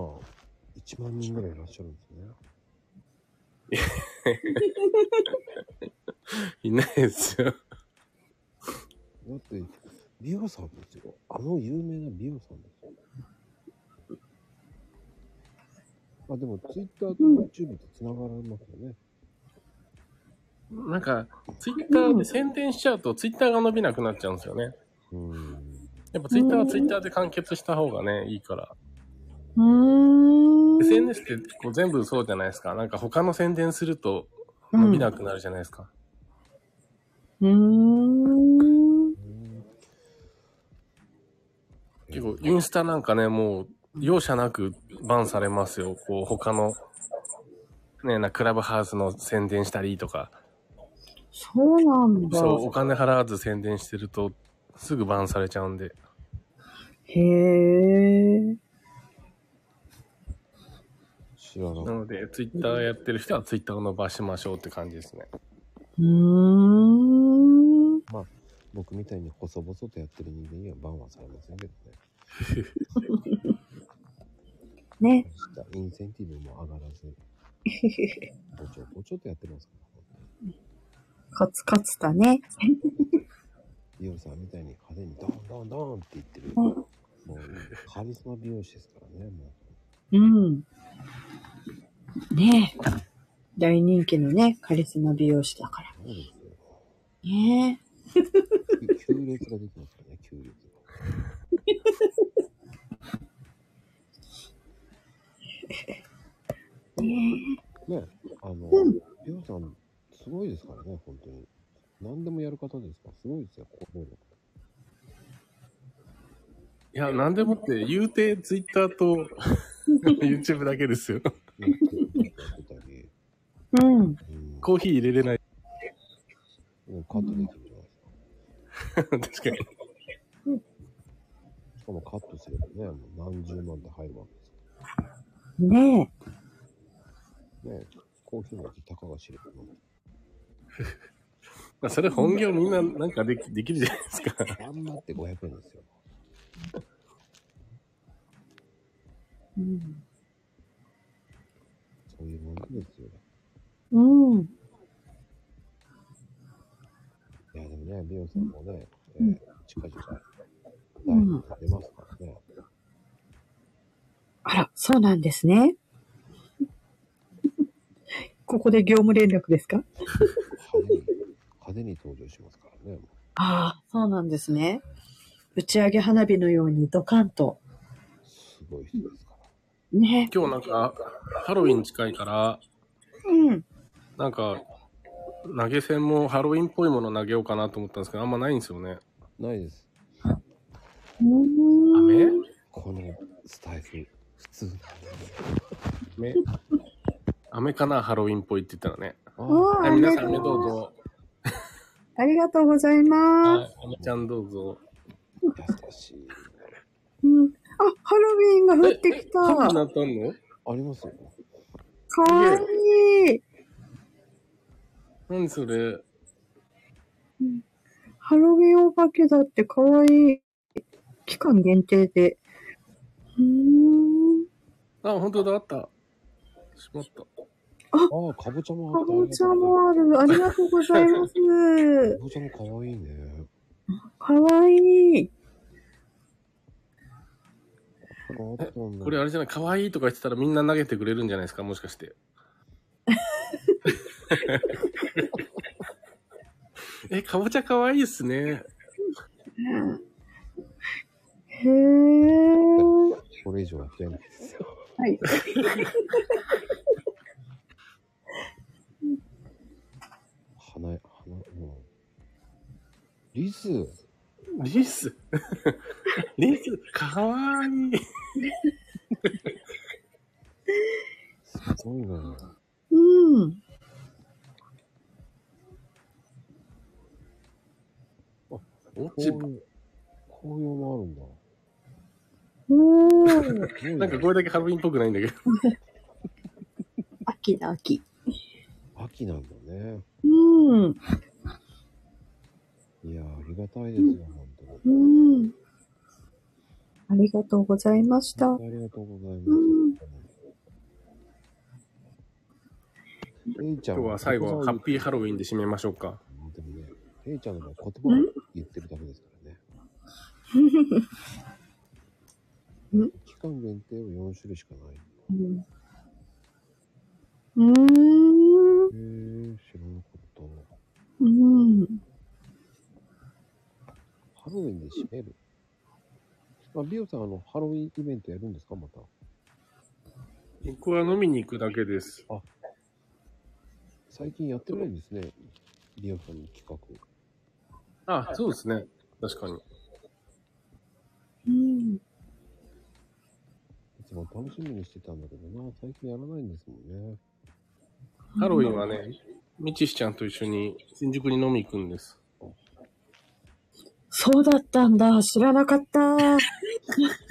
S1: 1万人ぐらいいらっしゃるんですね。
S8: いないですよ。
S1: だって、美容さんですよ。あの有名な美容さんですよ。あ、でも Twitter と YouTube と繋がられますよね。
S8: なんか、ツイッターで宣伝しちゃうと、ツイッターが伸びなくなっちゃうんですよね。
S1: うん。
S8: やっぱツイッターはツイッターで完結した方がね、いいから。
S3: うん。
S8: SNS ってこう全部そうじゃないですか。なんか他の宣伝すると伸びなくなるじゃないですか。
S3: うん。
S8: 結構、インスタなんかね、もう、容赦なくバンされますよ。こう、他の、ね、な、クラブハウスの宣伝したりとか、
S3: そうなんだ。
S8: そう、お金払わず宣伝してると、すぐバンされちゃうんで。
S3: へえ。
S1: 知らな
S8: な
S1: かっ
S8: ので、ツイッターやってる人はツイッターを伸ばしましょうって感じですね。
S3: うーん。
S1: た。まあ、僕みたいに細々とやってる人間にはバンはされませんけどね。
S3: ね。
S1: インセンティブも上がらず、ぼちょぼちょっとやってますから、ね。
S3: カツカツだね。
S1: イオンさんみたいに派手にドンドンドンって言ってる。
S3: う
S1: も
S3: ん
S1: うカリスマ美容師ですからね、も
S3: うん。ねえ。大人気のね、カリスマ美容師だから。
S1: う。そうですよ。
S3: ねえ。
S1: きゅ級列ができますからね、級列が。ねあの、りょうさん、すごいですからね、本当に。何でもやる方ですから、すごいですよ、行動力。
S8: いや、なんでもって、言うて、ツイッターと [LAUGHS] YouTube だけですよ。
S1: ね、やってたり、
S3: [LAUGHS] うん。
S1: うん、
S8: コーヒー入れれない。 [LAUGHS]
S1: うんカットできるじゃないですか。
S8: 確かに。
S1: しかもカットすればね、もう何十万って入るわけですか
S3: ねえ。
S1: らね。コーヒーの味、たかが知れば飲む。
S8: まあ、それ本業みんななんかできできるじゃないですか。
S1: 頑張って500円ですよ。
S3: うん。
S1: そういうもんですよ。
S3: うん。
S1: いや、でもね、美容さんもね、えー、近々、大変出ますからね。
S3: あら、そうなんですね。 [LAUGHS] ここで業務連絡ですか
S1: 派手に、派手に登場しますからね。
S3: ああ、そうなんですね。打ち上げ花火のようにドカンと。
S1: すごい人ですから。
S3: ね
S8: [LAUGHS] 今日なんか、ハロウィン近いから、
S3: うん。
S8: なんか、投げ銭もハロウィンっぽいもの投げようかなと思ったんですけど、あんまないんですよね。
S1: ないです。
S8: 雨
S1: このスタイル、普通なんです。
S8: 雨雨かなハロウィンっぽいって言ったらね。
S1: あ
S3: お
S8: はい、皆さん雨どうぞ。
S3: ありがとうございます。
S8: はい、雨ちゃんどうぞ。
S1: 優しい。
S3: うん、あ、ハロウィンが降ってきた。
S8: ハロウィンに
S3: か
S8: なったの
S1: ありますよ。
S3: わいい。
S8: 何それ
S3: ハロウィンお化けだってかわいい。期間限定で。うーん。
S8: あ、本当だ、あった。しまった。
S1: ああ、かぼちゃもあ
S3: か
S1: った。
S3: ぼちゃもある。ありがとうございます。
S1: か
S8: [LAUGHS]
S1: ぼちゃもかわいいね。
S3: かわいい。
S1: これあったんだ
S8: これあれじゃない、可愛いとか言ってたらみんな投げてくれるんじゃないですか、もしか [LAUGHS] して。え、かぼちゃ可愛いっすね。
S3: へー。
S1: これ以上は増えないですよ。
S3: はい。
S1: 花、花、うん。リス、
S8: リス。リス、可愛い
S1: すごいな。
S3: うん。
S8: 落
S1: 紅
S8: ち
S1: 葉、紅葉もあるんだ。
S3: おー。
S1: すごいね
S8: なんかこれだけハロウィンっぽくないんだけど。
S3: 秋だ、秋。
S1: 秋なんだね。
S3: うん。
S1: いやー、ありがたいですよ、本当に。
S3: うん。ありがとうございました。
S1: ありがとうございます。
S3: うん
S1: レイちゃん
S8: 今日は最後、ハッピーハロウィン
S1: で。
S8: で締めましょうか。
S1: でもね、レイちゃんの場合言葉を言ってるだけですからね。
S3: うん
S1: 期間限定は4種類しかない。へ
S3: うん。う
S1: えー、知らなかった。
S3: ーん。うん。
S1: ハロウィンで締める。あ、ビオさん、あの、ハロウィンイベントやるんですかまた。
S8: 僕は飲みに行くだけです。
S1: 最近やってないんですね。ビオさんの企画。
S8: あ、そうですね。確かに。
S3: うん。
S1: いつも楽しみにしてたんだけどな、最近やらないんですもんね。
S8: ハロウィンはね、みちしちゃんと一緒に新宿に飲み行くんです。
S3: そうだったんだ。知らなかった。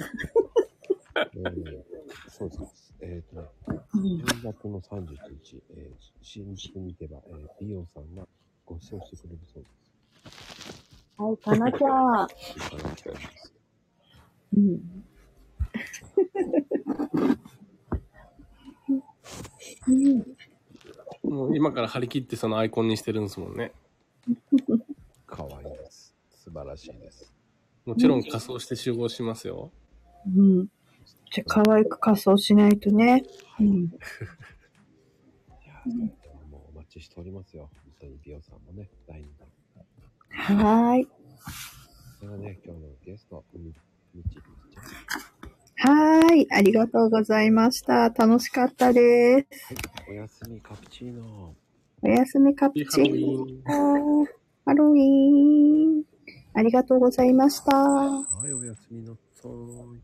S1: えー、そうです。えっ、とね、10月の31日、えー、新宿に行けば、えー、ビオさんがご馳走してくれるそうです。
S3: はい、かなきゃ。
S1: 行かなきゃいけないです
S3: うん。
S8: もう今から張り切ってそのアイコンにしてるんですもんね。
S1: 可愛いです。素晴らしいです。
S8: もちろん仮装して集合しますよ。
S3: うん。じゃ、可愛く仮装しないとね。うん。
S1: いやーもうお待ちしておりますよ。本当に美容さんもね、第2弾。
S3: はーい。
S1: それはね、今日のゲスト、みみちりちゃん。
S3: はーい。ありがとうございました。楽しかったです。
S1: おやすみカプチーノ。
S3: おやすみカプ
S8: いいハ
S3: チ
S8: ロウ
S3: ーノ。
S8: ィーン。
S3: ハロウィーン。ありがとうございました。
S1: はい、おやすみなさーい。